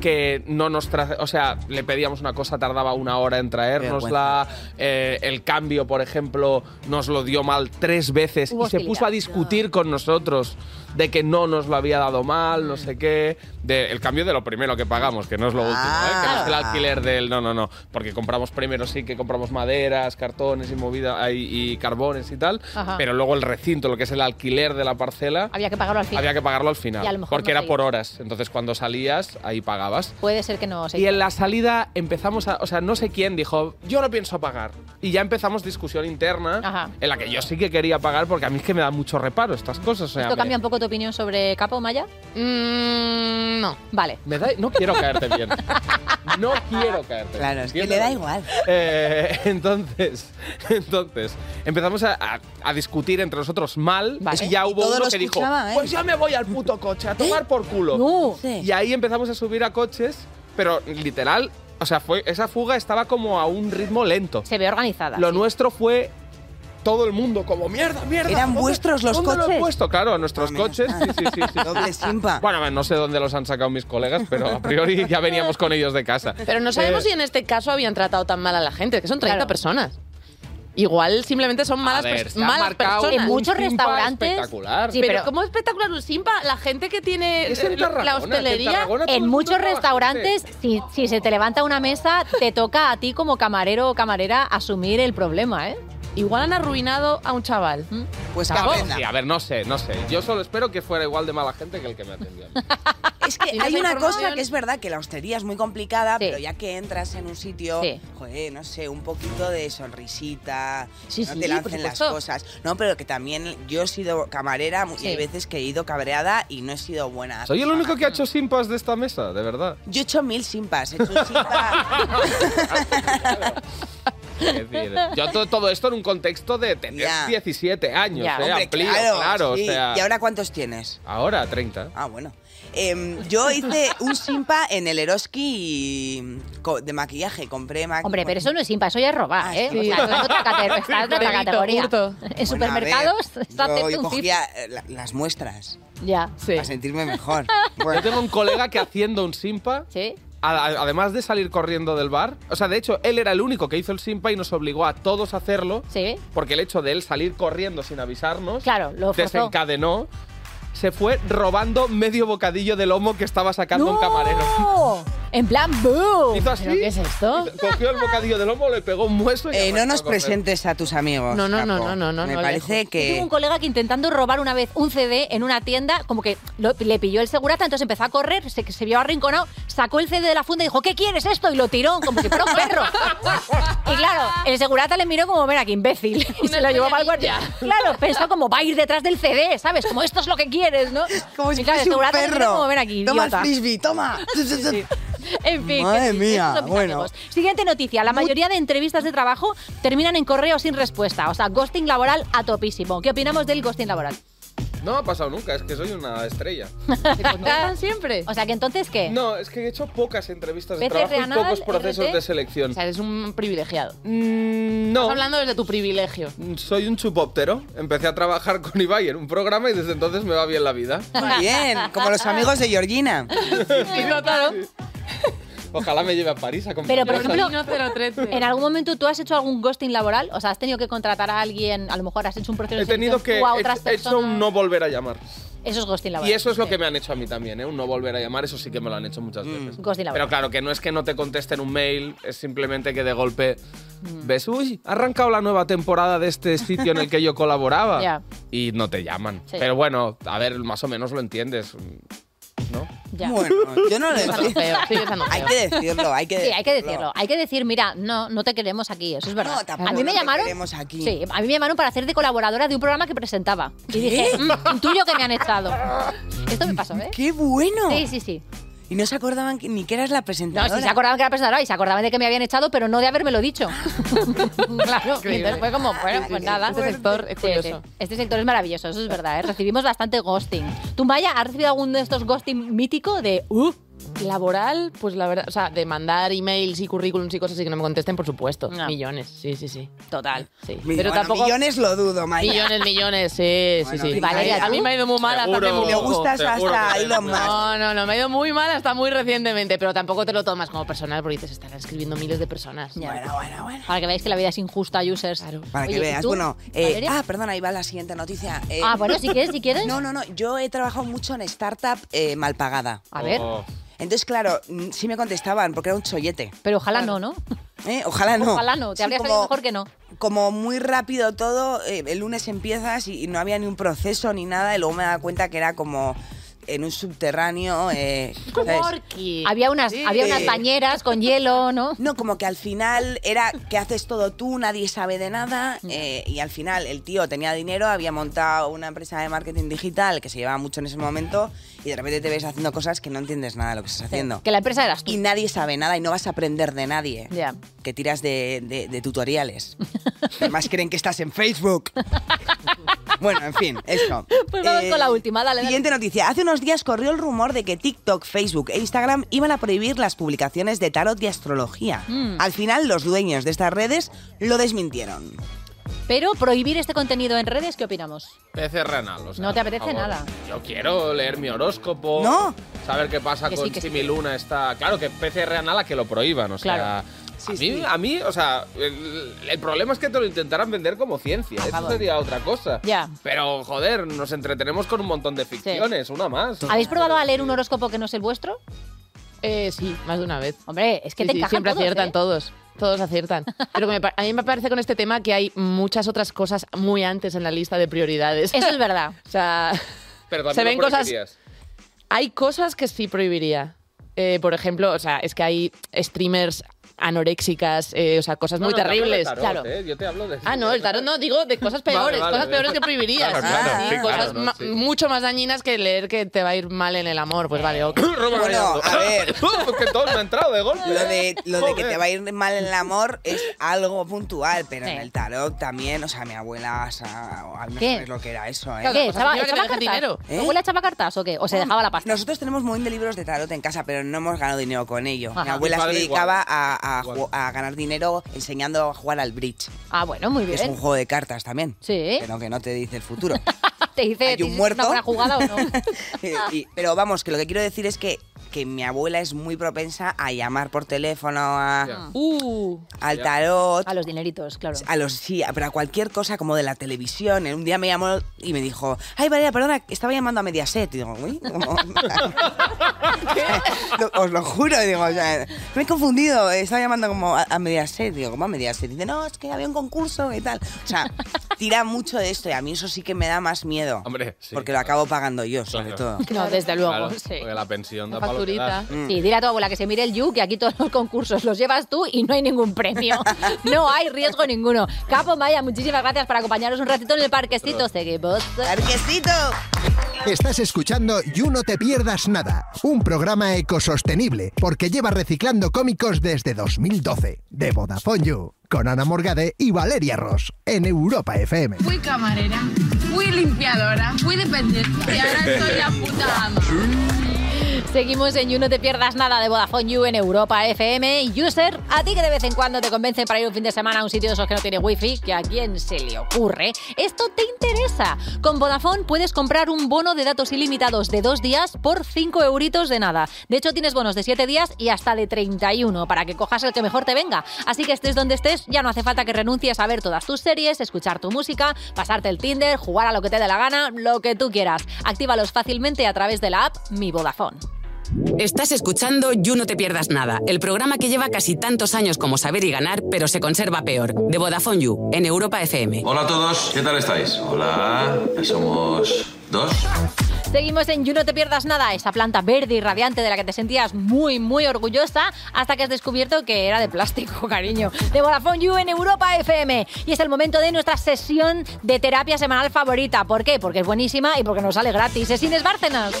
S16: que no nos traje, o sea, le pedíamos una cosa, tardaba una hora en traérnosla, eh, el cambio, por ejemplo, nos lo dio mal tres veces
S14: Hubo
S16: y se puso a
S14: hostilidad.
S16: discutir con nosotros de que no nos lo había dado mal, no
S3: Mm.
S16: sé qué, de- el cambio de lo primero que pagamos, que no es lo último, ¿eh? que no
S3: Ah.
S16: es el alquiler del, no, no, no, porque compramos primero sí que compramos maderas, cartones y movida ay, y carbones y tal,
S3: Ajá.
S16: pero luego el recinto, lo que es el alquiler de la parcela,
S3: Había que pagarlo al final.
S16: había que pagarlo al final,
S3: Y a lo mejor
S16: porque
S3: no
S16: era por horas, entonces cuando salías ahí pagabas.
S3: Puede ser que no se
S16: Y en la salida empezamos a. O sea, no sé quién dijo, yo no pienso pagar. Y ya empezamos discusión interna en la que yo sí que quería pagar porque a mí es que me da mucho reparo estas cosas. O sea,
S3: Esto
S16: me-
S3: cambia un poco tu opinión sobre Capo Maya? Mm,
S14: no.
S3: Vale.
S16: Me da- no quiero caerte bien. No quiero caerte. Claro, es
S4: que le da igual.
S16: [laughs] entonces, entonces, empezamos a, a- a discutir entre nosotros mal. Y ya hubo
S1: todo
S16: uno
S1: lo
S16: que dijo,
S1: escuchaba, ¿eh?
S16: pues ya me voy al puto coche a
S3: ¿Eh?
S16: tomar por culo. Y ahí empezamos a subir a coches, pero literal, o sea, fue, esa fuga estaba como a un ritmo lento.
S3: Se ve organizada.
S16: Lo nuestro fue todo el mundo como Oh, mierda, mierda.
S4: ¿Eran
S16: ¿dónde-
S4: vuestros los
S16: dónde Lo he
S4: coches?
S16: puesto? Claro, nuestros coches. Sí, sí, sí, sí.
S4: Ah, [laughs] Doble simpa.
S16: Bueno, no sé dónde los han sacado mis colegas, pero a priori ya veníamos con ellos de casa.
S14: Pero no sabemos
S16: Eh,
S14: si en este caso habían tratado tan mal a la gente, que son 30 personas. Igual simplemente son malas,
S16: ver,
S14: pers-
S16: se ha
S14: malas
S16: marcado
S14: personas.
S16: En muchos un simpa restaurantes- espectacular.
S14: Sí,
S16: Pero-
S14: pero, ¿cómo espectacular un simpa? La gente que tiene
S16: Es en
S14: eh,
S16: Tarragona,
S14: la
S16: que en
S14: hostelería.
S16: Tarragona
S3: En muchos restaurantes, si, si se te levanta una mesa, te toca a ti como camarero o camarera asumir el problema, ¿eh?
S14: Igual han arruinado a un chaval.
S4: Pues
S16: no, sí, a ver, no sé, no sé. Yo solo espero que fuera igual de mala gente que el que me
S4: [laughs]
S16: atendió.
S4: Ah, Es que
S14: no
S4: hay
S14: hay
S4: una cosa
S14: información.
S4: que es verdad, que la hostería es muy complicada, pero ya que entras en un sitio,
S16: [laughs]
S4: joder, no sé, un poquito de sonrisita,
S3: Sí,
S4: no
S3: sí,
S4: te
S3: por
S4: lancen las
S3: supuesto.
S4: cosas. No, pero que también yo he sido camarera y hay
S3: Sí.
S4: veces que he ido cabreada y no he sido buena.
S16: Soy el único que ha hecho simpas de esta mesa, de verdad.
S4: Yo he hecho mil simpas, he hecho un simpa...
S16: [laughs]
S4: [laughs]
S16: Es decir, yo todo, todo esto en un contexto de tener
S4: Ya.
S16: 17 años,
S4: Ya.
S16: ¿eh?
S4: Hombre,
S16: Amplío,
S4: claro,
S16: claro.
S4: sí.
S16: o sea,
S4: ¿Y ahora cuántos tienes?
S16: Ahora 30.
S4: Ah, bueno. Em, yo hice un simpa en el Eroski y co- de maquillaje, compré maquillaje.
S3: Hombre, pero eso no es simpa, eso ya es robar, ¿eh?
S4: sí.
S3: O sea, eso es otra, [laughs] cate- está en otra
S4: Delito,
S3: categoría.
S4: hurto.
S3: En supermercados, está
S4: yo
S3: haciendo un tip.
S4: cogía eh, la- las muestras
S3: Ya.
S4: para sentirme mejor.
S16: Yo tengo un colega que haciendo un simpa, a- a- además de salir corriendo del bar, o sea, de hecho, él era el único que hizo el simpa y nos obligó a todos a hacerlo, porque el hecho de él salir corriendo sin avisarnos,
S3: forzó.
S16: desencadenó, se fue robando medio bocadillo de lomo que estaba sacando un camarero.
S3: ¡No! En plan, ¡boom!
S16: Hizo así.
S3: ¿Pero qué es esto?
S16: Cogió el bocadillo de lomo, le pegó un mueso y
S4: Eh, no
S16: arrancó
S4: nos
S16: a correr.
S4: presentes a tus amigos.
S16: No, no, no,
S4: Capo.
S16: no, no, no,
S4: Me
S16: no,
S4: parece
S16: lejos.
S3: Yo Tuve
S4: que.
S3: un colega que intentando robar una vez un CD en una tienda, como que lo- le pilló el segurata, entonces empezó a correr, se, se vio arrinconado, sacó el CD de la funda y dijo, ¿qué quieres esto? Y lo tiró, como si fuera un perro. y claro, el segurata le miró como, ven aquí, imbécil. Y se lo llevó para el guardia. Claro, pensó como, va a ir detrás del CD, ¿sabes? Como, esto es lo que quieres, ¿no? Como
S4: si fuese un perro.
S3: como, ven aquí,
S4: Toma el
S3: idiota".
S4: frisbee,
S3: [laughs]
S4: toma.
S3: En fin,
S4: Madre
S3: que sí,
S4: mía,
S3: estos son mis
S4: bueno.
S3: amigos. Siguiente noticia. La mayoría de entrevistas de trabajo terminan en correo sin respuesta. O sea, ghosting laboral a topísimo. ¿Qué opinamos del ghosting laboral?
S16: No ha pasado nunca, es que soy una estrella.
S3: siempre? [laughs] O sea, que entonces, ¿qué?
S16: No, es que he hecho pocas entrevistas de
S3: PCR
S16: trabajo y
S3: anal,
S16: pocos procesos
S3: RT.
S16: de selección.
S14: O sea, eres un privilegiado.
S16: no.
S14: Estás hablando desde tu privilegio.
S16: Soy un chupóptero. Empecé a trabajar [laughs] con Ibai en un programa y desde entonces me va bien la vida.
S4: Muy bien, como los amigos de Georgina.
S16: Ojalá me lleve a París a comprar
S3: Pero, por
S16: cosas.
S3: ejemplo, ¿en algún momento tú has hecho algún ghosting laboral? O sea, ¿has tenido que contratar a alguien? A lo mejor has hecho un proceso
S16: he tenido
S3: de selección
S16: que
S3: tú a
S16: he
S3: otras
S16: he hecho un
S3: personas.
S16: no volver a llamar.
S3: Eso es ghosting laboral.
S16: Y eso es lo que me han hecho a mí también, ¿eh? Un no volver a llamar, eso sí que me lo han hecho
S4: Mm.
S16: muchas veces.
S3: Ghosting laboral.
S16: Pero claro, que no es que no te contesten un mail, es simplemente que de golpe
S3: Mm.
S16: ves, uy, ha arrancado la nueva temporada de este sitio en el que yo colaboraba.
S3: [laughs] Ya.
S16: Y no te llaman.
S3: Sí.
S16: Pero bueno, a ver, más o menos lo entiendes.
S3: Ya.
S4: Bueno, yo no lo
S3: Sigue estando
S4: entiendo.
S3: feo, sigue estando
S4: Hay
S3: feo.
S4: que decirlo, hay que
S3: Sí, hay que decirlo. Hay que decir, mira, no, no te queremos aquí, eso es verdad.
S4: No, tampoco
S3: a mí me
S4: te
S3: llamaron.
S4: queremos aquí.
S3: Sí, a mí me llamaron para hacer de colaboradora de un programa que presentaba. Y dije, "Mm, intuyo que me han echado. Esto me pasó, ¿eh?
S4: ¡Qué bueno!
S3: Sí, sí, sí.
S4: Y no se acordaban que- ni que eras la
S3: No,
S4: presentadora.
S3: sí se acordaban que era presentadora y se acordaban de que me habían echado, pero no de habérmelo dicho. claro, y entonces fue como, bueno, pues nada.
S14: Este sector es
S3: Sí, sí.
S14: curioso.
S3: Este sector es maravilloso, eso es verdad. ¿eh? Recibimos bastante ghosting. ¿Tú, Maya, has recibido algún de estos ghosting mítico de uh,
S14: Laboral, pues la verdad, o sea, de mandar emails y currículums y cosas y que no me contesten, por supuesto. Millones, sí, sí, sí.
S3: Total.
S14: Sí.
S4: Mi-
S14: Pero
S4: bueno,
S14: tampoco.
S4: Millones lo dudo, Maya.
S14: Millones, millones, sí,
S4: Bueno,
S14: sí, sí.
S4: y Valeria,
S14: a mí
S4: ¿tú?
S14: me ha ido muy mal hasta hace
S4: Seguro,
S14: muy
S4: le
S14: poco.
S4: gustas Seguro hasta que te ha ido Elon muy Musk. mal.
S14: No, no, no, me ha ido muy mal hasta muy recientemente, pero tampoco te lo tomas como personal porque te estarán escribiendo miles de personas.
S4: Bueno, bueno, bueno.
S3: Para que veáis que la vida es injusta, users.
S4: Para que
S3: Oye, ¿y
S4: veas.
S3: tú,
S4: Bueno, eh,
S3: Valeria?
S4: ah, perdona, ahí va la siguiente noticia. Eh,
S3: Ah, bueno, si quieres, si quieres.
S4: No, no, no. Yo he trabajado mucho en startup eh, mal pagada.
S3: A ver.
S16: Oh.
S4: Entonces, claro, mm, sí me contestaban porque era un chollete.
S3: Pero ojalá no,
S4: ¿no? Eh, ojalá no.
S3: Ojalá no, te
S4: Sí,
S3: habría salido mejor que no.
S4: Como muy rápido todo, eh, el lunes empiezas y, y no había ni un proceso ni nada, y luego me daba cuenta que era como en un subterráneo. eh, ¿sabes?
S3: Había unas, había unas bañeras con hielo, ¿no?
S4: No, como que al final era que haces todo tú, nadie sabe de nada. eh, y al final el tío tenía dinero, había montado una empresa de marketing digital que se llevaba mucho en ese momento y de repente te ves haciendo cosas que no entiendes nada de lo que estás haciendo.
S3: Que la empresa eras tú.
S4: Y nadie sabe nada y no vas a aprender de nadie.
S3: Ya.
S4: Que tiras de, de- de tutoriales. Además creen que estás en
S3: [laughs]
S4: Facebook. Bueno, en fin, eso.
S3: Pues vamos con la última, dale. dale.
S4: Siguiente noticia. Hace unos días corrió el rumor de que TikTok, Facebook e Instagram iban a prohibir las publicaciones de tarot y astrología.
S3: Mm.
S4: Al final, los dueños de estas redes lo desmintieron.
S3: Pero prohibir este contenido en redes, ¿qué opinamos?
S16: Pece renal, o sea,
S3: No te
S16: por
S3: apetece
S16: favor.
S3: nada.
S16: Yo quiero leer mi horóscopo.
S4: No.
S16: Saber qué pasa
S3: Que sí,
S16: con
S3: que
S16: si
S3: sí.
S16: mi luna está. Claro, que pece renal a que lo prohíban, o sea.
S3: Claro.
S16: A, mí, a mí, o sea, el, el problema es que te lo intentarán vender como ciencia. Eso sería otra cosa.
S3: Ah, Ya.
S16: Pero, joder, nos entretenemos con un montón de ficciones, una más.
S3: ¿Habéis probado a leer un horóscopo que no es el vuestro?
S14: Eh, sí, más de una vez.
S3: Hombre, es que
S14: Sí,
S3: te
S14: sí,
S3: encajan
S14: siempre
S3: todos,
S14: aciertan
S3: ¿eh?
S14: todos. Todos
S3: [laughs]
S14: aciertan. Pero que me par- a mí me parece con este tema que hay muchas otras cosas muy antes en la lista de prioridades.
S3: Eso es verdad.
S14: [laughs] O sea,
S16: Pero también
S14: se
S16: lo
S14: ven cosas.
S16: prohibirías.
S14: Hay cosas que sí prohibiría. Eh, por ejemplo, o sea, es que hay streamers anoréxicas, eh, o sea, cosas
S16: No,
S14: muy
S16: no, te hablo de
S14: terribles.
S16: tarot,
S14: claro.
S16: ¿eh? Yo te hablo de.
S14: Ah, no, el tarot no, digo de cosas
S16: [laughs] Vale,
S14: peores,
S16: vale,
S14: cosas
S16: vale.
S14: peores que prohibirías.
S16: Claro, claro,
S14: Sí,
S16: sí,
S14: cosas
S16: claro, no,
S14: ma-
S16: sí.
S14: mucho más dañinas que leer que te va a ir mal en el amor. Pues vale,
S16: [coughs]
S14: ok.
S4: Bueno, a
S16: [laughs]
S4: ver.
S16: pues que todo me ha entrado ¿eh? de golpe.
S4: Lo de, lo de que
S16: Joder.
S4: te va a ir mal en el amor es algo puntual, pero en
S16: Sí.
S4: el tarot también, o sea, mi abuela, o sea, o al menos
S3: ¿Qué?
S4: sabes lo que era eso, ¿eh?
S3: ¿Qué?
S14: positiva
S3: ¿Echaba,
S14: que te
S3: echaba
S14: dejan
S3: cartas?
S14: dinero.
S3: ¿Tu abuela echaba cartas o qué? ¿O se dejaba la pasta?
S4: Nosotros tenemos un montón de libros de tarot en casa, pero no hemos ganado dinero con ello. Mi
S3: Ajá.
S4: abuela
S3: Mi
S4: se
S3: padre
S4: dedicaba a, a ju- a ganar dinero enseñando a jugar al bridge.
S3: Ah, bueno, muy
S4: que Es un
S3: bien.
S4: juego de cartas también.
S3: Sí.
S4: Pero que no te dice
S3: [laughs]
S4: el futuro.
S3: [laughs] ¿Te dice
S4: hay
S3: te
S4: un
S3: dice
S4: muerto.
S3: una buena jugada
S4: [laughs]
S3: o no?
S4: Eh, y- pero vamos, que lo que quiero decir es que, que mi abuela es muy propensa a llamar por teléfono a-
S3: Ya. Uh,
S4: al tarot.
S3: a los dineritos, claro.
S4: A los sí, a- pero a cualquier cosa como de la televisión. Un día me llamó y me dijo, ay Valeria, perdona, estaba llamando a Mediaset. Y digo, uy,
S3: [laughs]
S4: como- Lo- [laughs] os lo juro, digo, o sea, me he confundido, estaba llamando como a, a Mediaset. Digo, ¿cómo a Mediaset? Dice, no, es que había un concurso y tal. O sea, tira mucho de esto y a mí eso sí que me da más miedo.
S16: Hombre, sí.
S4: porque lo acabo pagando yo, sobre todo.
S3: No, desde luego.
S16: Claro,
S3: sí.
S16: Porque la pensión da
S14: La
S16: palo que
S14: facturita.
S16: da.
S4: Mm.
S3: Sí, dile a tu abuela que se mire el You, que aquí todos los concursos los llevas tú y no hay ningún
S4: [laughs]
S3: premio. No hay riesgo ninguno. Capo Maya, muchísimas gracias por acompañarnos un ratito en el parquecito. Seguimos.
S4: ¡Parquecito!
S5: Estás escuchando You No Te Pierdas Nada, un programa ecosostenible porque lleva reciclando cómicos desde 2012, de Vodafone You, con Ana Morgade y Valeria Ross, en Europa FM.
S10: Fui camarera, fui limpiadora, fui dependiente y ahora soy la puta ama.
S3: [laughs] Seguimos en You, no te pierdas nada de Vodafone You en Europa FM. Y User, a ti que de vez en cuando te convencen para ir un fin de semana a un sitio de esos que no tiene wifi, que a quién se le ocurre, esto te interesa. Con Vodafone puedes comprar un bono de datos ilimitados de dos días por 5 euritos de nada. De hecho, tienes bonos de 7 días y hasta de 31 para que cojas el que mejor te venga. Así que estés donde estés, ya no hace falta que renuncies a ver todas tus series, escuchar tu música, pasarte el Tinder, jugar a lo que te dé la gana, lo que tú quieras. Actívalos fácilmente a través de la app Mi Vodafone.
S12: Estás escuchando You No Te Pierdas Nada, el programa que lleva casi tantos años como saber y ganar, pero se conserva peor, de Vodafone You, en Europa FM.
S17: Hola a todos, ¿qué tal estáis? Hola, somos dos.
S3: Seguimos en You No Te Pierdas Nada, esa planta verde y radiante de la que te sentías muy, muy orgullosa hasta que has descubierto que era de plástico, [laughs] cariño. De Vodafone You en Europa FM. Y es el momento de nuestra sesión de terapia semanal favorita. ¿Por qué? Porque es buenísima y porque nos sale gratis. Es Inés Bárcenas.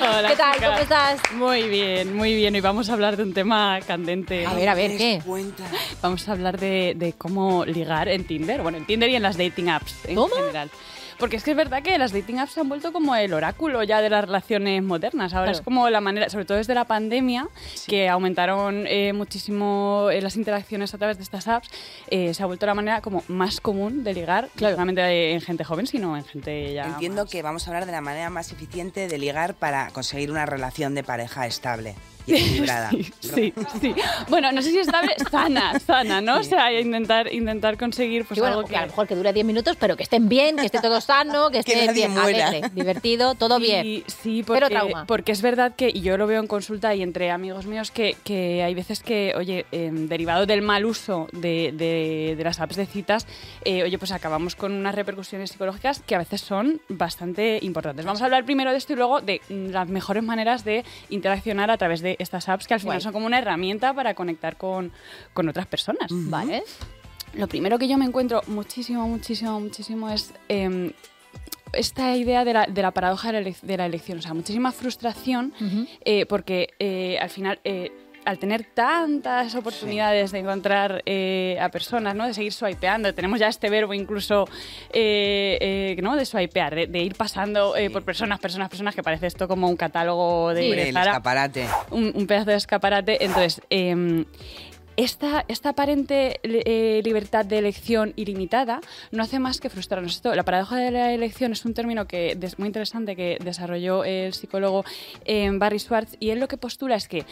S18: Hola,
S3: ¿Qué tal? ¿Cómo estás?
S18: Muy bien, muy bien. Hoy vamos a hablar de un tema candente.
S3: A ver, a ver, ¿qué?
S18: [laughs] Vamos a hablar de, de cómo ligar en Tinder, bueno, en Tinder y en las dating apps en general. Porque es que es verdad que las dating apps se han vuelto como el oráculo ya de las relaciones modernas. Ahora
S19: Claro.
S18: es como la manera, sobre todo desde la pandemia, que aumentaron eh, muchísimo eh, las interacciones a través de estas apps, eh, se ha vuelto la manera como más común de ligar, no solamente eh, en gente joven, sino en gente ya
S4: Entiendo que vamos a hablar de la manera más eficiente de ligar para conseguir una relación de pareja estable. Y equilibrada.
S18: Sí, sí. Bueno, no sé si estable, sana, sana, ¿no? O sea, intentar, intentar conseguir pues
S3: Y bueno,
S18: algo
S3: que a lo mejor que dure 10 minutos, pero que estén bien, que esté todo sano, que
S18: [laughs] Que
S3: esté
S18: nadie
S3: bien,
S18: muera.
S3: alegre, divertido, todo
S18: Y-
S3: bien.
S18: Sí,
S3: Pero
S18: porque,
S3: trauma.
S18: porque es verdad que, y yo lo veo en consulta y entre amigos míos, que, que hay veces que, oye, em, derivado del mal uso de, de- de las apps de citas, eh, oye, pues acabamos con unas repercusiones psicológicas que a veces son bastante importantes. Vamos a hablar primero de esto y luego de mm, las mejores maneras de interaccionar a través de estas apps, que al final
S14: Guay.
S18: son como una herramienta para conectar con, con otras personas. Vale. Lo primero que yo me encuentro muchísimo, muchísimo, muchísimo es em, esta idea de la, de la paradoja de la, elec- de la elección, o sea, muchísima frustración eh, porque eh, al final, eh, al tener tantas oportunidades de encontrar eh, a personas, ¿no? de seguir swipeando, tenemos ya este verbo incluso eh, eh, ¿no? de swipear, de, de ir pasando eh, por personas, personas, personas, que parece esto como un catálogo de
S4: Hombre, el
S18: Zara
S4: escaparate.
S18: un, un pedazo de escaparate. Entonces, eh, esta, esta aparente eh, libertad de elección ilimitada no hace más que frustrarnos. Esto, la paradoja de la elección es un término que des- muy interesante que desarrolló el psicólogo eh, Barry Schwartz y él lo que postula es que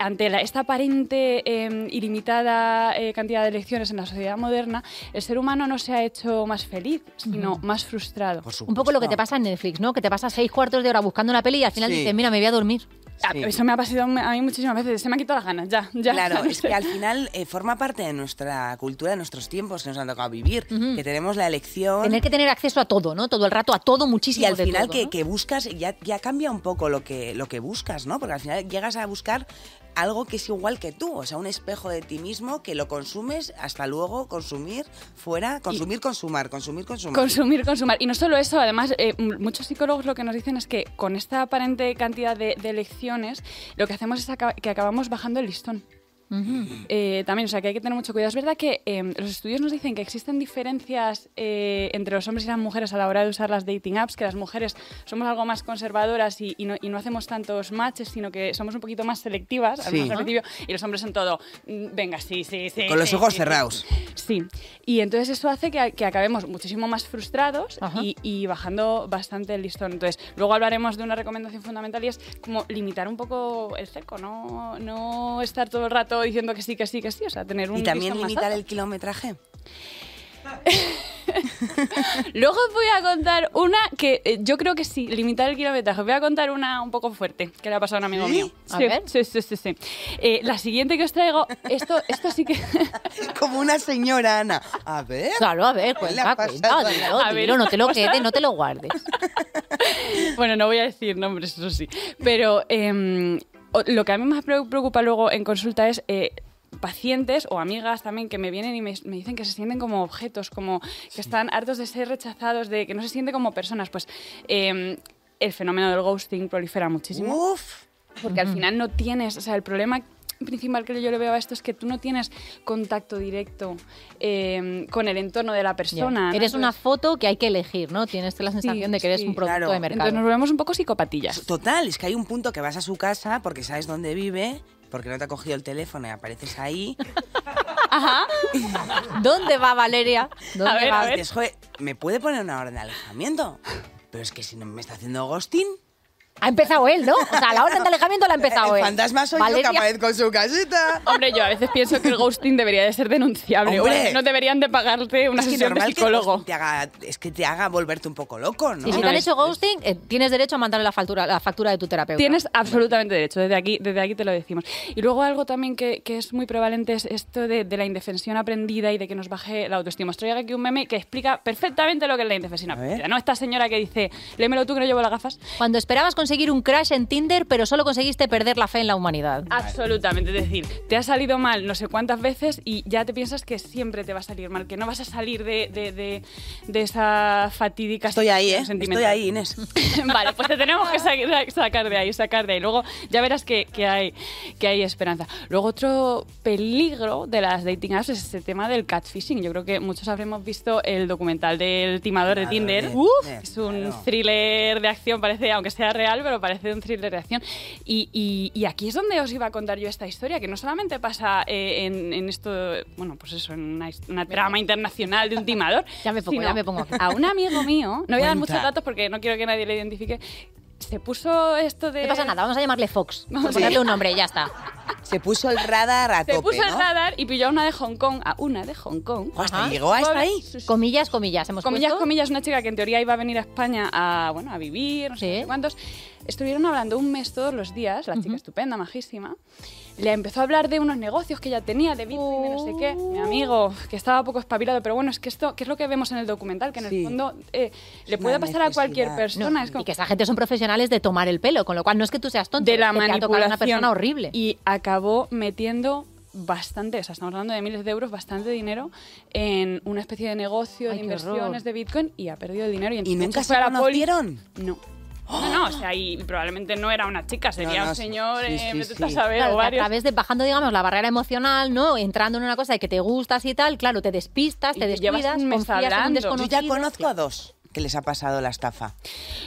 S18: ante la- esta aparente eh, ilimitada eh, cantidad de elecciones en la sociedad moderna, el ser humano no se ha hecho más feliz, sino
S3: Ujú.
S18: más frustrado.
S3: Un poco lo que te pasa en Netflix, ¿no? Que te pasas seis cuartos de hora buscando una peli y al final
S18: Sí.
S3: dices, mira, me voy a dormir.
S18: Ah, Eso me ha pasado a mí muchísimas veces, se me han quitado las ganas, ya, ya.
S4: Claro,
S18: [laughs]
S4: es que al final eh, forma parte de nuestra cultura, de nuestros tiempos que nos han tocado vivir, que tenemos la elección.
S3: Tener que tener acceso a todo, ¿no? Todo el rato, a todo, muchísimo
S4: y al
S3: de
S4: final
S3: todo,
S4: que,
S3: ¿no?
S4: que buscas, ya, ya cambia un poco lo que, lo que buscas, ¿no? Porque al final llegas a buscar algo que es igual que tú, o sea, un espejo de ti mismo que lo consumes hasta luego, consumir, fuera, consumir, consumar, consumir, consumar.
S18: Consumir, consumar. Y no solo eso, además, eh, m- muchos psicólogos lo que nos dicen es que con esta aparente cantidad de, de elecciones, lo que hacemos es aca- que acabamos bajando el listón. Eh, también, o sea, que hay que tener mucho cuidado. Es verdad que eh, los estudios nos dicen que existen diferencias eh, entre los hombres y las mujeres a la hora de usar las dating apps, que las mujeres somos algo más conservadoras y, y no, y no hacemos tantos matches, sino que somos un poquito más selectivas, al
S4: Sí.
S18: menos al
S4: Ajá.
S18: principio, y los hombres son todo, mm, venga, sí, sí, sí.
S4: Con los
S18: sí,
S4: ojos
S18: sí, sí".
S4: cerrados.
S18: Sí, y entonces eso hace que, que acabemos muchísimo más frustrados y, y bajando bastante el listón. Entonces, luego hablaremos de una recomendación fundamental y es como limitar un poco el cerco, no, no estar todo el rato diciendo que sí, que sí, que sí, o sea, tener un
S4: Y también
S18: listón más
S4: limitar
S18: alto.
S4: el kilometraje.
S18: [laughs] Luego os voy a contar una que eh, yo creo que sí, limitar el kilometraje. Os voy a contar una un poco fuerte que le ha pasado a un amigo
S4: ¿Sí?
S18: mío.
S4: A
S18: sí,
S4: ver.
S18: sí, sí, sí, sí. Eh, la siguiente que os traigo, esto, esto sí que...
S4: Como una señora Ana. A ver.
S3: Claro, a ver,
S4: ¿qué le
S3: cuenta,
S4: ha pasado
S3: cuenta,
S4: a la-
S3: dilo,
S18: A ver,
S3: dilo, no te
S18: [laughs]
S3: lo
S18: o sea-
S3: quedes, no te lo guardes.
S18: [laughs] Bueno, no voy a decir nombres, eso sí. Pero em, o- lo que a mí más preo- preocupa luego en consulta es eh, pacientes o amigas también que me vienen y me, me dicen que se sienten como objetos, como que están hartos de ser rechazados, de que no se sienten como personas. Pues em, el fenómeno del ghosting prolifera muchísimo. Porque al final no tienes, o sea, el problema principal que yo le veo a esto es que tú no tienes contacto directo em, con el entorno de la persona. ¿no? Pues
S3: Eres una
S18: Entonces-
S3: foto que hay que elegir, ¿no? Tienes la sensación de que eres un producto de mercado.
S18: Entonces nos volvemos un poco psicopatillas.
S4: Total, es que hay un punto que vas a su casa porque sabes dónde vive, porque no te ha cogido el teléfono y apareces ahí.
S18: [laughs] Ajá.
S3: ¿Dónde va Valeria? [laughs] ¿Dónde va?
S4: Y dices, "Joder, ¿me puede poner una orden de alejamiento? Pero es que si no me está haciendo ghosting.
S3: Ha empezado él, ¿no? O sea, la orden de alejamiento la ha empezado
S4: [laughs]
S3: ¿eh?
S4: El
S3: él.
S4: fantasma soy yo que aparezco en su casita.
S18: [laughs] Hombre, yo a veces pienso que el ghosting debería de ser denunciable.
S4: Hombre.
S18: o al- no deberían de pagarte una
S4: es que
S18: sesión de
S4: normal que el
S18: psicólogo.
S4: ghosting te haga, es que te haga volverte un poco loco, ¿no?
S3: Y si te han hecho ghosting, eh, tienes derecho a mandarle la factura, la factura de tu terapeuta.
S18: Tienes absolutamente derecho, desde aquí, desde aquí te lo decimos. Y luego algo también que, que es muy prevalente es esto de, de la indefensión aprendida y de que nos baje la autoestima. Os traigo aquí un meme que explica perfectamente lo que es la indefensión aprendida. ¿no? Esta señora que dice, lémelo tú que no llevo las gafas.
S3: Cuando esperabas conseguir un crash en Tinder, pero solo conseguiste perder la fe en la humanidad.
S18: Absolutamente, es decir, te ha salido mal no sé cuántas veces y ya te piensas que siempre te va a salir mal, que no vas a salir de, de- de- de esa fatídica
S4: Estoy ahí, ¿eh?
S18: situación
S4: Estoy
S18: sentimental.
S4: ahí, Inés.
S18: [laughs] vale, pues te tenemos que sa- sacar de ahí, sacar de ahí. Luego ya verás que, que hay, que hay esperanza. Luego otro peligro de las dating apps es ese tema del catfishing. Yo creo que muchos habremos visto el documental del timador de
S14: Timador
S18: Tinder.
S14: de
S18: Uf,
S14: Tinder,
S18: es un
S14: claro.
S18: thriller de acción, parece, aunque sea real, pero parece un thriller de acción. Y, y- y aquí es donde os iba a contar yo esta historia, que no solamente pasa eh, en, en esto, bueno, pues eso, en una, his- una trama internacional de un timador.
S3: Ya me pongo,
S18: sino
S3: ya me pongo.
S18: A un amigo mío, no voy a dar muchos
S3: Cuenta.
S18: datos porque no quiero que nadie le identifique, se puso esto de...
S3: No pasa nada, vamos a llamarle
S18: [laughs]
S3: Fox. Vamos a
S18: Sí.
S3: ponerle un nombre, ya está.
S4: Se puso el radar a
S18: Se
S4: tope,
S18: puso el
S4: ¿no? Pues
S18: radar y pilló a una de Hong Kong, a una de Hong Kong.
S4: hasta llegó a estar ahí.
S3: Comillas, Ah. comillas, hemos
S18: Comillas,
S3: puesto.
S18: comillas, una chica que en teoría iba a venir a España a, bueno, a vivir, no sé qué cuántos. Estuvieron hablando un mes todos los días, la chica estupenda, majísima. Le empezó a hablar de unos negocios que ella tenía, de Bitcoin, de no sé qué.
S3: Oh.
S18: Mi amigo, que estaba poco espabilado, pero bueno, es que esto, que es lo que vemos en el documental, que en
S3: Sí.
S18: el fondo eh, le
S3: Es
S18: puede
S3: una
S18: pasar a cualquier
S3: necesidad.
S18: persona.
S3: No,
S18: es como-
S3: y que esa gente son profesionales de tomar el pelo, con lo cual no es que tú seas tonto,
S18: de
S3: es
S18: la
S3: que te ha tocado
S18: manipulación
S3: una persona horrible.
S18: y acabó metiendo bastante, o sea, estamos hablando de miles de euros, bastante dinero en una especie de negocio
S3: Ay,
S18: de
S3: qué
S18: inversiones
S3: horror.
S18: de Bitcoin y ha perdido el dinero y, entonces
S4: nunca
S18: fue
S4: se
S18: a la poli.
S4: conocieron?
S18: No. No, no, o sea, y probablemente no era una chica, sería
S3: no,
S18: un
S3: sí,
S18: señor,
S3: sí,
S18: eh,
S3: sí,
S18: vete tú a
S3: sí.
S18: saber,
S3: Claro,
S18: o
S3: que
S18: varios.
S3: a través de bajando, digamos, la barrera emocional, ¿no? Entrando en una cosa de que te gustas y tal, claro, te despistas, te
S18: tú llevas
S3: descuidas,
S18: un mes
S3: confías en un
S18: hablando.
S4: Yo
S3: desconocido.
S4: ya conozco a dos que les ha pasado la estafa.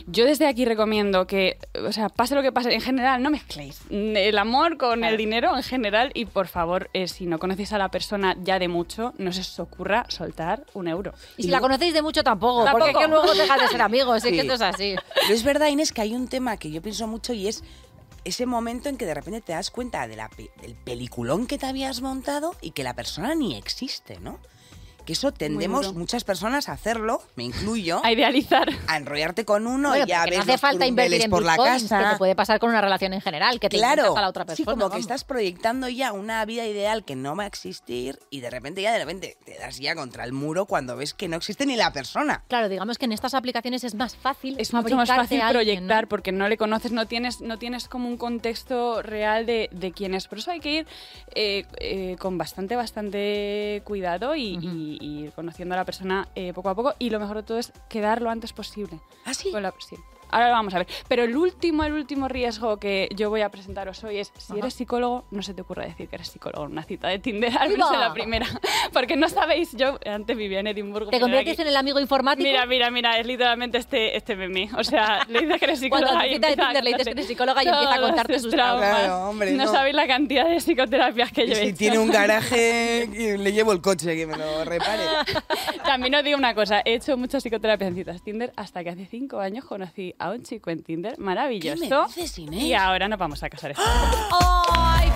S18: Yo desde aquí recomiendo que, o sea, pase lo que pase, en general, no mezcléis el amor con el dinero en general y por favor, eh, si no conocéis a la persona ya de mucho, no se os ocurra soltar un euro.
S3: Y si la conocéis de mucho tampoco,
S18: Tampoco.
S3: porque es que luego dejas de
S4: [laughs]
S3: ser amigos, es
S4: Sí.
S3: que esto es así.
S4: Pero es verdad, Inés, que hay un tema que yo pienso mucho y es ese momento en que de repente te das cuenta de la pe- del peliculón que te habías montado y que la persona ni existe, ¿no? Que eso tendemos
S3: duro.
S4: muchas personas a hacerlo, me incluyo.
S18: A idealizar.
S4: A enrollarte con uno
S3: Bueno,
S4: y ya
S3: porque
S4: ves
S3: no hace
S4: los
S3: falta invertir
S4: turbeles
S3: en
S4: por la
S3: bitcoins,
S4: casa.
S3: que te puede pasar con una relación en general, que te
S4: claro,
S3: encantas a la otra persona.
S4: sí, como que
S3: vamos.
S4: estás proyectando ya una vida ideal que no va a existir y de repente ya de repente te das ya contra el muro cuando ves que no existe ni la persona.
S3: Claro, digamos que en estas aplicaciones es más fácil
S18: es mucho más
S3: fabricarte
S18: fácil
S3: a alguien,
S18: proyectar porque no le conoces, no tienes, no tienes como un contexto real de, de quién es. Por eso hay que ir eh, eh, con bastante, bastante cuidado y, y- y ir conociendo a la persona eh, poco a poco. Y lo mejor de todo es quedar lo antes posible.
S4: ¿Ah, sí?
S18: Ahora lo vamos a ver. Pero el último, el último riesgo que yo voy a presentaros hoy es, si
S3: Ajá.
S18: eres psicólogo, no se te ocurra decir que eres psicólogo en una cita de Tinder,
S3: ¡Viva!
S18: al menos en la primera. [laughs] Porque no sabéis, yo antes vivía en Edimburgo.
S3: ¿Te
S18: pero ahora
S3: conviertes
S18: aquí-
S3: en el amigo informático? [laughs]
S18: Mira, mira, mira, es literalmente este, este meme. O sea, le dices que eres
S3: Cuando
S18: psicóloga.
S3: a tu
S18: y
S3: cita de
S18: empieza a
S3: Tinder le dices que
S18: contarte
S3: eres psicóloga y empieza a
S18: todos
S3: contarte sus
S18: traumas.
S4: Claro, hombre,
S18: no,
S4: no.
S18: sabéis la cantidad de psicoterapias [laughs] que
S4: Y
S18: yo he
S4: si
S18: hecho.
S4: tiene un garaje, que le llevo el coche que me lo repare.
S18: [laughs] También os digo una cosa, he hecho muchas psicoterapias en citas Tinder hasta que hace cinco años conocí a un chico en Tinder maravilloso.
S4: ¿Qué me dices, Inés?
S18: Y ahora nos vamos a casar. este
S3: ¡Ay,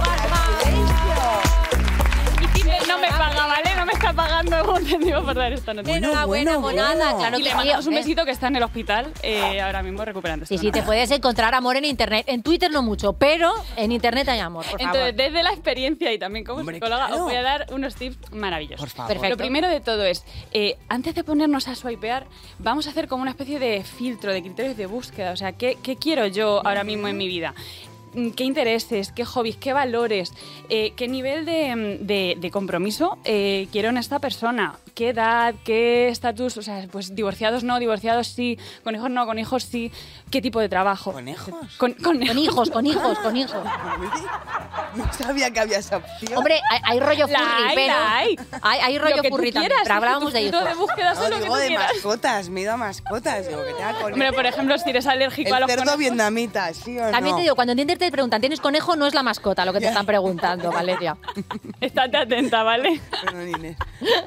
S18: Y Tinder no me paga, ¿vale? No me está pagando un céntimo por dar esta noticia.
S3: Bueno, Enhorabuena, bueno, monada, bueno. claro
S18: y
S3: que
S18: le
S3: sí,
S18: mandamos un
S3: hombre.
S18: besito que está en el hospital eh, ahora mismo recuperándose.
S3: Y si te puedes encontrar amor en internet. En Twitter no mucho, pero en internet hay amor, por favor.
S18: Entonces, desde la experiencia y también como psicóloga, os voy a dar unos tips maravillosos.
S3: Por favor. Perfecto.
S18: Lo primero de todo es, eh, antes de ponernos a swipear, vamos a hacer como una especie de filtro, de criterios de búsqueda. O sea, ¿qué, qué quiero yo ahora mismo en mi vida? Mm, ¿Qué intereses, qué hobbies, qué valores, eh, qué nivel de, mm, de- de compromiso eh, quiero en esta persona? ¿Qué edad, qué estatus? O sea, pues divorciados no, divorciados sí, con hijos no, con hijos sí. ¿Qué tipo de trabajo?
S4: ¿Conejos?
S18: Con,
S3: Con hijos, con hijos, con hijos. Ah.
S4: No sabía que había esa opción.
S3: Hombre, hay, hay rollo furry,
S4: La hay,
S3: pero...
S4: la hay.
S3: Hay, hay rollo
S4: Lo que tú
S3: furry también,
S4: quieras,
S3: pero
S4: es que
S3: hablábamos
S4: tu
S3: de hijos.
S4: punto de búsqueda es No, lo que digo tú de quieras.
S18: mascotas,
S4: me he ido a mascotas. Digo, que te haga con
S18: Hombre, por ejemplo, si eres alérgico a
S4: El
S18: los
S4: cerdo
S18: conejos-
S4: vietnamita, ¿sí o no?
S3: También te digo, cuando en Tinder te preguntan, ¿tienes conejo? No es la mascota lo que te están preguntando, Valeria.
S18: Estate atenta, ¿vale?
S4: Perdón, Inés.
S18: [laughs]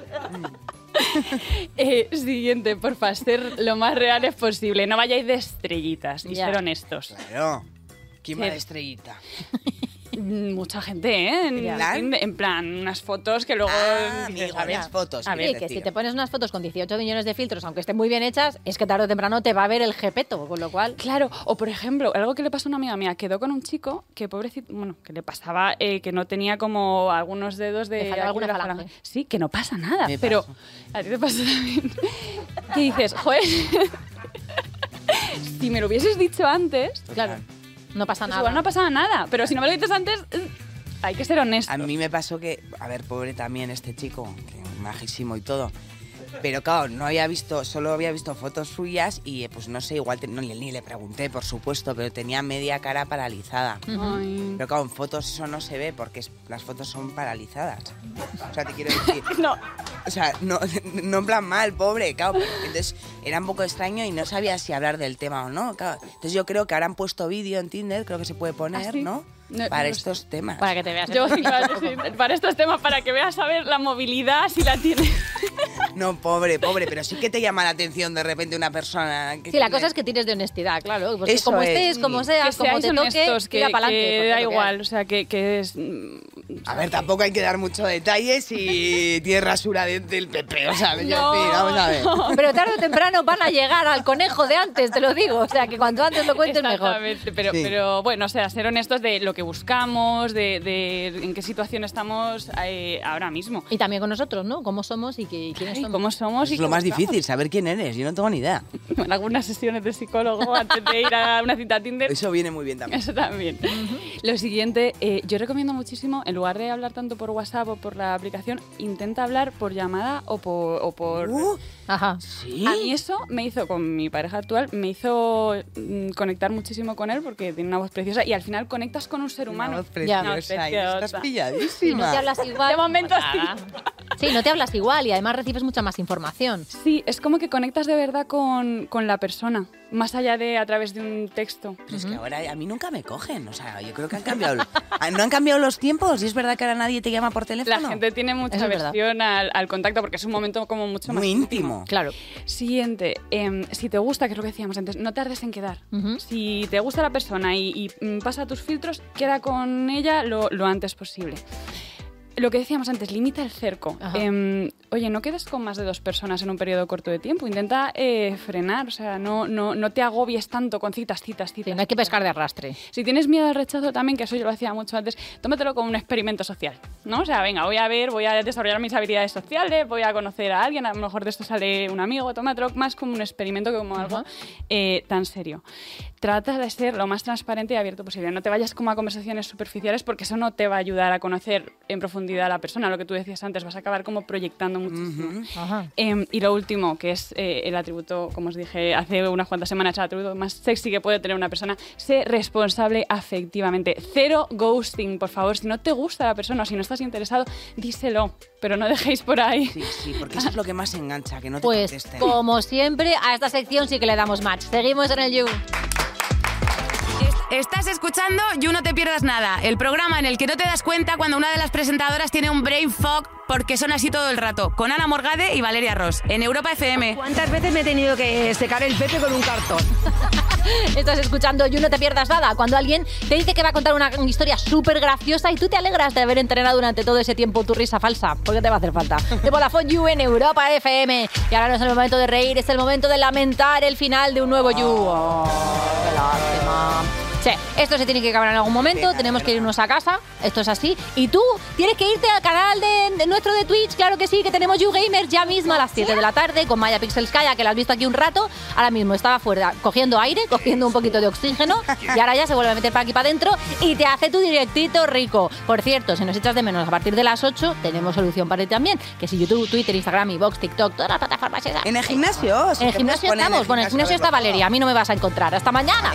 S18: Eh, siguiente, porfa, ser lo más reales posible. No vayáis de estrellitas y
S4: Ya.
S18: ser honestos. Eh,
S4: Claro. ¿Quién va
S18: Sí.
S4: de estrellita?
S18: Mm, Mucha gente, ¿eh? En
S4: ¿En
S18: plan,
S4: plan?
S18: en plan, unas fotos que luego... dices, a ver,
S4: Ah, las fotos,
S18: a ver,
S3: Sí, que si te pones unas fotos con 18 millones de filtros, aunque estén muy bien hechas, es que tarde o temprano te va a ver el jepeto, con lo cual...
S18: Claro, o por ejemplo, algo que le pasó a una amiga mía, quedó con un chico que pobrecito, bueno, que le pasaba eh, que no tenía como algunos dedos de
S3: Le faltaba
S18: aquí
S3: alguna
S18: de la
S3: falange.
S18: Sí, que no pasa nada, pero a ti te pasa también. [laughs] que dices, joder, [laughs] si me lo hubieses dicho antes,
S3: claro, no pasa
S18: pues
S3: nada.
S18: igual no pasaba nada, pero si no me lo dices antes, hay que ser honesto.
S4: A mí me pasó que, a ver, pobre también este chico, que majísimo y todo. Pero claro, no había visto, solo había visto fotos suyas y eh, pues no sé, igual te- no, ni, ni le pregunté, por supuesto, pero tenía media cara paralizada.
S18: Ay.
S4: Pero claro, en fotos eso no se ve porque es- las fotos son paralizadas. O sea, te quiero decir.
S18: [laughs] no.
S4: O sea, no, [laughs] no en plan mal, pobre, claro. pero Entonces era un poco extraño y no sabía si hablar del tema o no. claro. Entonces yo creo que ahora han puesto vídeo en Tinder, creo que se puede poner,
S18: ¿Ah, sí?
S4: ¿no?
S18: No,
S4: Para
S18: no
S4: estos temas.
S3: Para que te veas.
S18: [laughs] Yo, sí, claro, sí, para estos temas, para que veas a ver la movilidad, si la tienes.
S4: No, pobre, pobre, pero sí que te llama la atención de repente una persona que...
S3: Sí, la cosa es que tires de honestidad, claro. porque
S4: Eso
S3: como
S4: es.
S3: estés, como seas,
S4: Que
S3: como
S4: seáis
S3: te toque,
S4: honestos, que-
S3: tira para
S4: que
S3: adelante.
S4: da igual,
S18: o sea, que, es... mm,
S4: A ver, tampoco hay que dar mucho
S18: [laughs]
S4: detalle si tiene rasura de- del pepe, o sea, yo decir, vamos a ver.
S3: [laughs] Pero tarde o temprano van a llegar al conejo de antes, te lo digo. O sea, que cuanto antes lo cuentes mejor.
S18: Exactamente, pero,
S4: Sí.
S18: pero bueno, o sea, ser honestos de lo que buscamos, de, de en qué situación estamos eh, ahora mismo.
S3: Y también con nosotros, ¿no? ¿Cómo somos y qué- quiénes somos?
S18: ¿Cómo somos? y
S4: Es lo más
S18: cómo [laughs]
S4: difícil, saber quién eres, yo no tengo ni idea.
S18: estamos. En algunas sesiones de psicólogo antes de ir a una cita a Tinder.
S4: Eso viene muy bien
S18: [laughs]
S4: también.
S18: Eso también. Lo siguiente, eh, yo recomiendo muchísimo, en lugar de hablar tanto por WhatsApp o por la aplicación, intenta hablar por llamada o por... o por-
S4: Uh.
S3: Ajá.
S18: A mí eso me hizo, con mi pareja actual, me hizo mm, conectar muchísimo con él porque tiene una voz preciosa y al final conectas con un ser humano. [laughs]
S4: voz preciosa, y estás
S3: Y no
S4: pilladísima.
S3: te hablas igual. Ah. De momento Sí, no te hablas igual y además recibes mucha más información.
S18: Sí, es como que conectas de verdad con, con la persona, más allá de a través de un texto.
S4: Pero es que ahora a mí nunca me cogen, o sea, yo creo que han cambiado. Ah, [laughs] ¿No han cambiado los tiempos? ¿Y es verdad que ahora nadie te llama por teléfono?
S18: La gente tiene mucha
S4: Eso es verdad.
S18: aversión al, al contacto porque es un momento como mucho más
S4: Muy íntimo.
S3: Claro.
S18: Siguiente, em, si te gusta, que es lo que decíamos antes, no tardes en quedar. Si te gusta la persona y, y, mm, pasa tus filtros, queda con ella lo, lo antes posible. Lo que decíamos antes, limita el cerco. Em, oye, no quedes con más de dos personas en un periodo corto de tiempo. Intenta eh, frenar, o sea, no, no, no te agobies tanto con citas, citas, citas.
S3: no hay que pescar de arrastre.
S18: Si tienes miedo al rechazo también, que eso yo lo hacía mucho antes, tómatelo como un experimento social, ¿no? O sea, venga, voy a ver, voy a desarrollar mis habilidades sociales, voy a conocer a alguien, a lo mejor de esto sale un amigo, tómatelo más como un experimento que como algo eh, tan serio. Trata de ser lo más transparente y abierto posible. No te vayas como a conversaciones superficiales porque eso no te va a ayudar a conocer en profundidad a la persona. Lo que tú decías antes, vas a acabar como proyectando muchísimo. Em, y lo último, que es eh, el atributo, como os dije hace unas cuantas semanas, el atributo más sexy que puede tener una persona, sé responsable afectivamente. Cero ghosting, por favor. Si no te gusta la persona o si no estás interesado, díselo, pero no dejéis por ahí.
S4: Sí, sí, porque eso es lo que más engancha, que no te
S3: Pues,
S4: contesten.
S3: como siempre, a esta sección sí que le damos match. Seguimos en el You.
S12: Estás escuchando You No Te Pierdas Nada, el programa en el que no te das cuenta cuando una de las presentadoras tiene un brain fog porque son así todo el rato, con Ana Morgade y Valeria Ross, en Europa FM.
S19: ¿Cuántas veces me he tenido que secar el pepe con un cartón?
S3: Estás escuchando You No Te Pierdas Nada, cuando alguien te dice que va a contar una historia súper graciosa y tú te alegras de haber entrenado durante todo ese tiempo tu risa falsa, porque te va a hacer falta. De Vodafone You en Europa FM. Y ahora no es el momento de reír, es el momento de lamentar el final de un nuevo You. Oh, qué lástima. Sí, esto se tiene que acabar en algún momento, tenemos que irnos a casa, esto es así. Y tú tienes que irte al canal de, de nuestro de Twitch, claro que sí, que tenemos YouGamers ya mismo a las 7 de la tarde con Maya Pixelskaya, que la has visto aquí un rato. Ahora mismo estaba fuera cogiendo aire, cogiendo un poquito de oxígeno
S4: [laughs]
S3: y ahora ya se vuelve a meter para aquí para adentro y te hace tu directito rico. Por cierto, si nos echas de menos a partir de las 8, tenemos solución para ti también, que si YouTube, Twitter, Instagram, Vox, TikTok, todas las plataformas esas.
S4: En el gimnasio, si
S3: En el
S4: te
S3: gimnasio
S4: puedes poner en el
S3: estamos. Bueno, en el
S4: gimnasio,
S3: gimnasio está
S4: venga.
S3: Valeria, a mí no me vas a encontrar. Hasta mañana.